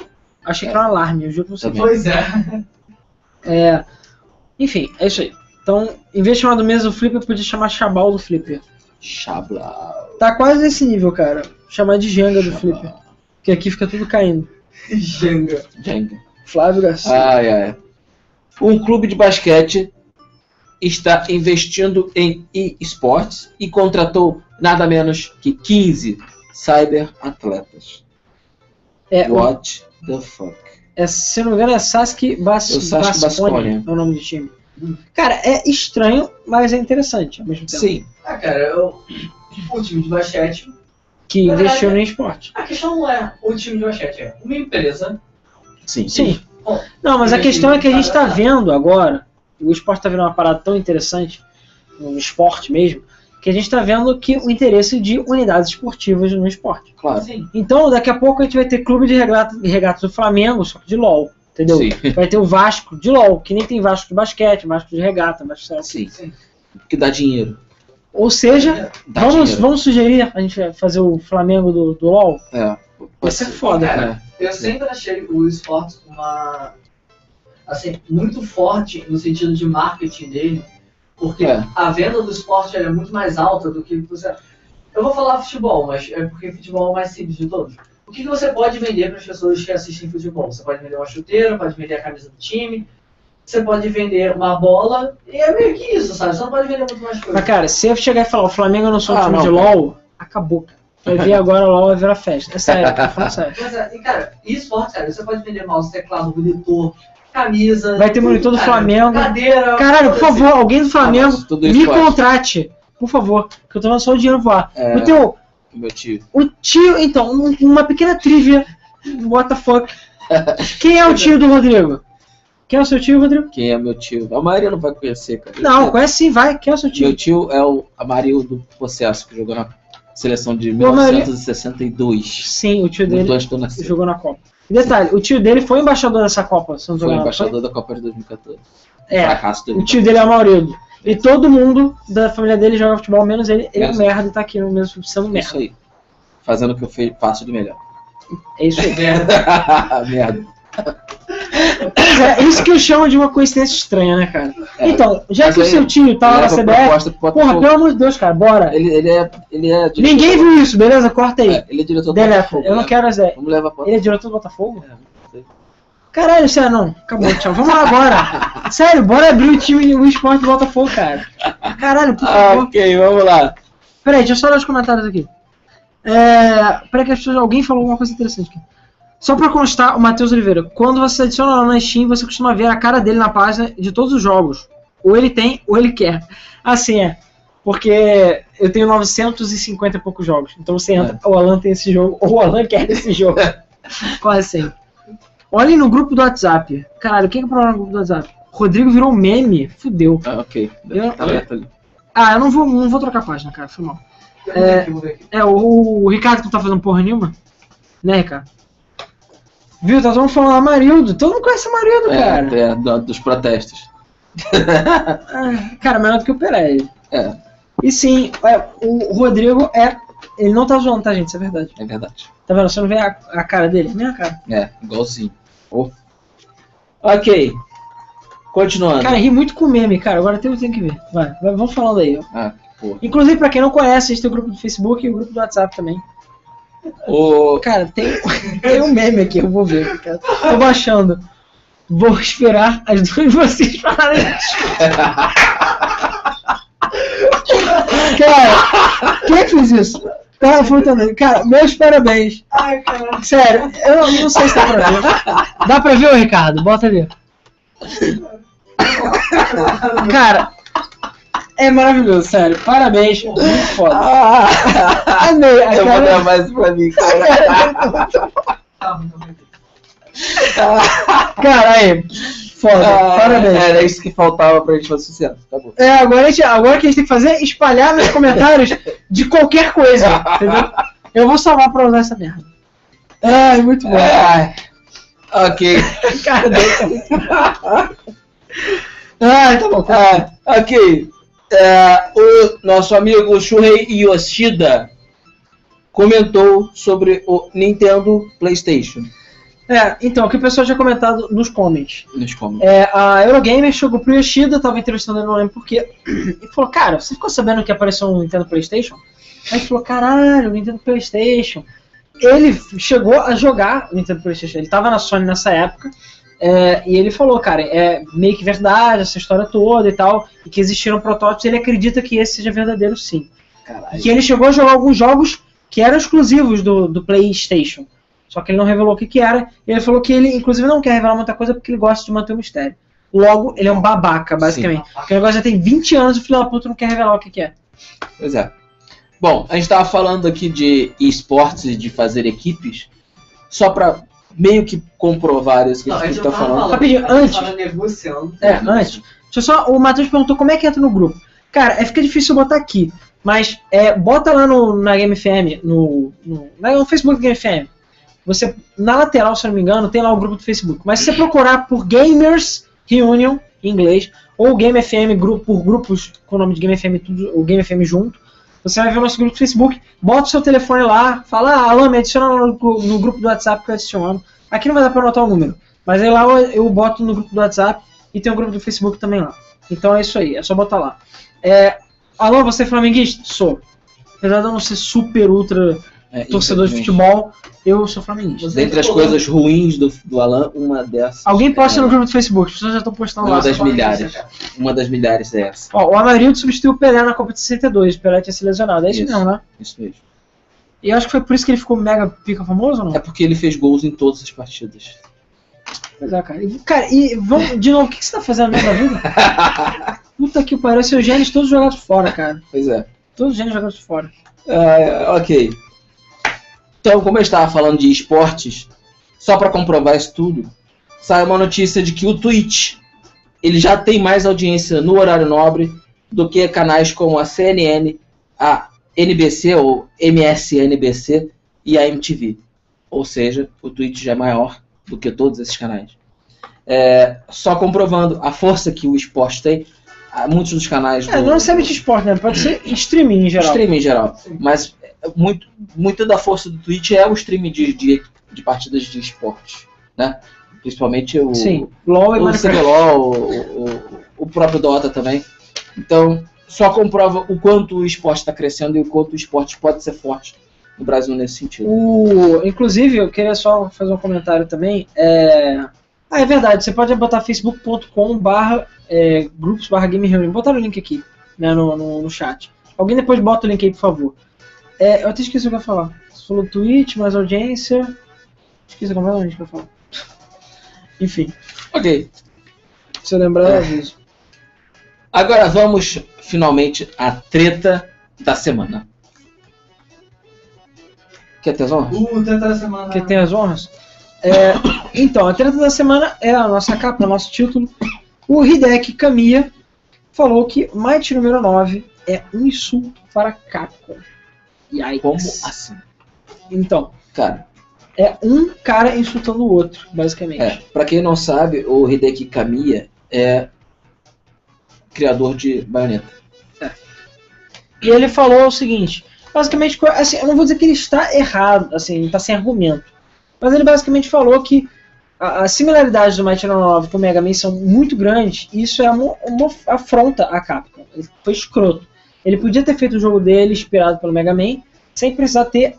Speaker 1: Achei que era um alarme, eu juro que não sei.
Speaker 2: Também.
Speaker 3: Pois é.
Speaker 1: É, enfim, é isso aí. Então, em vez de chamar do mesmo Flipper, podia chamar Chabal do Flipper.
Speaker 2: Chabla.
Speaker 1: Tá quase nesse nível, cara. Chamar de Jenga do Flipper. Porque aqui fica tudo caindo.
Speaker 3: Jenga.
Speaker 2: Jenga.
Speaker 1: Flávio Garcia.
Speaker 2: Ai, ai. Um clube de basquete está investindo em e-sports e contratou nada menos que 15 cyber-atletas.
Speaker 1: é, o
Speaker 2: What the fuck?
Speaker 1: É, se eu não me engano, é Sasuke Bas
Speaker 2: É o Sasuke
Speaker 1: Bascone,
Speaker 2: Bascone.
Speaker 1: é o nome do time. Cara, é estranho, mas é interessante ao mesmo tempo.
Speaker 2: Sim,
Speaker 3: Ah, cara, eu. tipo, O time de basquete.
Speaker 1: Que
Speaker 3: Na verdade,
Speaker 1: investiu no esporte.
Speaker 3: A questão não é o time de basquete, é uma empresa.
Speaker 2: sim,
Speaker 1: Sim.
Speaker 3: Bom,
Speaker 1: Não, mas a
Speaker 3: investiu
Speaker 1: questão é que a gente está
Speaker 3: para-
Speaker 1: vendo agora, o esporte está vendo uma parada tão interessante, no esporte mesmo, que a gente está vendo que o interesse de unidades esportivas no esporte.
Speaker 2: claro.
Speaker 3: Sim.
Speaker 1: Então, daqui a pouco a gente vai ter clube de regata- de regatas do Flamengo, só que de LOL, entendeu?
Speaker 2: Sim,
Speaker 1: Vai ter o Vasco de LOL, que nem tem Vasco de basquete, Vasco de regata, Vasco de... sei lá.
Speaker 2: sim.
Speaker 3: Sim.
Speaker 2: Que dá dinheiro.
Speaker 1: Ou seja,
Speaker 2: Dá
Speaker 1: vamos,
Speaker 2: dinheiro.
Speaker 1: vamos sugerir a gente fazer o Flamengo do, do LOL?
Speaker 2: É,
Speaker 1: Vai
Speaker 2: pode
Speaker 1: ser
Speaker 2: ser.
Speaker 1: foda,
Speaker 3: É.
Speaker 1: cara.
Speaker 3: Eu sempre achei o esporte uma. Assim, muito forte no sentido de marketing dele, porque
Speaker 2: É.
Speaker 3: a venda do esporte ela é muito mais alta do que você. Eu vou falar futebol, mas é porque futebol é o mais simples de todos. O que, que você pode vender para as pessoas que assistem futebol? Você pode vender uma chuteira, pode vender a camisa do time, você pode vender uma bola, e é meio que isso, sabe? Você não pode vender muito mais coisa.
Speaker 1: Mas, cara, se eu chegar e falar o Flamengo não sou um
Speaker 2: Ah,
Speaker 1: time
Speaker 2: não,
Speaker 1: de
Speaker 2: cara.
Speaker 1: LOL, acabou, cara. Vai vir agora o LOL vai virar festa. É sério, tô falando sério.
Speaker 3: Mas, é, e, cara, e esporte, cara, você pode vender mouse, teclado, monitor, camisa.
Speaker 1: Vai ter monitor do
Speaker 3: cara,
Speaker 1: Flamengo.
Speaker 3: Cadeira.
Speaker 1: Caralho, por favor, alguém do
Speaker 2: Ah,
Speaker 1: Flamengo
Speaker 2: mas tudo
Speaker 1: me
Speaker 2: esporte.
Speaker 1: contrate. Por favor, que eu tô dando só o dinheiro voar.
Speaker 2: É.
Speaker 1: O teu.
Speaker 2: Meu tio.
Speaker 1: O tio. Então, um- uma pequena trivia. What the fuck? Quem é o tio do Rodrigo? Quem é o seu tio, Rodrigo?
Speaker 2: Quem é meu tio? A maioria não vai conhecer, cara.
Speaker 1: Não, conhece sim, vai. Quem é o seu tio?
Speaker 2: Meu tio é o Amarildo Possesso, que jogou na seleção de
Speaker 1: Meu marido-
Speaker 2: 1962.
Speaker 1: Sim, o tio
Speaker 2: Nos
Speaker 1: dele.
Speaker 2: dois que eu nasci.
Speaker 1: jogou na Copa. E detalhe, o tio dele foi embaixador dessa Copa, se não
Speaker 2: Foi
Speaker 1: jogava,
Speaker 2: embaixador né? da Copa de 2014.
Speaker 1: foi? É,
Speaker 2: Fracasso
Speaker 1: o
Speaker 2: dele.
Speaker 1: tio dele é o Maurido. E todo mundo da família dele joga futebol, menos ele. Ele é um
Speaker 2: Menos.
Speaker 1: merda e tá aqui no mesmo sendo
Speaker 2: É
Speaker 1: merda.
Speaker 2: Isso aí. Fazendo o que eu fe- faço de melhor.
Speaker 1: É isso aí.
Speaker 3: Merda.
Speaker 2: Merda.
Speaker 1: Pois é, isso que eu chamo de uma coincidência estranha, né, cara?
Speaker 2: É,
Speaker 1: então, já
Speaker 2: mas
Speaker 1: que o
Speaker 2: aí,
Speaker 1: seu tio tava na
Speaker 2: Leva
Speaker 1: CBF,
Speaker 2: proposta pro Botafogo.
Speaker 1: porra, pelo amor de Deus, cara, bora.
Speaker 2: ele, ele é. Ele é diretor
Speaker 1: Ninguém
Speaker 2: do-
Speaker 1: viu isso, beleza? Corta aí.
Speaker 2: É, ele é diretor do
Speaker 1: Deleta,
Speaker 2: Botafogo,
Speaker 1: eu não
Speaker 2: né?
Speaker 1: quero as ideias.
Speaker 2: Vamos levar pra.
Speaker 1: Ele é diretor do Botafogo?
Speaker 2: É, não sei.
Speaker 1: Caralho, sério, não. Acabou, tchau. Vamos lá agora. Sério, bora abrir o time, o esporte do Botafogo, cara. Caralho, por
Speaker 2: Ah,
Speaker 1: favor.
Speaker 2: ok, vamos lá.
Speaker 1: Peraí, deixa eu só ler os comentários aqui. É, peraí que as pessoas, alguém falou alguma coisa interessante aqui. Só pra constar, o Matheus Oliveira, quando você adiciona lá na Steam, você costuma ver a cara dele na página de todos os jogos. Ou ele tem, ou ele quer. Assim é. Porque eu tenho 950 e poucos jogos. Então você entra, o Alan tem esse jogo, ou o Alan quer esse jogo. Quase sempre. Olhem no grupo do WhatsApp. Caralho, quem que parou no grupo do WhatsApp? Rodrigo virou meme. Fudeu.
Speaker 2: Ah, ok.
Speaker 1: Eu-
Speaker 2: Tá aberto ali.
Speaker 1: Ah, eu não vou, não vou trocar a página, cara. Foi mal. É.
Speaker 3: Eu vou ver aqui,
Speaker 1: É, o, o Ricardo que não tá fazendo porra nenhuma. Né, Ricardo? Viu? Tá todo mundo falando Amarildo. Todo mundo conhece Amarildo, cara.
Speaker 2: É, é, do- dos protestos.
Speaker 1: Ah, cara, melhor do que o Pereira.
Speaker 2: É,
Speaker 1: E sim, é, o Rodrigo é. Ele não tá zoando, tá, gente? Isso é verdade.
Speaker 2: é verdade.
Speaker 1: Tá vendo? Você não vê a, a cara dele? Minha cara.
Speaker 2: É, igualzinho. Ô. Ok. Continuando.
Speaker 1: Cara, ri muito com meme, cara. Agora tem, tem que ver. Vai, vai, vamos falando aí. ó.
Speaker 2: Ah, que porra.
Speaker 1: Inclusive, pra quem não conhece, a gente tem o grupo do Facebook e o grupo do WhatsApp também.
Speaker 2: O...
Speaker 1: Cara, tem, tem um meme aqui, eu vou ver. Cara. Tô baixando. Vou esperar as duas de vocês falarem. cara, quem fez isso? Tá furtando. Cara, meus parabéns.
Speaker 3: Ai, caralho.
Speaker 1: Sério, eu não sei se dá pra ver. Dá pra ver, ô, Ricardo? Bota ali. Cara, é maravilhoso, sério. Parabéns, muito foda. Amei. a
Speaker 2: eu vou
Speaker 1: cara-
Speaker 2: dar mais isso pra mim, cara.
Speaker 3: Tá, muito bem.
Speaker 1: Cara, aí, foda,
Speaker 2: Ah,
Speaker 1: parabéns.
Speaker 2: Era isso que faltava pra gente fazer sucesso. Tá bom.
Speaker 1: É, agora, a gente, agora o que a gente tem que fazer é espalhar nos comentários de qualquer coisa, entendeu? Eu vou salvar pra usar essa merda. Ai, muito bom.
Speaker 2: Ah, ok.
Speaker 1: Cara, Deus, tá muito bom. Ai, tá bom. tá bom.
Speaker 2: Ah, ok. Ah, o nosso amigo Shuhei Yoshida comentou sobre o Nintendo PlayStation
Speaker 1: É, então, o que o pessoal tinha comentado nos comments.
Speaker 2: nos comentários.
Speaker 1: É, a Eurogamer chegou pro Yoshida, tava entrevistando ele, não lembro porquê, e falou, cara, você ficou sabendo que apareceu um Nintendo Playstation? Aí ele falou, caralho, Nintendo Playstation. Ele chegou a jogar o Nintendo Playstation, ele tava na Sony nessa época, é, e ele falou, cara, é meio que verdade essa história toda e tal, e que existiram protótipos, ele acredita que esse seja verdadeiro sim. E
Speaker 2: Caralho.
Speaker 1: que ele chegou a jogar alguns jogos que eram exclusivos do, do PlayStation. Só que ele não revelou o que, que era. E ele falou que ele, inclusive, não quer revelar muita coisa porque ele gosta de manter o mistério. Logo, ele é um babaca, basicamente. Porque o negócio já tem 20 anos e o filho da puta não quer revelar o que, que é.
Speaker 2: Pois é. Bom, a gente tava falando aqui de esportes e de fazer equipes, só pra meio que comprovar isso que
Speaker 3: Não,
Speaker 2: a
Speaker 3: a
Speaker 2: gente
Speaker 3: gente
Speaker 2: tá
Speaker 3: não tava
Speaker 2: falando.
Speaker 3: falando.
Speaker 1: Rapidinho,
Speaker 3: a gente
Speaker 1: antes.
Speaker 3: tava negociando.
Speaker 1: É, antes. Deixa eu só. O Matheus perguntou como é que entra no grupo. Cara, é, fica difícil botar aqui. Mas é, bota lá no, na Game FM, no, no, na- no Facebook da Game FM. Você, na lateral, se eu não me engano, tem lá o grupo do Facebook. Mas se você procurar por Gamers Reunion, em inglês, ou Game FM grupo, por grupos com o nome de Game FM, tudo, ou Game FM junto, você vai ver o nosso grupo do Facebook. Bota o seu telefone lá, fala, ah, Alan, me adiciona lá no, gru- no grupo do WhatsApp que eu adiciono. Aqui não vai dar pra anotar o número, mas aí lá eu, eu boto no grupo do WhatsApp e tem o grupo do Facebook também lá. Então é isso aí, é só botar lá. É, Alô, você é flamenguista? Sou. Apesar de eu não ser super ultra
Speaker 2: É,
Speaker 1: torcedor de
Speaker 2: infelizmente.
Speaker 1: futebol, eu sou flamenguista.
Speaker 2: Dentre as coisas ruins do, do Alan, uma dessas.
Speaker 1: Alguém posta
Speaker 2: é,
Speaker 1: no grupo do Facebook, as pessoas já estão postando lá.
Speaker 2: Uma das
Speaker 3: Nossa,
Speaker 2: milhares.
Speaker 3: cara.
Speaker 2: Uma das milhares é essa.
Speaker 1: Ó, o Amarildo substituiu o Pelé na Copa de 62, o Pelé tinha se lesionado, é isso,
Speaker 2: Isso.
Speaker 1: mesmo, né?
Speaker 2: Isso mesmo.
Speaker 1: E eu acho que foi por isso que ele ficou mega pica famoso ou
Speaker 2: É
Speaker 1: não?
Speaker 2: porque ele fez gols em todas as partidas.
Speaker 1: Pois é, cara. E, cara, e vamos, de novo, o que, que você tá fazendo mesmo da vida? Puta que pariu, seus genes todos jogados fora, cara.
Speaker 2: Pois é.
Speaker 1: Todos os genes jogados fora.
Speaker 2: Ah, ok. Então, como eu estava falando de esportes, só para comprovar isso tudo, sai uma notícia de que o Twitch ele já tem mais audiência no horário nobre do que canais como a CNN, a NBC ou MSNBC e a MTV. Ou seja, o Twitch já é maior do que todos esses canais. É, só comprovando a força que o esporte tem, ah, muitos dos canais.
Speaker 1: É,
Speaker 2: do-
Speaker 1: não necessariamente esporte, né? Pode ser streaming em geral.
Speaker 2: Streaming em geral.
Speaker 3: Sim.
Speaker 2: Mas é, muito, muito da força do Twitch é o streaming de, de, de partidas de esporte. Né? Principalmente o,
Speaker 1: Sim, LOL e
Speaker 2: o
Speaker 1: Minecraft.
Speaker 2: CBLOL, o, o, o próprio Dota também. Então, só comprova o quanto o esporte está crescendo e o quanto o esporte pode ser forte no Brasil nesse sentido.
Speaker 1: O, inclusive, eu queria só fazer um comentário também. É... Ah, é verdade, você pode botar facebook.com barra é, grupos barra game reunion. Botaram o link aqui, né, no, no, no chat. Alguém depois bota o link aí, por favor. É, eu até esqueci o que eu ia falar. Você falou Twitch, mais audiência. Esqueci completamente o que eu falo. Enfim,
Speaker 2: Ok.
Speaker 1: se eu lembrar, eu aviso.
Speaker 2: Agora vamos finalmente à treta da semana. Quer tesão?
Speaker 3: Uh, treta da semana.
Speaker 1: Porque tem as honras. É, então, a treta da semana é a nossa capa, o nosso título. O Hideki Kamiya falou que Might número 9 é um insulto para Capcom. Yikes.
Speaker 2: Como assim?
Speaker 1: Então,
Speaker 2: Cara,
Speaker 1: é um cara insultando o outro, basicamente.
Speaker 2: é, pra quem não sabe, o Hideki Kamiya é criador de baioneta.
Speaker 1: E ele falou o seguinte, basicamente, co- assim, eu não vou dizer que ele está errado, assim, ele está sem argumento. Mas ele basicamente falou que a, a similaridade do Mighty Hero 9 com o Mega Man são muito grandes, e isso é uma, uma afronta à Capcom. Ele foi escroto. Ele podia ter feito o jogo dele inspirado pelo Mega Man, sem precisar ter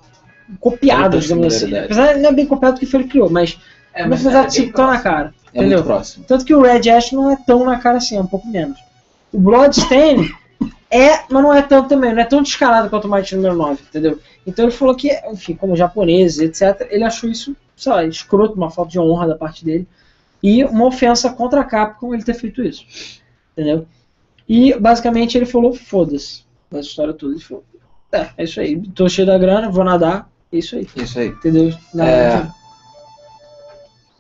Speaker 1: copiado,
Speaker 2: Muita
Speaker 1: digamos assim.
Speaker 2: similaridade.
Speaker 1: Apesar de não é bem copiado do que foi ele criou, mas
Speaker 3: É,
Speaker 1: não
Speaker 3: mas
Speaker 1: precisar
Speaker 3: é
Speaker 1: de
Speaker 3: bem
Speaker 1: se tão na
Speaker 3: próximo.
Speaker 1: cara.
Speaker 2: É
Speaker 1: entendeu?
Speaker 2: muito próximo.
Speaker 1: Tanto que o Red Ash não é tão na cara assim, é um pouco menos. O Bloodstain é, mas não é tanto também, não é tão descarado quanto o Mighty número 9, entendeu? Então ele falou que, enfim, como japonês, etc., ele achou isso, sei lá, escroto, uma falta de honra da parte dele. E uma ofensa contra a Capcom ele ter feito isso. Entendeu? E basicamente ele falou, foda-se, essa história toda. Ele falou, é, é isso aí, tô cheio da grana, vou nadar, é isso aí.
Speaker 2: Isso aí.
Speaker 1: Entendeu? Nada
Speaker 2: É.
Speaker 1: de-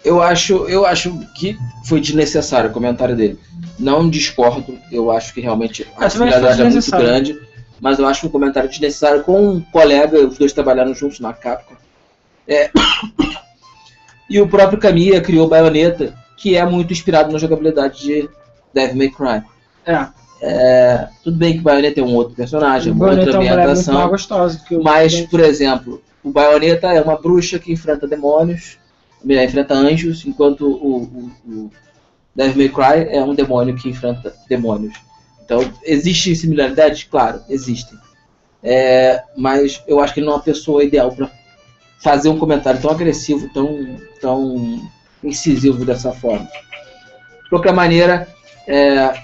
Speaker 2: Eu acho, eu acho que foi desnecessário o comentário dele. Não discordo, eu acho que realmente a
Speaker 1: Ah, também acho
Speaker 2: similaridade é muito
Speaker 1: desnecessário.
Speaker 2: grande, mas eu acho um comentário desnecessário com um colega, os dois trabalharam juntos na Capcom. É. E o próprio Kamiya criou Bayonetta, que é muito inspirado na jogabilidade de Devil May Cry.
Speaker 1: É,
Speaker 2: É, tudo bem que Bayonetta é um outro personagem, é uma
Speaker 1: Bonito é
Speaker 2: outra
Speaker 1: uma mulher muito mais
Speaker 2: ambientação,
Speaker 1: gostosa que o
Speaker 2: mas, por exemplo, o Bayonetta é uma bruxa que enfrenta demônios, melhor, enfrenta anjos, enquanto o, o, o Devil May Cry é um demônio que enfrenta demônios. Então, existem similaridades? Claro, existem. É, mas eu acho que ele não é uma pessoa ideal para fazer um comentário tão agressivo, tão, tão incisivo dessa forma. De qualquer maneira, é,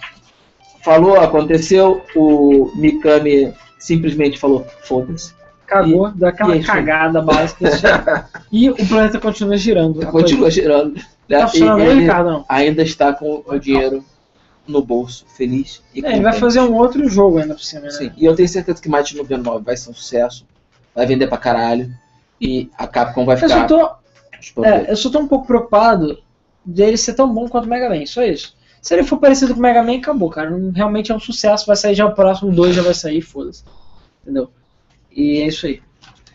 Speaker 2: falou, aconteceu, o Mikami simplesmente falou, foda-se.
Speaker 1: cagou, deu aquela
Speaker 2: e é isso.
Speaker 1: cagada básica. isso aí. e o planeta continua girando. A coisa
Speaker 2: Continua girando. né?
Speaker 1: Tá
Speaker 2: E
Speaker 1: funcionando, né,
Speaker 2: ele
Speaker 1: Ricardo? Não.
Speaker 2: ainda está com o dinheiro no bolso, feliz e
Speaker 1: É, ele vai
Speaker 2: contente.
Speaker 1: fazer um outro jogo ainda por cima, né?
Speaker 2: Sim, e eu tenho certeza que Mighty Number 9 vai ser um sucesso, vai vender pra caralho, e a Capcom vai
Speaker 1: Eu só
Speaker 2: ficar...
Speaker 1: tô,
Speaker 2: espantando.
Speaker 1: é, eu só tô um pouco preocupado dele ser tão bom quanto o Mega Man, só isso. Se ele for parecido com o Mega Man, acabou, cara. Não- Realmente é um sucesso, vai sair já o próximo 2 já vai sair, foda-se. Entendeu? E é isso aí.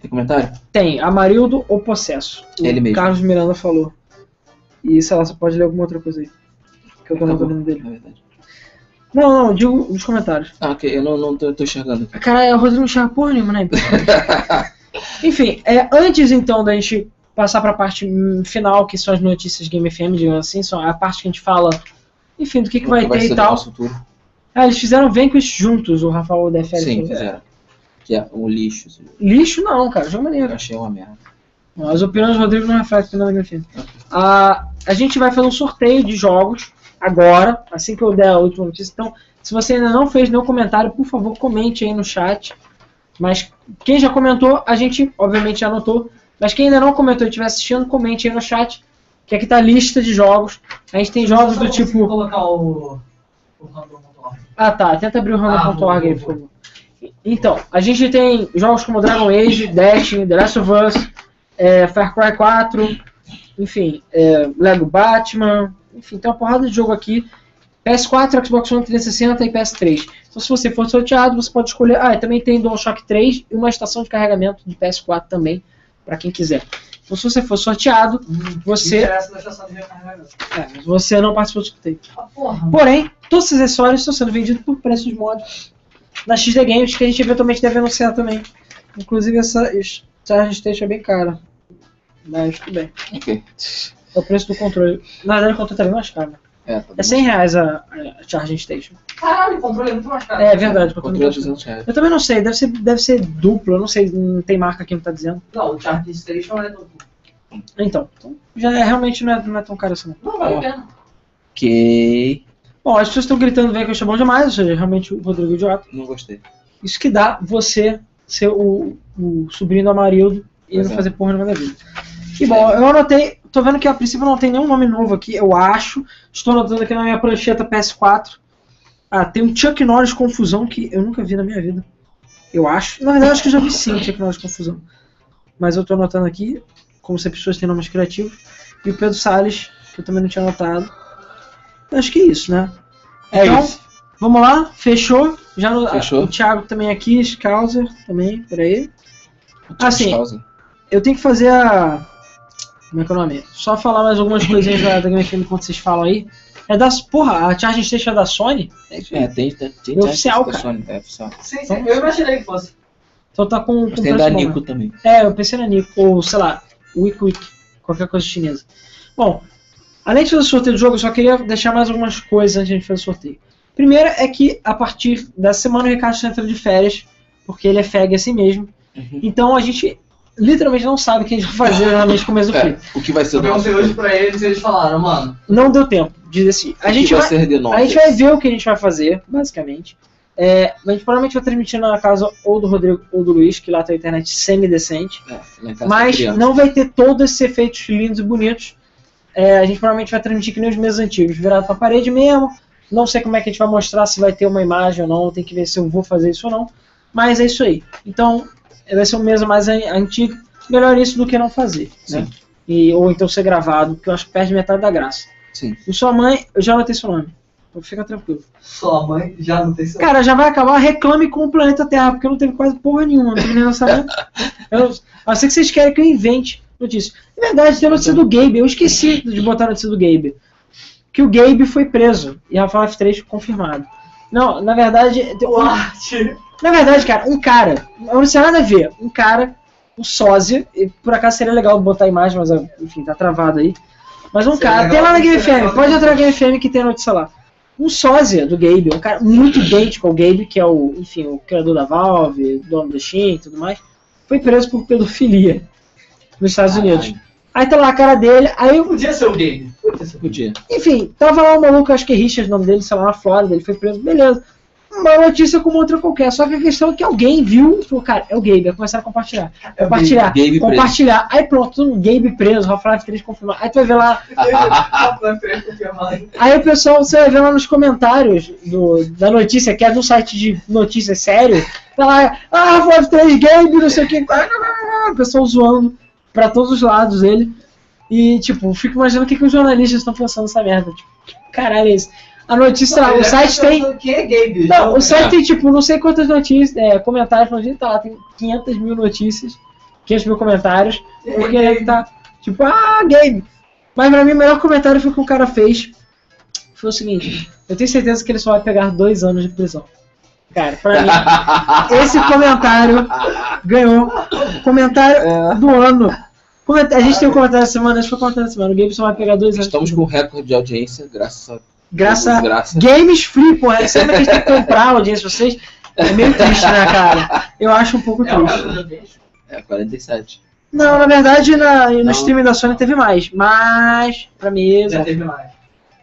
Speaker 2: Tem comentário?
Speaker 1: Tem Amarildo ou Possesso. O
Speaker 2: Ele mesmo.
Speaker 1: Carlos Miranda falou. E sei lá, você pode ler alguma outra coisa aí. Que eu tô
Speaker 2: Acabou.
Speaker 1: lembrando dele.
Speaker 2: Na verdade.
Speaker 1: Não, não, digo nos comentários.
Speaker 2: Ah, ok, eu não, não tô, tô enxergando.
Speaker 1: Caralho, o Rodrigo é não enxerga porra nenhuma, né? Enfim, é, antes então da gente passar pra parte hum, final, que são as notícias Game FM, digamos assim, são a parte que a gente fala, enfim, do que, que vai
Speaker 2: Como que
Speaker 1: ter
Speaker 2: ser
Speaker 1: e
Speaker 2: o
Speaker 1: tal.
Speaker 2: nosso tour?
Speaker 1: Ah, eles fizeram Vanquish juntos, o Rafael o DFL.
Speaker 2: Sim,
Speaker 1: falou.
Speaker 2: fizeram. Que é um lixo. esse jogo.
Speaker 1: Lixo não, cara, jogo
Speaker 2: Eu
Speaker 1: maneiro.
Speaker 2: achei uma merda. É.
Speaker 1: Não, As opiniões do Rodrigo não refletem nada Game FM. Ah, a gente vai fazer um sorteio de jogos agora, assim que eu der a última notícia. Então, se você ainda não fez nenhum comentário, por favor, comente aí no chat. Mas quem já comentou, a gente obviamente já anotou. Mas quem ainda não comentou e estiver assistindo, comente aí no chat. Que aqui tá a lista de jogos. A gente tem jogos
Speaker 3: Só
Speaker 1: do
Speaker 3: consigo
Speaker 1: tipo.
Speaker 3: colocar o. o random.org.
Speaker 1: Ah tá, tenta abrir o random.org aí, por favor. Então, a gente tem jogos como Dragon Age, Destiny, The Last of Us, é, Far Cry 4, enfim, é, Lego Batman, enfim, tem uma porrada de jogo aqui. PS4, Xbox One 360 e PS3. Então, se você for sorteado, você pode escolher. Ah, e também tem DualShock 3 e uma estação de carregamento de PS4 também, para quem quiser. Então, se você for sorteado,
Speaker 3: Me
Speaker 1: Hum. você,
Speaker 3: interessa na é estação de recarregamento.
Speaker 1: é, você não participou do sorteio.
Speaker 3: Ah, porra.
Speaker 1: Porém, todos esses acessórios estão sendo vendidos por preços módicos na XD Games, que a gente eventualmente deve anunciar também. Inclusive, essa Charge Station é bem cara. Mas tudo bem.
Speaker 2: Ok.
Speaker 1: É o preço do controle. Na verdade, o controle tá bem mais caro. né?
Speaker 2: É, tá bom.
Speaker 1: É 100 reais a, a Charging Station.
Speaker 3: Caralho, o controle é muito mais caro.
Speaker 1: É verdade, o controle é
Speaker 2: Controle é
Speaker 1: mais caro.
Speaker 2: 200 reais.
Speaker 1: Eu também não sei, deve ser, deve ser duplo, eu não sei, não tem marca aqui, não tá dizendo.
Speaker 3: Não, o Charge Station é do.
Speaker 1: Então, então, já é- realmente não é, não é tão caro assim. não.
Speaker 3: Não vale a pena.
Speaker 2: Ok.
Speaker 1: Bom, as pessoas estão gritando vem que eu chamo demais, ou seja, realmente o Rodrigo é idiota.
Speaker 2: Não gostei.
Speaker 1: Isso que dá você ser o, o sobrinho do Amarildo e
Speaker 2: Pois
Speaker 1: não
Speaker 2: é.
Speaker 1: fazer porra nenhuma da vida. E bom, eu anotei. Tô vendo que a princípio não tem nenhum nome novo aqui, eu acho. Estou anotando aqui na minha prancheta PS4. Ah, tem um Chuck Norris Confusão que eu nunca vi na minha vida. Eu acho. Na verdade, acho que eu já vi sim o Chuck Norris Confusão. Mas eu tô anotando aqui, como se as pessoas têm nomes criativos. E o Pedro Salles, que eu também não tinha anotado. Eu acho que é isso, né?
Speaker 2: É
Speaker 1: Então,
Speaker 2: isso.
Speaker 1: Vamos lá, fechou. Já no-
Speaker 2: Fechou.
Speaker 1: O Thiago também aqui, Skauser também, peraí. Assim,
Speaker 2: Munchausen.
Speaker 1: eu tenho que fazer a. Como é que é o nome? Só falar mais algumas coisinhas da, da Game FM enquanto vocês falam aí. É das. Porra, a Charging Station é da Sony?
Speaker 2: É, tem, tem, tem
Speaker 1: É oficial,
Speaker 2: tem-
Speaker 1: cara.
Speaker 2: Sony, é oficial.
Speaker 3: Sim, sim. Eu imaginei que fosse.
Speaker 1: Então tá com. com
Speaker 2: Mas tem
Speaker 1: preço
Speaker 2: da
Speaker 1: bom, né?
Speaker 2: Nico também.
Speaker 1: É, eu pensei na Nico, ou sei lá, Wick Wick, qualquer coisa chinesa. Bom, além de fazer o sorteio do jogo, eu só queria deixar mais algumas coisas antes de a gente fazer o sorteio. Primeira é que a partir da semana o Ricardo está entrando de férias, porque ele é fag assim mesmo.
Speaker 2: Uhum.
Speaker 1: Então a gente literalmente não sabe o que a gente vai fazer realmente no começo do
Speaker 2: Cara,
Speaker 1: flip.
Speaker 2: o que vai ser
Speaker 3: Eu
Speaker 2: do nosso
Speaker 3: perguntei hoje pra eles e eles falaram, mano.
Speaker 1: Não deu tempo de decidir. A
Speaker 2: o
Speaker 1: gente
Speaker 2: que vai
Speaker 1: vai,
Speaker 2: ser de nós?
Speaker 1: a gente vai ver o que a gente vai fazer, basicamente. É, a gente provavelmente vai transmitir na casa ou do Rodrigo ou do Luiz, que lá tem a internet semi-decente.
Speaker 2: É, lá em casa tá
Speaker 1: Mas
Speaker 2: criando.
Speaker 1: não vai ter todos esses efeitos lindos e bonitos. É, a gente provavelmente vai transmitir que nem os meses antigos, virado pra parede mesmo. Não sei como é que a gente vai mostrar se vai ter uma imagem ou não, tem que ver se eu vou fazer isso ou não. Mas é isso aí. Então, vai ser um mesa mais an- antigo. Melhor isso do que não fazer. Né?
Speaker 2: Sim.
Speaker 1: E, ou então ser gravado, porque eu acho que perde metade da graça.
Speaker 2: Sim.
Speaker 1: E sua mãe, eu já anotei seu nome. Então fica tranquilo.
Speaker 3: Sua mãe já não tem seu.
Speaker 1: Cara, já vai acabar, reclame com o planeta Terra, porque eu não teve quase porra nenhuma, não teve nem lançamento. Eu, a não ser que vocês querem que eu invente notícia. Na verdade, tem a notícia do Gabe, eu esqueci de botar a notícia do Gabe. Que o Gabe foi preso e Half-Life 3 confirmado. Não, na verdade, tem-
Speaker 3: O arte.
Speaker 1: na verdade, cara, um cara, eu não sei nada a ver, um cara, um sósia, e por acaso seria legal botar a imagem, mas enfim, tá travado aí. Mas um
Speaker 3: Seria
Speaker 1: cara,
Speaker 3: legal,
Speaker 1: tem lá na Game
Speaker 3: seria
Speaker 1: FM,
Speaker 3: legal.
Speaker 1: pode entrar na Game FM que tem a notícia lá. Um sósia do Gabe, um cara muito idêntico ao Gabe, que é o, enfim, o criador da Valve, dono do Steam e tudo mais, foi preso por pedofilia nos Estados
Speaker 2: Ah,
Speaker 1: Unidos.
Speaker 2: Caralho,
Speaker 1: Aí tá lá a cara dele, aí eu
Speaker 3: Podia ser o game. Podia ser.
Speaker 2: Podia.
Speaker 1: enfim, tava lá um maluco, acho que é Richard, o nome dele, sei lá, na Flórida, ele foi preso, beleza. Uma notícia como outra qualquer, só que a questão é que alguém viu e falou, cara, é o Gabe, aí começaram a compartilhar.
Speaker 3: É o Gabe.
Speaker 1: compartilhar,
Speaker 2: Gabe preso.
Speaker 1: compartilhar. Aí pronto, todo mundo, Gabe preso, Half-Life 3 confirmado. Aí tu vai ver lá,
Speaker 3: Eu queria confirmar.
Speaker 1: aí o pessoal, você vai ver lá nos comentários do- da notícia, que é de um site de notícias sério, tá lá, ah, Half-Life 3, Gabe, não sei o que, o pessoal zoando pra todos os lados ele. E, tipo, fico imaginando o que, que os jornalistas estão pensando nessa merda. Tipo, que caralho é esse? A notícia lá, o site tem.
Speaker 3: O que é Gabe?
Speaker 1: Não, o
Speaker 2: É.
Speaker 1: site tem, tipo, não sei quantas notícias, é, comentários, mas tá lá, tem 500 mil notícias, 500 mil comentários, porque ele tá, tipo, ah, game. Mas pra mim, o melhor comentário foi que um cara fez, foi o seguinte, eu tenho certeza que ele só vai pegar dois anos de prisão. Cara, pra mim, esse comentário ganhou comentário do ano. Comenta- A gente tem um comentário da semana, esse foi o comentário da semana, o Gabe só vai pegar dois anos de
Speaker 2: Estamos com um recorde de audiência, graças a
Speaker 1: Graça,
Speaker 2: Graça.
Speaker 1: Games Free, porra. Sempre que a gente tem que comprar a audiência de vocês, é meio triste, né, cara? Eu acho um pouco
Speaker 3: É o
Speaker 1: triste.
Speaker 3: caso da vez.
Speaker 2: É, 47.
Speaker 1: Não, na verdade, na- no
Speaker 2: Não.
Speaker 1: streaming da Sony teve mais, mas pra mesa.
Speaker 3: Já teve mais.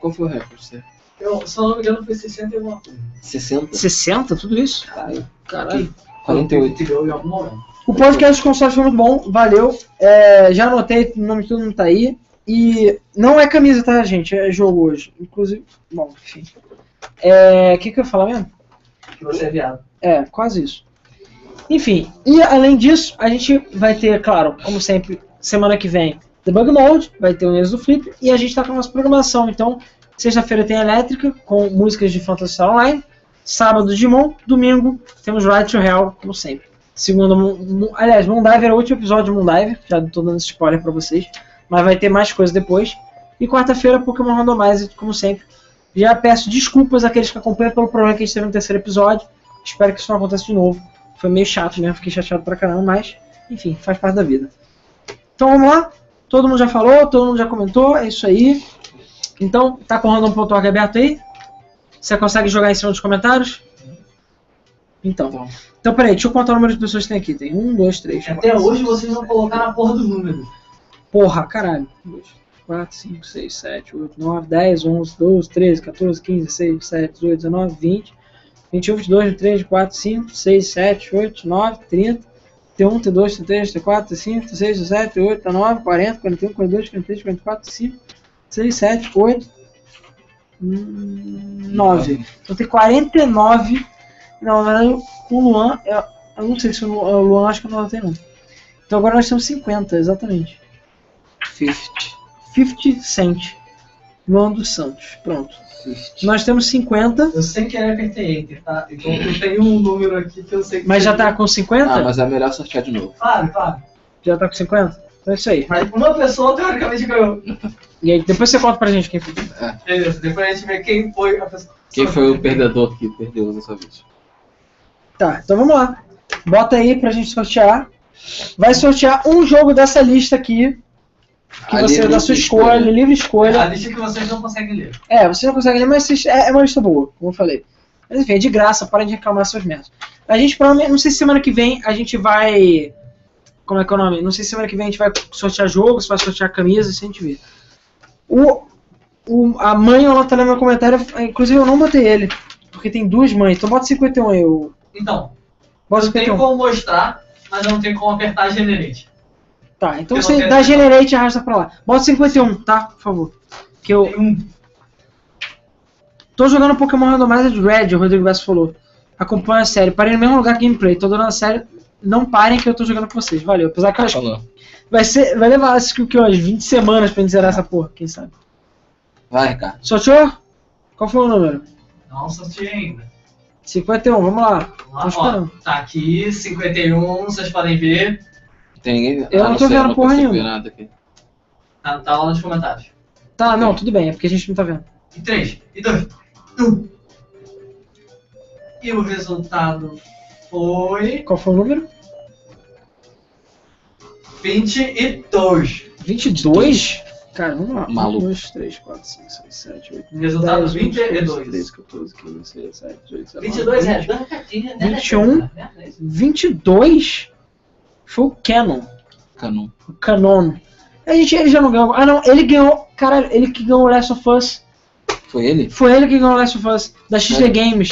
Speaker 2: Qual foi o recorde? Você?
Speaker 3: Eu, se eu não me engano, foi 60 e alguma coisa.
Speaker 2: 60?
Speaker 1: 60, tudo isso?
Speaker 2: Caralho.
Speaker 1: Caralho.
Speaker 2: 48.
Speaker 3: Tirou em algum momento.
Speaker 1: O podcast dos consoles foi muito bom, valeu. É, já anotei, o nome de todo mundo tá aí. E não é camisa, tá, gente? É jogo hoje. Inclusive, bom, enfim. É, O que, que eu ia falar mesmo?
Speaker 3: Que você é viado.
Speaker 1: É, quase isso. Enfim, e além disso, a gente vai ter, claro, como sempre, semana que vem, Debug Mode, vai ter o News do Flip, e a gente tá com a nossa programação. Então, sexta-feira tem Elétrica, com músicas de Phantasy Star Online, sábado Digimon, domingo temos Ride to Hell, como sempre. Segundo, Mo- Mo- aliás, Moondiver é o último episódio de Moondiver, já tô dando esse spoiler pra vocês, mas vai ter mais coisa depois. E quarta-feira, Pokémon Randomizer, como sempre. Já peço desculpas àqueles que acompanham pelo problema que a gente teve no terceiro episódio. Espero que isso não aconteça de novo. Foi meio chato mesmo, fiquei chateado pra caramba, mas enfim, faz parte da vida. Então vamos lá. Todo mundo já falou, todo mundo já comentou, é isso aí. Então, tá com o random.org aberto aí? Você consegue jogar em cima dos comentários?
Speaker 3: Uhum. Tá
Speaker 1: Então.
Speaker 2: Então,
Speaker 1: Então peraí, deixa eu contar o número de pessoas que tem aqui. Tem um, dois, três,
Speaker 3: É Até
Speaker 1: quatro.
Speaker 3: hoje vocês não colocaram a porra dos números.
Speaker 1: Porra, caralho. 4, 5, 6, 7, 8, 9, 10, 11, 12, 13, 14, 15, 16, 17, 18, 19, 20, 21, 22, 23, 24, 5, 6, 7, 8, 9, 30, T1, T2, T3, T4, T5, T6, T7, T8, T9, 40, 41, 42, 43, 44, 5, 6, 7, 8, 9. Então tem 49. Não, na verdade, com o Luan, eu, eu não sei se o Lu- o Luan acho que eu não anotei não. Então agora nós temos 50, exatamente.
Speaker 2: 50.
Speaker 1: 50 Cent. Luan dos Santos. Pronto.
Speaker 2: 50.
Speaker 1: Nós temos 50,
Speaker 3: Eu sem querer apertei Enter, tá? Então eu tenho um número aqui que eu sei que.
Speaker 1: mas já tá com 50?
Speaker 2: Ah, mas é melhor sortear de novo.
Speaker 3: Claro, claro.
Speaker 1: Já tá com 50? Então é isso aí.
Speaker 3: Mas uma pessoa teoricamente ganhou.
Speaker 1: E aí depois você conta pra gente quem foi.
Speaker 3: Beleza, depois a gente vê quem foi a pessoa.
Speaker 2: Quem foi o perdedor que perdeu dessa vez?
Speaker 1: Tá, então vamos lá. Bota aí pra gente sortear. Vai sortear um jogo dessa lista aqui, que
Speaker 2: Ali
Speaker 1: você
Speaker 2: é
Speaker 1: da sua
Speaker 2: livre
Speaker 1: escolha, livre escolha.
Speaker 3: A lista que vocês não conseguem ler.
Speaker 1: É, você não consegue ler, mas vocês- é é uma lista boa, como eu falei. Mas enfim, é de graça, parem de reclamar seus merdas. A gente, provavelmente, não sei se semana que vem a gente vai. Como é que é o nome? Não sei se semana que vem a gente vai sortear jogos, vai sortear camisas, isso a gente vê. O, o- a mãe, ela tá lendo meu comentário, inclusive eu não botei ele, porque tem duas mães, então bota 51 aí, eu.
Speaker 3: Então,
Speaker 1: Bota
Speaker 3: eu tenho
Speaker 1: 51.
Speaker 3: como mostrar, mas não tem como apertar generate.
Speaker 1: Tá, então
Speaker 3: Eu não
Speaker 1: você
Speaker 3: tenho
Speaker 1: dá
Speaker 3: esse
Speaker 1: generate e arrasta pra lá. Bota 51, tá? Por favor. Que eu
Speaker 3: Tem um.
Speaker 1: tô jogando Pokémon Randomized Red, o Rodrigo Bess falou. Acompanho a série. Parei no mesmo lugar que gameplay. Tô dando a série. Não parem que eu tô jogando com vocês. Valeu. Apesar que eu acho que
Speaker 2: Falou.
Speaker 1: vai, ser, vai levar acho que, o quê? umas 20 semanas pra gente zerar essa porra, quem sabe.
Speaker 2: Vai, Ricardo.
Speaker 1: Sorteou? Qual foi o número?
Speaker 3: Não sorteei ainda.
Speaker 1: 51, vamos lá. Tô
Speaker 3: Vamos lá,
Speaker 1: esperando.
Speaker 3: ó, tá aqui, 51, vocês podem ver.
Speaker 2: Tem ninguém?
Speaker 1: Eu não tô
Speaker 2: sei,
Speaker 1: vendo
Speaker 2: não
Speaker 1: porra
Speaker 2: consigo ver
Speaker 1: nenhuma.
Speaker 2: nada aqui.
Speaker 3: Tá, tá lá nos comentários.
Speaker 1: Tá, não, tudo bem, é porque a gente não tá vendo.
Speaker 3: E 3, e 2, 1. E o resultado foi
Speaker 1: Qual foi o número?
Speaker 3: 22.
Speaker 1: 22? Cara, vamos lá. Um,
Speaker 2: Maluco.
Speaker 1: 2, 3, 4, 5, 6, 7, 8,
Speaker 3: Resultado
Speaker 1: 13,
Speaker 3: 22.
Speaker 1: 14, 15, 16, 17, 18, 19,
Speaker 3: 22 é dancadinha, né?
Speaker 1: 21. 22 foi o Canon.
Speaker 2: Canon.
Speaker 1: O Canon. A gente, ele já não ganhou. Ah, não, ele ganhou. Caralho, ele que ganhou o Last of Us.
Speaker 2: Foi ele?
Speaker 1: Foi ele que ganhou o Last of Us, da XD
Speaker 2: É.
Speaker 1: Games.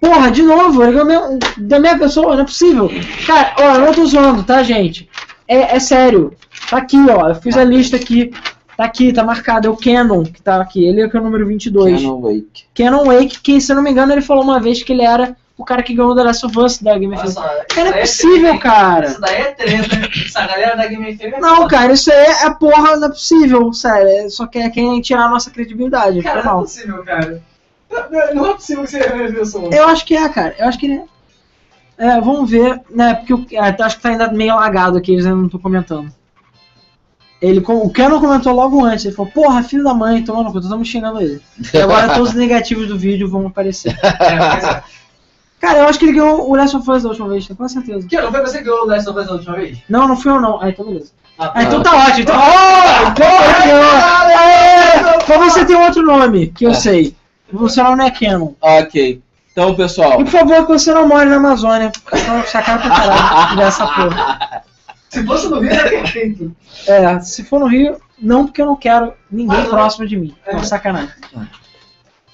Speaker 1: Porra, de novo, ele ganhou mesmo- da minha pessoa, não é possível. Cara, ó, eu não tô zoando, tá, gente? É, é sério. Tá aqui, ó, eu fiz a lista aqui. Tá aqui, tá marcado, é o Canon que tá aqui. Ele é que é o número 22.
Speaker 2: Canon Wake.
Speaker 1: Canon Wake, que se eu não me engano, ele falou uma vez que ele era o cara que ganhou o The Last of Us da Game
Speaker 3: Olha
Speaker 2: Ah,
Speaker 1: FM.
Speaker 3: só, isso
Speaker 1: Cara, não
Speaker 3: daí
Speaker 1: é
Speaker 3: é
Speaker 1: possível,
Speaker 3: treta,
Speaker 1: cara.
Speaker 3: Isso daí é treta. Essa galera da Game FM é
Speaker 1: Não,
Speaker 3: foda.
Speaker 1: cara, isso aí é porra, não é possível, sério. é- Só quer quem tirar a nossa credibilidade, foi
Speaker 3: Cara, não é
Speaker 1: mal.
Speaker 3: possível, cara. Não- Não, não é possível que você é a mesma pessoa.
Speaker 1: Eu acho que é, cara. Eu acho que ele é. É, vamos ver, né? Porque eu acho que tá ainda meio lagado aqui, eles ainda não tô comentando. Ele, com- o Canon comentou logo antes, ele falou, porra, filho da mãe, toma no cu, estamos xingando ele. E agora todos os negativos do vídeo vão aparecer.
Speaker 3: É, pois é.
Speaker 1: Cara, eu acho que ele ganhou o Last of Us da última vez, tenho quase certeza.
Speaker 3: Que, não foi você que ganhou o Last of Us da última vez?
Speaker 1: Não, não fui eu não. Ah, então beleza.
Speaker 3: Ah,
Speaker 1: Ah, então tá ótimo. Então... Oh, porra, ganhou. Aê, Talvez É, você tenha outro nome, que eu
Speaker 2: É.
Speaker 1: sei. O seu nome não é Canon.
Speaker 2: ok. Então, pessoal.
Speaker 1: E por favor, que você não more na Amazônia, porque senão sacaram pra caralho dessa porra.
Speaker 3: Se fosse no Rio, era perfeito.
Speaker 1: É, se for no Rio, não, porque eu não quero ninguém
Speaker 2: Ah.
Speaker 3: Mas,
Speaker 1: próximo de mim. É
Speaker 3: é.
Speaker 1: sacanagem.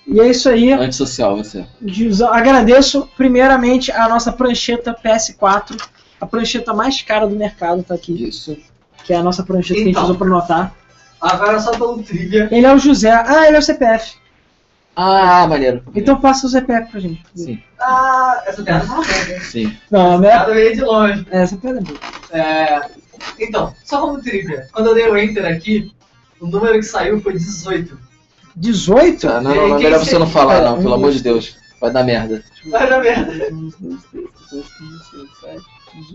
Speaker 1: E é isso aí.
Speaker 2: Antissocial, você.
Speaker 1: Gilson, Agradeço primeiramente a nossa prancheta PS4, a prancheta mais cara do mercado tá aqui,
Speaker 2: Isso.
Speaker 1: que é a nossa prancheta que a gente
Speaker 3: Então.
Speaker 1: usou pra anotar.
Speaker 3: Agora só pelo trivia.
Speaker 1: Ele é o José. Ah, ele é o CPF.
Speaker 2: Ah, maneiro.
Speaker 1: Então passa o CPF pra gente.
Speaker 2: Sim,
Speaker 3: Ah, essa piada tá boa.
Speaker 2: sim.
Speaker 1: Não, né?
Speaker 3: Piada veio de longe.
Speaker 1: Essa piada é boa.
Speaker 3: É, Então, só como trivia. Quando eu dei o enter aqui, o número que saiu foi 18.
Speaker 1: 18?
Speaker 2: Tá, não, não, não, melhor você não falar, não, pelo amor de Deus. Vai dar merda.
Speaker 3: Vai dar merda.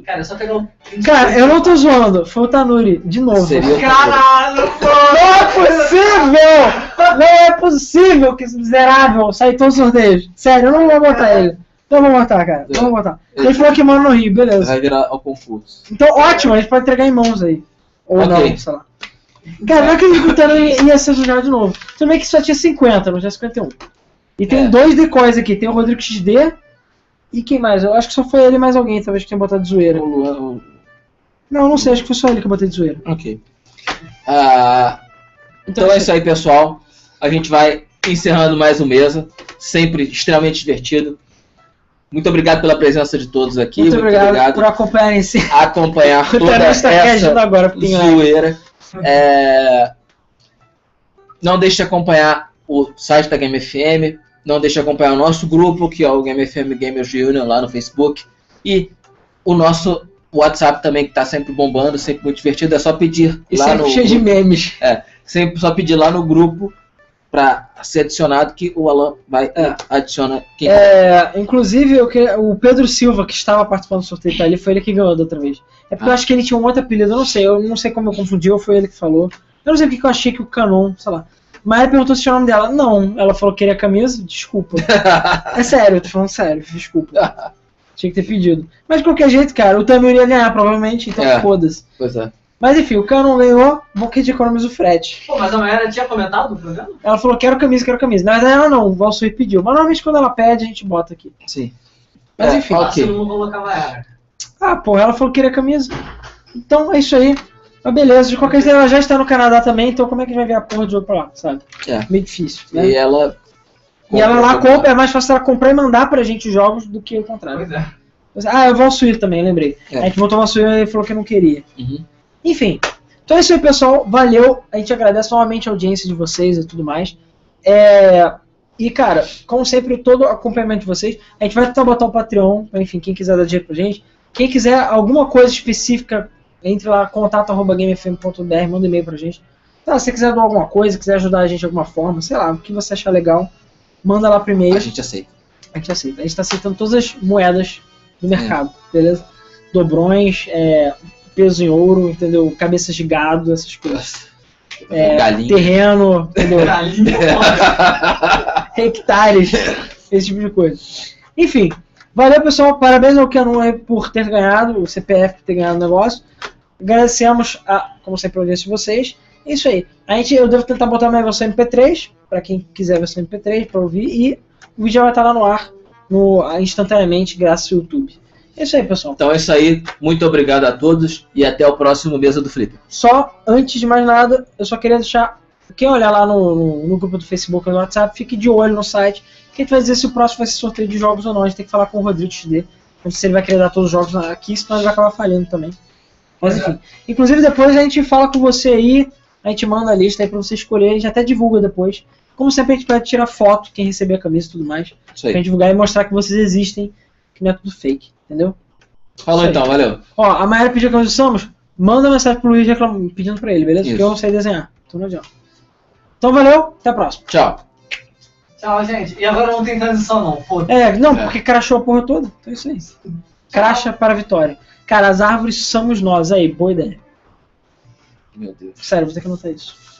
Speaker 3: Cara, é só pegar o.
Speaker 1: Cara, eu não tô zoando. Foi o Tanuri, de novo.
Speaker 2: Seria-
Speaker 3: Caralho,
Speaker 1: Não
Speaker 3: pô!
Speaker 1: é possível! Não é possível que esse miserável saia todos os sorteios. Sério, eu não vou botar
Speaker 2: É.
Speaker 1: ele. Não vou botar, cara. Não vou botar. Ele falou que mora no Rio, beleza.
Speaker 2: Vai virar ao concurso.
Speaker 1: Então, ótimo, a gente pode entregar em mãos aí. Ou
Speaker 2: Ok.
Speaker 1: não, sei lá. Cara, não acredito que o Tanuri ia- ia ser jogado de novo. Tudo bem que só tinha 50, não tinha 51. é E tem
Speaker 2: É.
Speaker 1: dois decoys aqui. Tem o Rodrigo XD e quem mais? Eu acho que só foi ele e mais alguém, talvez, que tenha botado de zoeira.
Speaker 2: O Luan, o-
Speaker 1: Não, não sei, acho que foi só ele que eu botei de zoeira.
Speaker 2: Ok. Ah, então é isso aí, pessoal. A gente vai encerrando mais um mesa. Sempre extremamente divertido. Muito obrigado pela presença de todos aqui.
Speaker 1: Muito obrigado, por acompanharem esse
Speaker 2: acompanhar toda
Speaker 1: entrevista
Speaker 2: essa
Speaker 1: agora, Pinhão.
Speaker 2: zoeira. É, Não deixe de acompanhar o site da Game FM. Não deixe de acompanhar o nosso grupo, que é o Game FM Gamers Reunion, lá no Facebook. E o nosso WhatsApp também, que está sempre bombando, sempre muito divertido. É só pedir
Speaker 1: E
Speaker 2: lá no
Speaker 1: sempre cheio de memes.
Speaker 2: sempre só pedir lá no grupo para ser adicionado que o Alan vai adiciona quem
Speaker 1: É, inclusive, eu queria- o Pedro Silva, que estava participando do sorteio, tá? ele foi ele que ganhou da outra vez. É
Speaker 2: Ah.
Speaker 1: porque eu acho que ele tinha um outro apelido, eu não sei, eu não sei como eu confundi, ou foi ele que falou. Eu não sei porque que eu achei que o Canon, sei lá. Mas ele perguntou se tinha o nome dela. Não, ela falou que queria a camisa, desculpa. É sério, eu tô falando sério, desculpa. Tinha que ter pedido. Mas de qualquer jeito, cara, o Tamil ia ganhar, provavelmente, então
Speaker 2: É.
Speaker 1: foda-se.
Speaker 2: pois é.
Speaker 1: Mas enfim, o Canon ganhou, vou que a gente economiza o frete.
Speaker 3: Pô, mas a Mayara tinha comentado no programa?
Speaker 1: Ela falou, quero camisa, quero camisa. Na verdade, ela não, o Valsuí pediu. Mas normalmente quando ela pede, a gente bota aqui.
Speaker 2: Sim.
Speaker 1: Mas
Speaker 2: É,
Speaker 1: enfim.
Speaker 3: Ah, se
Speaker 2: ok.
Speaker 3: não colocar a Mayara.
Speaker 1: Ah, porra, ela falou que queria camisa. Então é isso aí. Mas beleza, de qualquer jeito ela já está no Canadá também, então como é que vai ver a porra de jogo pra lá, sabe?
Speaker 2: É.
Speaker 1: Meio difícil, né?
Speaker 2: E ela
Speaker 1: E ela lá compra, é mais fácil ela comprar e mandar pra gente os jogos do que o contrário.
Speaker 3: Pois é.
Speaker 1: Ah, eu vou ao Suíço também, lembrei.
Speaker 2: É.
Speaker 1: A gente voltou ao Suíço e ele falou que não queria.
Speaker 2: Uhum.
Speaker 1: Enfim, então é isso aí, pessoal. Valeu. A gente agradece novamente a audiência de vocês e tudo mais. É, E, cara, como sempre, todo o acompanhamento de vocês. A gente vai tentar botar o Patreon, enfim, quem quiser dar dinheiro pra gente. Quem quiser alguma coisa específica, entre lá, contato.gamefm.br, manda um e-mail pra gente. Tá, se você quiser doar alguma coisa, quiser ajudar a gente de alguma forma, sei lá, o que você achar legal, manda lá pro e-mail.
Speaker 2: A gente aceita.
Speaker 1: A gente aceita. A gente está aceitando todas as moedas do mercado, beleza? Dobrões, é, peso em ouro, entendeu? Cabeças de gado, essas coisas. É,
Speaker 2: Galinha.
Speaker 1: terreno, entendeu?
Speaker 3: Galinha.
Speaker 1: hectares, esse tipo de coisa. Enfim, valeu pessoal, parabéns ao Canon aí por ter ganhado, o CPF por ter ganhado o negócio. Agradecemos, a, como sempre, a audiência de vocês. É isso aí. A gente, eu devo tentar botar minha versão MP3, para quem quiser a versão MP3 para ouvir, e o vídeo já vai estar lá no ar no, instantaneamente, graças ao YouTube. É isso aí, pessoal.
Speaker 2: Então é isso aí. Muito obrigado a todos e até o próximo Mesa do Flip.
Speaker 1: Só, antes de mais nada, eu só queria deixar. Quem olhar lá no, no- no grupo do Facebook ou no WhatsApp, fique de olho no site, que a gente vai dizer se o próximo vai ser sorteio de jogos ou não. A gente tem que falar com o Rodrigo XD. Não sei se ele vai querer dar todos os jogos na- aqui, senão ele vai acabar falhando também. Mas enfim. Inclusive, depois a gente fala com você aí, a gente manda a lista aí pra você escolher, a gente até divulga depois. Como sempre, a gente pode tirar foto, quem receber a camisa e tudo mais,
Speaker 2: Isso
Speaker 1: pra
Speaker 2: aí.
Speaker 1: gente divulgar e mostrar que vocês existem, que não é tudo fake, entendeu?
Speaker 2: Falou
Speaker 1: Isso aí.
Speaker 2: então, valeu.
Speaker 1: Ó, a Mayara pediu que nós usamos, manda mensagem pro Luiz reclam- pedindo pra ele, beleza?
Speaker 2: Isso.
Speaker 1: Porque eu não sei desenhar. Então não adianta. Então valeu, até a próxima.
Speaker 2: Tchau.
Speaker 3: Tchau, gente. E agora não tem transição, não. Foda-se.
Speaker 1: É, não,
Speaker 2: É.
Speaker 1: porque crachou a porra toda. Então é isso aí. Cracha para a vitória. Cara, as árvores somos nós aí, boa ideia.
Speaker 2: Meu Deus.
Speaker 1: Sério, vou ter que anotar isso.